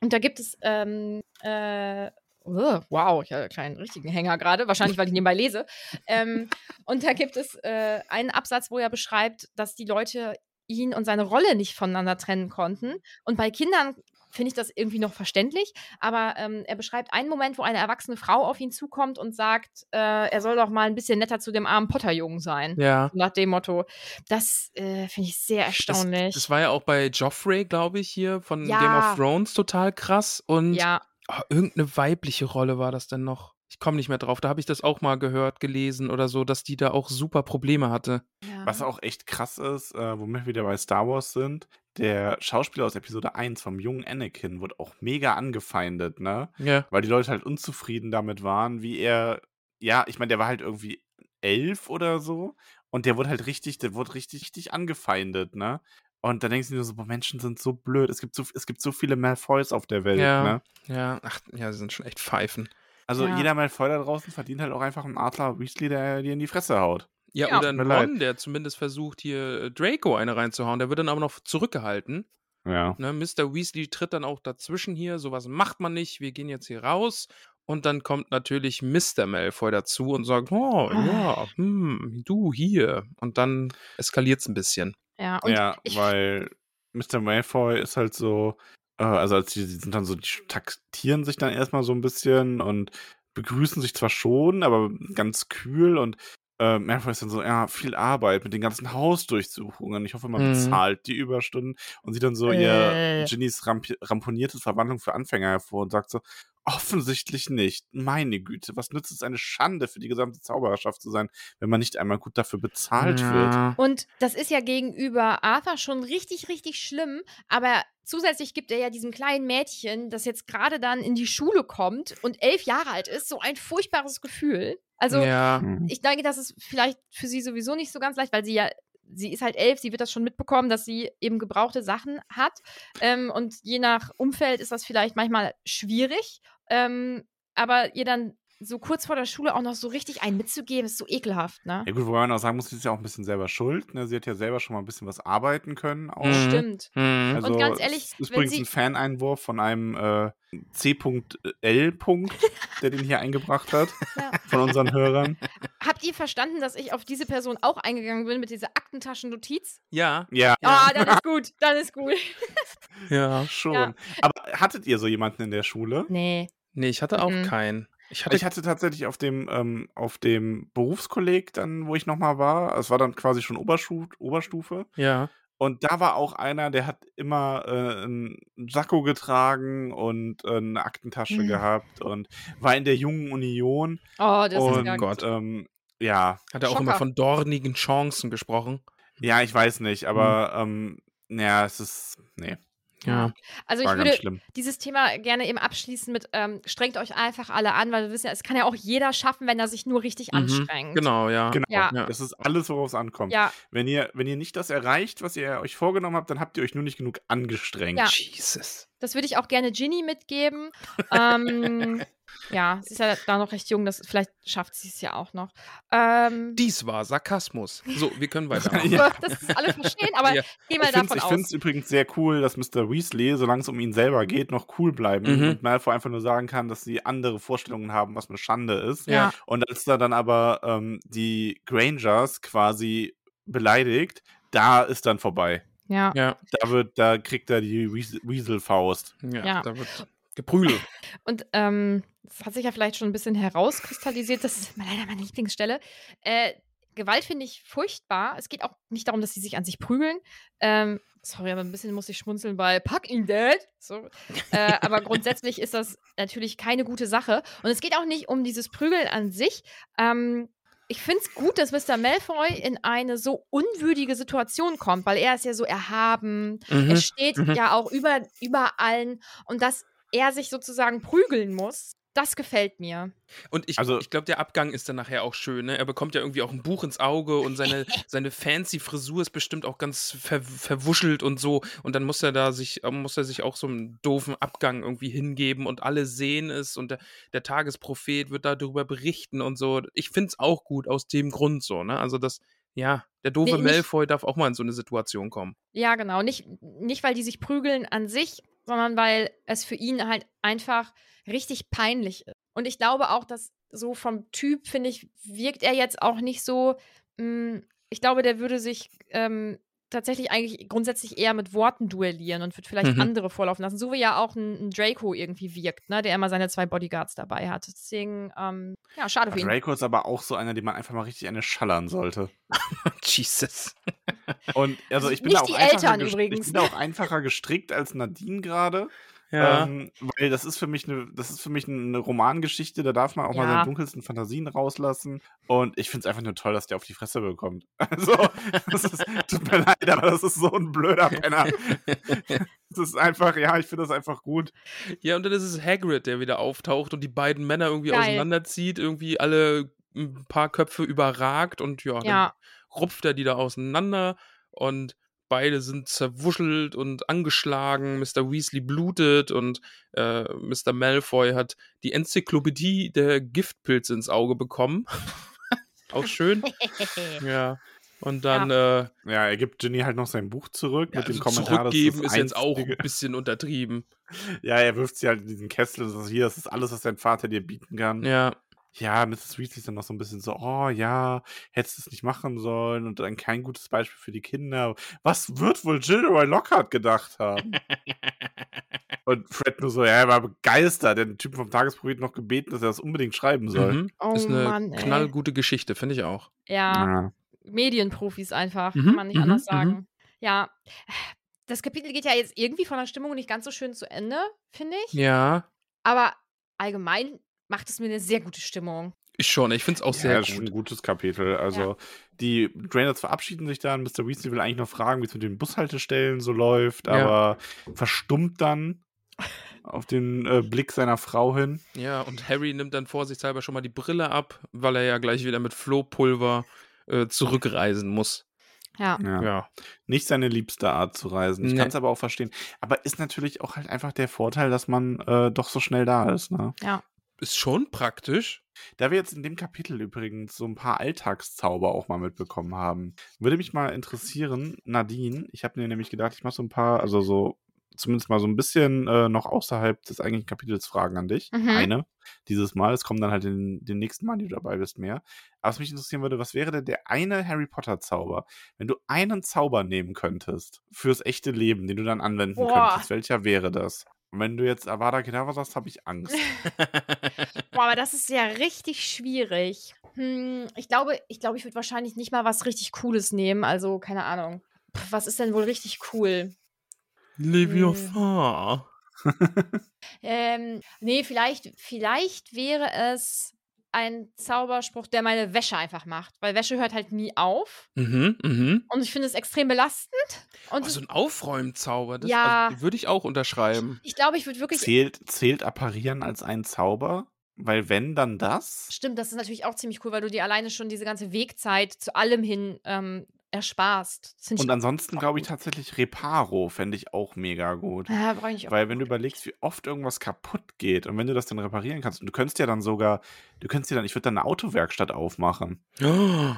Und da gibt es. Ähm, äh, uh, wow, ich hatte keinen richtigen Hänger gerade. Wahrscheinlich, weil ich nebenbei lese. Ähm, und da gibt es äh, einen Absatz, wo er beschreibt, dass die Leute ihn und seine Rolle nicht voneinander trennen konnten. Und bei Kindern finde ich das irgendwie noch verständlich. Aber ähm, er beschreibt einen Moment, wo eine erwachsene Frau auf ihn zukommt und sagt, äh, er soll doch mal ein bisschen netter zu dem armen Potter-Jungen sein.
Ja.
Nach dem Motto. Das äh, finde ich sehr erstaunlich.
Das, das war ja auch bei Joffrey, glaube ich, hier von
Ja.
Game of Thrones total krass. Und
ja,
oh, irgendeine weibliche Rolle war das denn noch. Ich komme nicht mehr drauf. Da habe ich das auch mal gehört, gelesen oder so, dass die da auch super Probleme hatte.
ja.
Was auch echt krass ist, äh, womit wir wieder bei Star Wars sind, der Schauspieler aus Episode 1 vom jungen Anakin wurde auch mega angefeindet, ne?
Ja.
Weil die Leute halt unzufrieden damit waren, wie er, ja, ich meine, der war halt irgendwie elf oder so und der wurde halt richtig, der wurde richtig, richtig angefeindet, ne? Und dann denkst du dir so, boah, Menschen sind so blöd. Es gibt so, es gibt so viele Malfoys auf der Welt,
Ja.
ne?
Ja, ach, ja, sie sind schon echt Pfeifen.
Also
Ja.
jeder Malfoy da draußen verdient halt auch einfach einen Adler Weasley, der dir in die Fresse haut.
Ja,
Ja.
oder ein
Tut mir leid.
Ron, der zumindest versucht, hier äh, Draco eine reinzuhauen. Der wird dann aber noch zurückgehalten.
Ja.
Ne, Mr. Weasley tritt dann auch dazwischen hier, sowas macht man nicht, wir gehen jetzt hier raus. Und dann kommt natürlich Mr. Malfoy dazu und sagt, oh ja, hm, du hier. Und dann eskaliert es ein bisschen.
ja. Und
ja,
ich-
weil Mr. Malfoy ist halt so, äh, also als die, die sind dann so, die taktieren sich dann erstmal so ein bisschen und begrüßen sich zwar schon, aber ganz kühl und äh, Malfoy ist dann so, ja, viel Arbeit mit den ganzen Hausdurchsuchungen. Ich hoffe, man
Mhm.
bezahlt die Überstunden und sieht dann so ihr
Äh.
Ginnys ramp ramponierte Verwandlung für Anfänger hervor und sagt so, offensichtlich nicht. Meine Güte, was nützt es eine Schande für die gesamte Zaubererschaft zu sein, wenn man nicht einmal gut dafür bezahlt wird?
Und das ist ja gegenüber Arthur schon richtig, richtig schlimm. Aber zusätzlich gibt er ja diesem kleinen Mädchen, das jetzt gerade dann in die Schule kommt und elf Jahre alt ist, so ein furchtbares Gefühl. Also
ja,
ich denke, das ist vielleicht für sie sowieso nicht so ganz leicht, weil sie ja, sie ist halt elf, sie wird das schon mitbekommen, dass sie eben gebrauchte Sachen hat. Ähm, und je nach Umfeld ist das vielleicht manchmal schwierig. Ähm, aber ihr dann so kurz vor der Schule auch noch so richtig einen mitzugeben, ist so ekelhaft, ne?
Ja gut, wobei man auch sagen muss, sie ist ja auch ein bisschen selber schuld. Ne? Sie hat ja selber schon mal ein bisschen was arbeiten können. Auch.
Mhm. [LAUGHS]
Stimmt.
hm,
Also,
Und ganz
es
ehrlich,
ist
wenn
übrigens
sie-
ein Faneinwurf von einem äh,
[LAUGHS]
C.L. Punkt, der den hier eingebracht hat,
Ja.
von unseren
[LAUGHS]
Hörern.
Habt ihr verstanden, dass ich auf diese Person auch eingegangen bin mit dieser Aktentaschennotiz?
ja,
Ja,
Ah, dann ist gut, dann ist gut.
ja.
schon.
Ja.
Aber hattet ihr so jemanden in der Schule?
Nee.
Nee, ich hatte auch
Mhm.
keinen. Ich hatte,
Ich hatte tatsächlich auf dem, ähm, auf dem Berufskolleg dann, wo ich nochmal war, es war dann quasi schon Oberschu Oberstufe,
ja.
Und da war auch einer, der hat immer äh, einen Sakko getragen und äh, eine Aktentasche
Mhm.
gehabt und war in der jungen Union.
Oh, das
und
ist gar
Oh Gott.
Ähm, ja,
Hatte auch
Schocker.
immer von dornigen Chancen gesprochen.
ja, ich weiß nicht,
Mhm.
aber ähm, ja, es ist, nee,
Ja.
Also ich
war ganz
würde
schlimm.
dieses Thema gerne eben abschließen mit, ähm, strengt euch einfach alle an, weil wir wissen ja, es kann ja auch jeder schaffen, wenn er sich nur richtig
Mhm.
anstrengt.
Genau, ja.
Genau,
äh, Ja.
Ja.
das ist alles, worauf es ankommt.
Ja,
Wenn, ihr, wenn ihr nicht das erreicht, was ihr euch vorgenommen habt, dann habt ihr euch nur nicht genug angestrengt.
Ja.
Jesus.
das würde ich auch gerne Ginny mitgeben. ähm, ja, sie ist ja da noch recht jung, das, vielleicht schafft sie es ja auch noch. Ähm,
Dies war Sarkasmus. So, wir können weitermachen.
Ja.
[LAUGHS] Das ist alle verstehen, aber
Ja.
geh mal
ich find's-
davon
ich
aus.
finde es übrigens sehr cool, dass Mr. Weasley, solange es um ihn selber geht, noch cool bleiben
Mhm.
und Malfoy einfach nur sagen kann, dass sie andere Vorstellungen haben, was eine Schande ist.
Ja.
Und als da dann aber ähm, die Grangers quasi beleidigt, da ist dann vorbei.
ja.
Ja,
Da, wird, da kriegt er die Weas- Weasel-Faust.
ja,
Ja.
da wird geprügelt.
Und ähm, das hat sich ja vielleicht schon ein bisschen herauskristallisiert, das ist leider meine Lieblingsstelle. Äh, Gewalt finde ich furchtbar. Es geht auch nicht darum, dass sie sich an sich prügeln. Ähm, sorry, aber ein bisschen muss ich schmunzeln bei Pack ihn dead. So. Äh, aber grundsätzlich ist das natürlich keine gute Sache. Und es geht auch nicht um dieses Prügeln an sich. Ähm, ich finde es gut, dass Mr. Malfoy in eine so unwürdige Situation kommt, weil er ist ja so erhaben,
Mhm.
es steht
Mhm.
ja auch über, über allen und dass er sich sozusagen prügeln muss, das gefällt mir.
Und ich,
Also-
ich glaube, der Abgang ist dann nachher auch schön. Ne? Er bekommt ja irgendwie auch ein Buch ins Auge und seine, seine fancy Frisur ist bestimmt auch ganz ver verwuschelt und so. Und dann muss er da sich, äh, muss er sich auch so einem doofen Abgang irgendwie hingeben und alle sehen es und der, der Tagesprophet wird darüber berichten und so. Ich finde es auch gut aus dem Grund so. Ne? Also das, ja, der doofe
Nee, nicht-
Malfoy darf auch mal in so eine Situation kommen. [LAUGHS]
Ja, genau. Nicht, nicht, weil die sich prügeln an sich, sondern weil es für ihn halt einfach richtig peinlich ist. Und ich glaube auch, dass so vom Typ, mm, finde ich, wirkt er jetzt auch nicht so. Mh, ich glaube, der würde sich ähm, tatsächlich eigentlich grundsätzlich eher mit Worten duellieren und wird vielleicht
Mhm.
andere vorlaufen lassen. So wie ja auch ein, ein Draco irgendwie wirkt, ne? der immer seine zwei Bodyguards dabei hat. Deswegen, ähm, ja, schade für ihn.
Also Draco ist aber auch so einer, den man einfach mal richtig eine schallern sollte.
Jesus.
Und also ich bin
Nicht
da auch
die
einfacher
Eltern
gest-
übrigens.
Ich bin da auch einfacher gestrickt als Nadine gerade.
Ja.
Ähm, weil das ist für mich eine, das ist für mich eine Romangeschichte, da darf man auch mal
Ja.
seine dunkelsten Fantasien rauslassen. Und ich finde es einfach nur toll, dass der auf die Fresse bekommt. [LAUGHS] Also, das ist, tut mir leid, aber das ist so ein blöder Penner. Das ist einfach, ja, ich finde das einfach gut.
Ja, und dann ist es Hagrid, der wieder auftaucht und die beiden Männer irgendwie
Geil.
auseinanderzieht, irgendwie alle ein paar Köpfe überragt und ja,
Ja.
dann rupft er die da auseinander und beide sind zerwuschelt und angeschlagen. Mr. Weasley blutet und äh, Mr. Malfoy hat die Enzyklopädie der Giftpilze ins Auge
[LAUGHS]
bekommen. Auch schön. ja. Und dann äh,
Ja, er gibt Ginny halt noch sein Buch zurück
ja,
mit dem
also
Kommentar. dass
zurückgeben
das
ist jetzt auch ein
einzige-
bisschen untertrieben.
Ja, er wirft sie halt in diesen Kessel. Das ist hier, das ist alles, was dein Vater dir bieten kann.
Ja.
ja, Mrs. Weasley ist dann noch so ein bisschen so, oh ja, hättest du es nicht machen sollen und dann kein gutes Beispiel für die Kinder. Was wird wohl Gilderoy Lockhart gedacht haben? und Fred nur so, ja, er war begeistert, den Typen vom Tagesprofit noch gebeten, dass er das unbedingt schreiben soll.
Mhm.
Oh
ist eine
Mann, ey.
knallgute Geschichte, finde ich auch.
Ja,
Ja.
Medienprofis einfach,
Mhm,
kann man nicht
mhm,
anders
mhm.
sagen. Ja, das Kapitel geht ja jetzt irgendwie von der Stimmung nicht ganz so schön zu Ende, finde ich.
Ja,
Aber allgemein macht es mir eine sehr gute Stimmung.
ich schon. Ich finde es auch
ja,
sehr
ist schon
gut.
ein gutes Kapitel. Also, die Drainers verabschieden sich dann. Mr. Weasley will eigentlich noch fragen, wie es mit den Bushaltestellen so läuft,
Ja.
aber verstummt dann auf den äh, Blick seiner Frau hin.
Ja, und Harry nimmt dann vorsichtshalber schon mal die Brille ab, weil er ja gleich wieder mit Flohpulver äh, zurückreisen muss.
Ja.
Ja.
nicht seine liebste Art zu reisen. Ich
Nee.
kann es aber auch verstehen. Aber ist natürlich auch halt einfach der Vorteil, dass man äh, doch so schnell da ist. Ne?
Ist schon praktisch.
Da wir jetzt in dem Kapitel übrigens so ein paar Alltagszauber auch mal mitbekommen haben, würde mich mal interessieren, Nadine, ich habe mir nämlich gedacht, ich mache so ein paar, also so zumindest mal so ein bisschen äh, noch außerhalb des eigentlichen Kapitels Fragen an dich.
Mhm.
Eine dieses Mal. Es kommen dann halt in den nächsten Mal, die du dabei bist, mehr. Aber was mich interessieren würde, was wäre denn der eine Harry Potter Zauber, wenn du einen Zauber nehmen könntest fürs echte Leben, den du dann anwenden
Boah.
könntest? Welcher wäre das? Und wenn du jetzt Avada Kedavra sagst, habe ich Angst.
Boah, aber das ist ja richtig schwierig. Hm, ich glaube, ich glaube, ich würde wahrscheinlich nicht mal was richtig Cooles nehmen. Also, keine Ahnung. Pff, was ist denn wohl richtig cool? Mhm.
Leviophar.
Ähm, nee, vielleicht, vielleicht wäre es ein Zauberspruch, der meine Wäsche einfach macht. Weil Wäsche hört halt nie auf.
Mhm, mhm.
Und ich finde es extrem belastend. Und
Also ein Aufräumzauber, das
Ja.
also, würde ich auch unterschreiben.
ich glaube, ich würde wirklich.
Zählt, zählt Apparieren als ein Zauber? Weil wenn, dann das?
Stimmt, das ist natürlich auch ziemlich cool, weil du dir alleine schon diese ganze Wegzeit zu allem hin ähm, ersparst. Das find
Und
ich-
ansonsten glaube ich tatsächlich Reparo fände ich auch mega gut.
Ja, brauche Ah, ich auch.
Weil wenn du überlegst, wie oft irgendwas kaputt geht und wenn du das dann reparieren kannst, und du könntest ja dann sogar, du könntest ja dann, ich würde dann eine Autowerkstatt aufmachen.
Oh,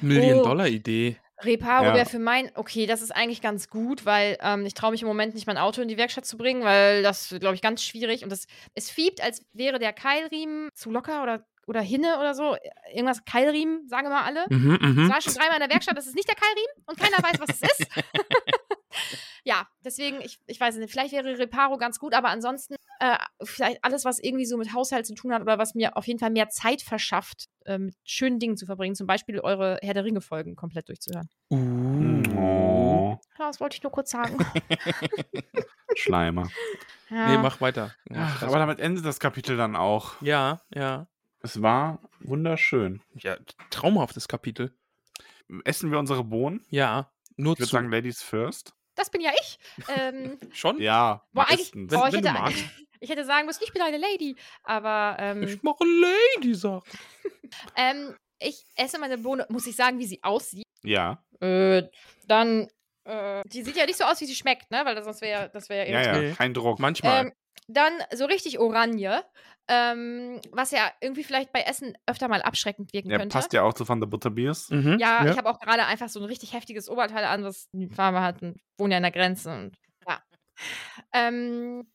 Million-Dollar-Idee.
Reparo
Ja.
wäre für mein, okay, das ist eigentlich ganz gut, weil ähm, ich traue mich im Moment nicht, mein Auto in die Werkstatt zu bringen, weil das, glaube ich, ganz schwierig. Und das, es fiebt, als wäre der Keilriemen zu locker oder, oder hinne oder so. Irgendwas Keilriemen, sagen wir mal alle.
Mhm,
Ich
mhm.
war schon dreimal in der Werkstatt, das ist nicht der Keilriemen und keiner weiß, was
[LAUGHS]
es ist. ja, deswegen, ich, ich weiß nicht, vielleicht wäre Reparo ganz gut, aber ansonsten äh, vielleicht alles, was irgendwie so mit Haushalt zu tun hat oder was mir auf jeden Fall mehr Zeit verschafft, äh, mit schönen Dingen zu verbringen, zum Beispiel eure Herr der Ringe-Folgen komplett durchzuhören.
Uh.
Hm.
Oh,
Ja, das wollte ich nur kurz sagen.
Schleimer.
[LAUGHS] Ja.
[LAUGHS] Nee, mach weiter. Ja,
Ach,
das-
aber damit endet das Kapitel dann auch.
ja, ja.
Es war wunderschön.
Ja, traumhaftes Kapitel.
Essen wir unsere Bohnen?
Ja, nur
Ich würde
zu.
sagen, Ladies first.
Das bin ja ich. Ähm,
schon?
Ja.
boah,
am
eigentlich,
besten.
Wenn-
boah, ich,
wenn du magst.
hätte, [LAUGHS] ich hätte sagen müssen, ich bin eine Lady. Aber ähm,
Ich mache Lady-Sachen.
ähm, ich esse meine Bohne, muss ich sagen, wie sie aussieht.
ja.
Äh, dann, äh, die sieht ja nicht so aus, wie sie schmeckt, ne? Weil sonst wäre das wäre
Ja, ja,
Nee.
kein Druck.
Manchmal.
Ähm, dann so richtig Oranje, ähm, was ja irgendwie vielleicht bei Essen öfter mal abschreckend wirken
ja,
könnte.
passt ja auch zu Van der Butterbiers.
mhm.
Ja, ich habe auch gerade einfach so ein richtig heftiges Oberteil an, was die Farbe hat und wohne ja an der Grenze und ja. Ähm,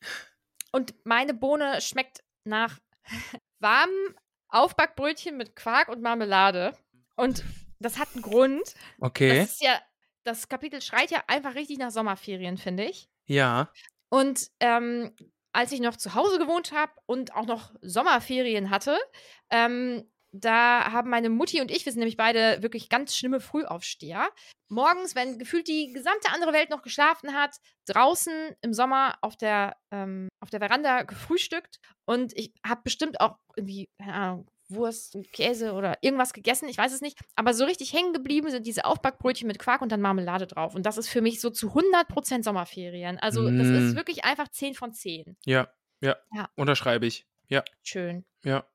und meine Bohne schmeckt nach [LAUGHS] warmen Aufbackbrötchen mit Quark und Marmelade. Und das hat einen Grund.
Okay.
Das ist ja das Kapitel schreit ja einfach richtig nach Sommerferien, finde ich.
Ja.
Und ähm, als ich noch zu Hause gewohnt habe und auch noch Sommerferien hatte, ähm, da haben meine Mutti und ich, wir sind nämlich beide wirklich ganz schlimme Frühaufsteher, morgens, wenn gefühlt die gesamte andere Welt noch geschlafen hat, draußen im Sommer auf der, ähm, auf der Veranda gefrühstückt. Und ich habe bestimmt auch irgendwie, keine Ahnung, Wurst und Käse oder irgendwas gegessen, ich weiß es nicht. Aber so richtig hängen geblieben sind diese Aufbackbrötchen mit Quark und dann Marmelade drauf. Und das ist für mich so zu 100% Sommerferien. Also das
Mm.
ist wirklich einfach 10 von 10.
Ja. Ja.
Ja.
Unterschreibe ich.
Schön.
Ja.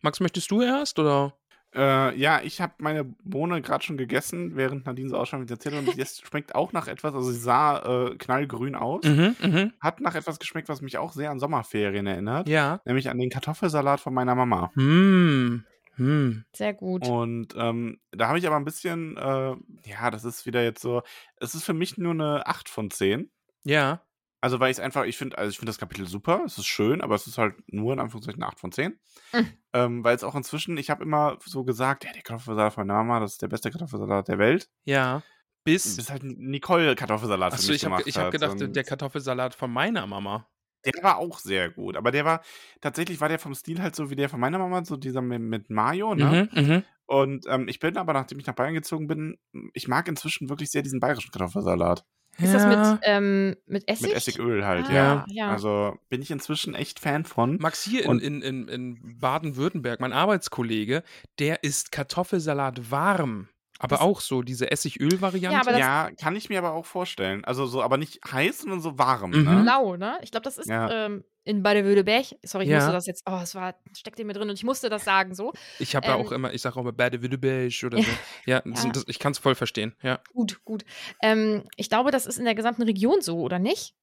Max, möchtest du erst oder?
Äh, ja, ich habe meine Bohne gerade schon gegessen, während Nadine so ausschaut, wie sie erzählt hat.
[LAUGHS]
Und jetzt schmeckt auch nach etwas, also sie sah äh, knallgrün aus.
Mhm, mhm.
Hat nach etwas geschmeckt, was mich auch sehr an Sommerferien erinnert.
Ja.
Nämlich an den Kartoffelsalat von meiner Mama.
Hm. Hm.
Sehr gut.
Und ähm, da habe ich aber ein bisschen, äh, ja, das ist wieder jetzt so, es ist für mich nur eine 8 von 10.
Ja.
Also, weil ich es einfach, ich finde, also ich finde das Kapitel super, es ist schön, aber es ist halt nur in Anführungszeichen eine 8 von 10.
Mhm.
Ähm, weil es auch inzwischen, ich habe immer so gesagt, ja, der Kartoffelsalat von meiner Mama, das ist der beste Kartoffelsalat der Welt.
Ja. Bis.
Bis halt Nicole Kartoffelsalat für
Achso,
mich
ich habe
gemacht
ich hab
hat.
gedacht,
Und
der Kartoffelsalat von meiner Mama.
der war auch sehr gut, aber der war, tatsächlich war der vom Stil halt so wie der von meiner Mama, so dieser mit, mit Mayo, ne?
Mhm, mhm.
Und ähm, ich bin aber, nachdem ich nach Bayern gezogen bin, ich mag inzwischen wirklich sehr diesen bayerischen Kartoffelsalat.
Ist das
Ja.
mit, ähm, mit Essig?
Mit Essigöl halt,
Ah,
ja.
ja.
Also bin ich inzwischen echt Fan von.
Max, hier in,
Und-
in, in, in Baden-Württemberg, mein Arbeitskollege, der isst Kartoffelsalat warm. Aber auch so diese Essigöl-Variante.
Ja, aber das-
ja, kann ich mir aber auch vorstellen. Also so, aber nicht heiß, sondern so warm,
Mhm.
ne?
Blau, ne? Ich glaube, das ist
Ja.
ähm, in Baden-Württemberg. Sorry, ich
Ja.
musste das jetzt. Oh, es war, steckte mir drin und ich musste das sagen so.
ich habe ja auch
ähm,
immer, ich sage auch immer Badewidebeige oder so. Ja, das,
[LAUGHS] Ja.
Das, ich kann es voll verstehen. Ja.
Gut, gut. Ähm, ich glaube, das ist in der gesamten Region so, oder nicht?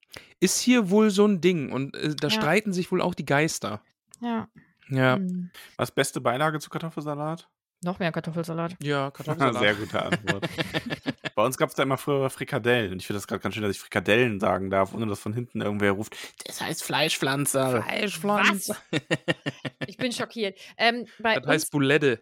Ist hier wohl so ein Ding und äh, da
Ja.
streiten sich wohl auch die Geister.
Ja.
Ja.
Hm.
Was beste Beilage zu Kartoffelsalat?
Noch mehr Kartoffelsalat.
Ja, Kartoffelsalat.
[LAUGHS] Sehr gute
[LAUGHS]
Antwort. Bei uns gab es da immer früher Frikadellen. Und ich finde das gerade ganz schön, dass ich Frikadellen sagen darf, ohne dass von hinten irgendwer ruft, das heißt Fleischpflanze.
Fleischpflanze.
Ich bin schockiert. Ähm, bei
Das heißt [LAUGHS]
uns,
Bulette.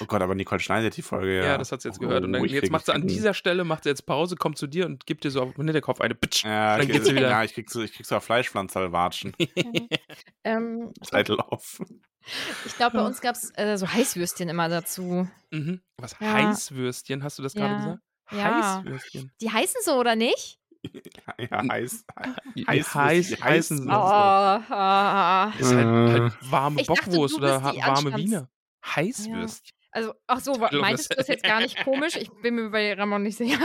Oh Gott, aber Nicole schneidet die Folge,
Ja,
ja.
das hat sie jetzt
Oh,
gehört. Und dann,
ich
jetzt
krieg-
macht sie
ich
an
krieg-
dieser Stelle, macht sie jetzt Pause, kommt zu dir und gibt dir so auf den Hinterkopf eine. Bitsch.
Ja,
Dann
ich,
geht's wieder.
ja, ich krieg so, ich krieg so
[LAUGHS]
Fleischpflanzerwatschen. [LAUGHS]
ähm,
Zeitlauf.
ich glaube, bei uns gab es äh, so Heißwürstchen immer dazu.
Mhm. Was?
Ja.
Heißwürstchen, hast du das gerade
Ja.
gesagt?
Ja.
Heißwürstchen.
Die heißen so, oder nicht?
Ja, heiß.
Heiß,
Heißwürstchen.
heißen sie.
Heißwürstchen.
Oh, ah, ah.
Ist halt, halt warme
Ich dachte, du
Bockwurst oder ha
bist die
warme
Anstands-
Wiener. Heißwürstchen.
Also, ach so,
Titel und
meintest du das jetzt gar nicht komisch? Ich bin mir bei Ramon nicht sicher.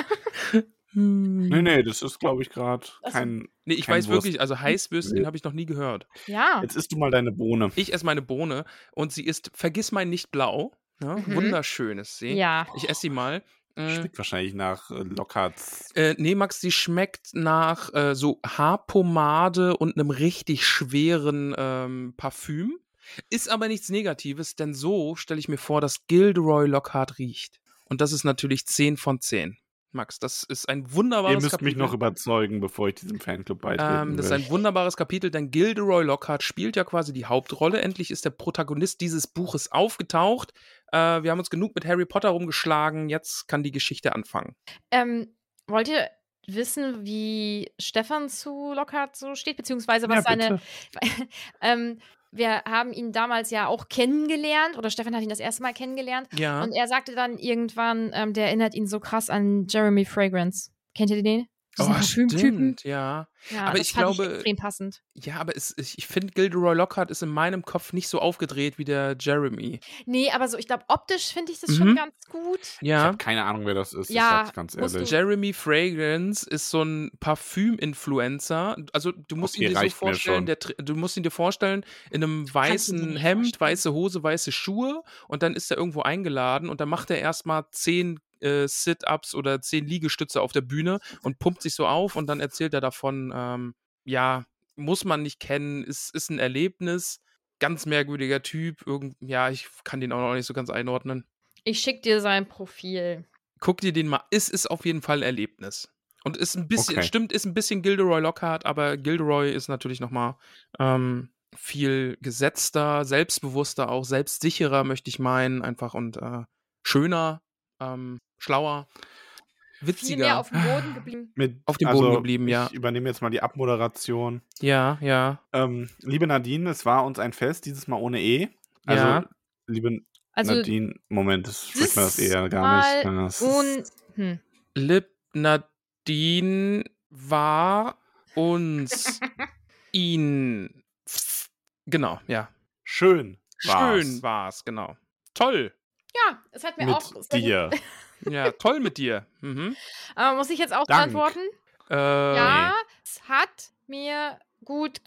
Hm.
Nee, nee, das ist, glaube ich, gerade
Ach so.
kein.
Nee, ich
Kein
weiß
Wurst.
wirklich, also Heißwürstchen
Nee.
habe ich noch nie gehört.
Ja.
Jetzt isst du mal deine Bohne.
Ich esse meine Bohne und sie ist, vergiss mein nicht blau. Ja,
Mhm.
Wunderschön ist sie.
Ja.
Ich esse sie mal. Äh,
Schmeckt wahrscheinlich nach äh, Lockharts.
Äh, nee, Max, sie schmeckt nach äh, so Haarpomade und einem richtig schweren ähm, Parfüm. Ist aber nichts Negatives, denn so stelle ich mir vor, dass Gilderoy Lockhart riecht. Und das ist natürlich 10 von 10. Max, das ist ein wunderbares
Ihr müsst
Kapitel.
mich noch überzeugen, bevor ich diesem Fanclub beitreten
ähm, Das ist
will.
ein wunderbares Kapitel, denn Gilderoy Lockhart spielt ja quasi die Hauptrolle. Endlich ist der Protagonist dieses Buches aufgetaucht. Äh, wir haben uns genug mit Harry Potter rumgeschlagen. Jetzt kann die Geschichte anfangen.
Ähm, wollt ihr wissen, wie Stefan zu Lockhart so steht, beziehungsweise was
Ja,
seine. ähm, wir haben ihn damals ja auch kennengelernt, oder Stefan hat ihn das erste Mal kennengelernt.
Ja.
Und er sagte dann irgendwann, ähm, der erinnert ihn so krass an Jeremy Fragrance. Kennt ihr den? Diesen Parfümtypen?
Oh, stimmt, ja.
Ja,
Aber
das
ich
fand
glaube-
extrem passend.
Ja, aber es, ich, ich finde, Gilderoy Lockhart ist in meinem Kopf nicht so aufgedreht wie der Jeremy.
Nee, aber so, ich glaube, optisch finde ich das
Mhm.
schon ganz gut.
Ich
Ja.
habe keine Ahnung, wer das ist.
Ja,
ich sag's ganz
musst du-
ehrlich.
Jeremy Fragrance ist so ein Parfüm-Influencer. Also du musst
Okay,
ihn dir so
reicht mir
vorstellen,
schon.
der, tr- du musst ihn dir vorstellen, in einem
Kannst du dir
weißen
nicht
Hemd,
vorstellen.
weiße Hose, weiße Schuhe und dann ist er irgendwo eingeladen und dann macht er erstmal zehn äh, Sit-Ups oder zehn Liegestütze auf der Bühne und pumpt sich so auf und dann erzählt er davon, ähm, ja, muss man nicht kennen, ist, ist ein Erlebnis. Ganz merkwürdiger Typ, irgend, ja, ich kann den auch noch nicht so ganz einordnen
Ich schicke dir sein Profil.
guck dir den mal. Es ist auf jeden Fall ein Erlebnis. Und ist ein bisschen,
Okay.
stimmt, ist ein bisschen Gilderoy Lockhart, aber Gilderoy ist natürlich nochmal ähm, viel gesetzter, selbstbewusster, auch selbstsicherer, möchte ich meinen, einfach und äh, schöner, ähm, schlauer.
viel mehr
witziger.
auf dem Boden geblieben.
Mit, also,
Auf dem Boden geblieben, ja.
Ich übernehme jetzt mal die Abmoderation.
Ja, ja.
Ähm, liebe Nadine, es war uns ein Fest, dieses Mal ohne E. Also,
Ja.
liebe
Also
Nadine, Moment, das spricht mir das
das
E ja gar
Mal
nicht. Ja, das ist-
und hm.
Lip Nadine war
[LAUGHS]
uns ihn. Genau, ja.
Schön. War's.
Schön war's, genau. Toll.
ja, es hat mir
Mit
auch sehr gut-
dir.
Ja, toll mit dir. Mhm.
Aber muss ich jetzt auch
Dank.
beantworten?
Äh,
Ja, es hat mir gut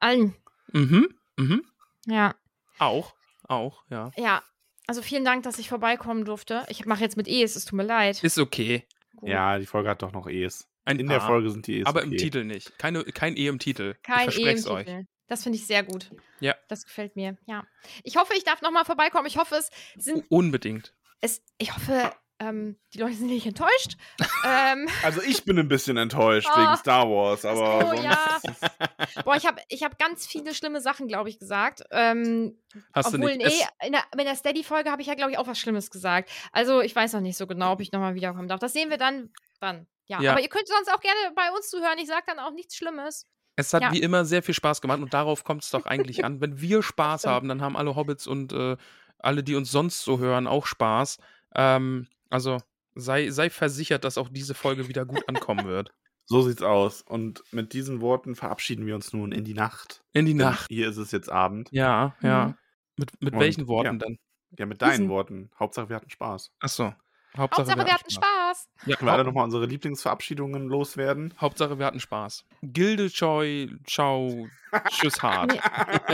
gefallen.
Mhm. Mhm.
Ja,
Auch. Auch, ja.
ja. Also vielen Dank, dass ich vorbeikommen durfte. Ich mache jetzt mit E, E's, es tut mir leid.
Ist okay.
Gut.
Ja, die Folge hat doch noch E's.
Ein
In der
paar,
Folge sind die E's.
Ah, Aber im
okay.
Titel nicht. Keine, kein E im Titel.
Kein
ich
E im
versprech's euch.
Titel. Das finde ich sehr gut.
Ja.
Das gefällt mir. Ja. Ich hoffe, ich darf nochmal vorbeikommen. Ich hoffe, es sind
Unbedingt.
es. Ich hoffe, ähm, die Leute sind
[LAUGHS]
nicht enttäuscht. ähm,
Also, ich bin ein bisschen enttäuscht
Oh.
wegen
[LAUGHS]
Star Wars, aber.
oh
sonst-
ja. Boah, ich habe ich hab ganz viele schlimme Sachen, glaube ich, gesagt. Ähm,
Hast
Obwohl, E
du nicht.
nee, in der, in der Steady-Folge habe ich ja, glaube ich, auch was Schlimmes gesagt. Also, ich weiß noch nicht so genau, ob ich nochmal wiederkommen darf. Das sehen wir dann. dann. Ja.
Ja.
aber ihr könnt sonst auch gerne bei uns zuhören. Ich sage dann auch nichts Schlimmes.
es, es hat
ja.
wie immer sehr viel Spaß gemacht und darauf kommt es
[LAUGHS]
doch eigentlich an. Wenn wir Spaß haben, dann haben alle Hobbits und äh, alle, die uns sonst so hören, auch Spaß. Ähm, also sei, sei versichert, dass auch diese Folge wieder gut ankommen wird.
So sieht's aus. Und mit diesen Worten verabschieden wir uns nun in die Nacht.
In die
Denn
Nacht.
Hier ist es jetzt Abend.
Ja,
Mhm.
ja. Mit, mit
Und,
welchen Worten
ja.
dann?
Ja, mit deinen
Diesen-
Worten. Hauptsache, wir hatten Spaß.
Achso.
Hauptsache, wir hatten Spaß.
Ja,
Können wir alle nochmal unsere Lieblingsverabschiedungen loswerden?
Hauptsache, wir hatten Spaß. Gilde, Choi,
[LAUGHS]
Ciao, Tschüss, Hart.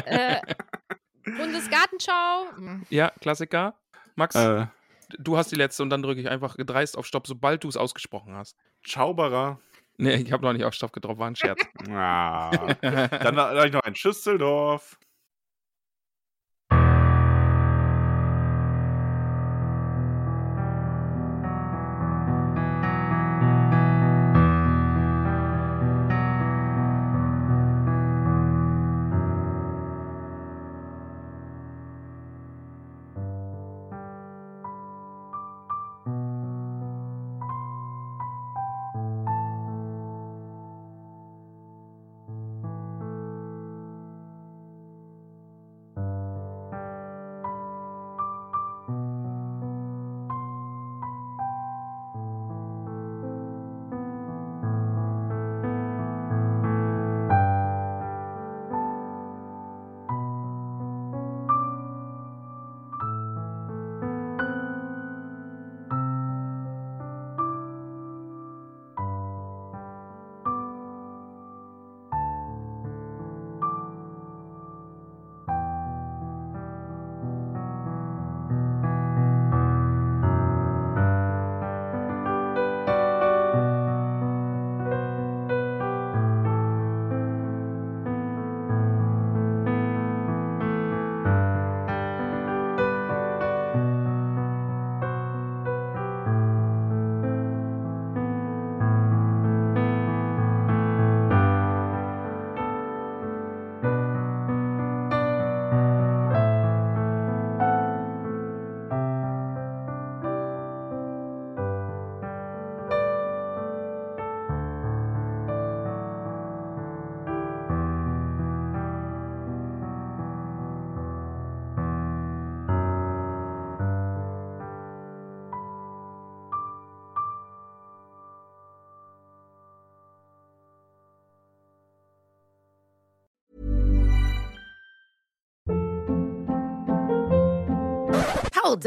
äh,
[LAUGHS]
Bundesgartenschau. Hm.
Ja, Klassiker. Max,
Äh,
du hast die letzte und dann drücke ich einfach dreist auf Stopp, sobald du es ausgesprochen hast.
Zauberer.
Nee, ich habe noch nicht auf Stopp getroffen, war ein Scherz.
Ah. Dann sage ich noch ein Schüsseldorf.
Hold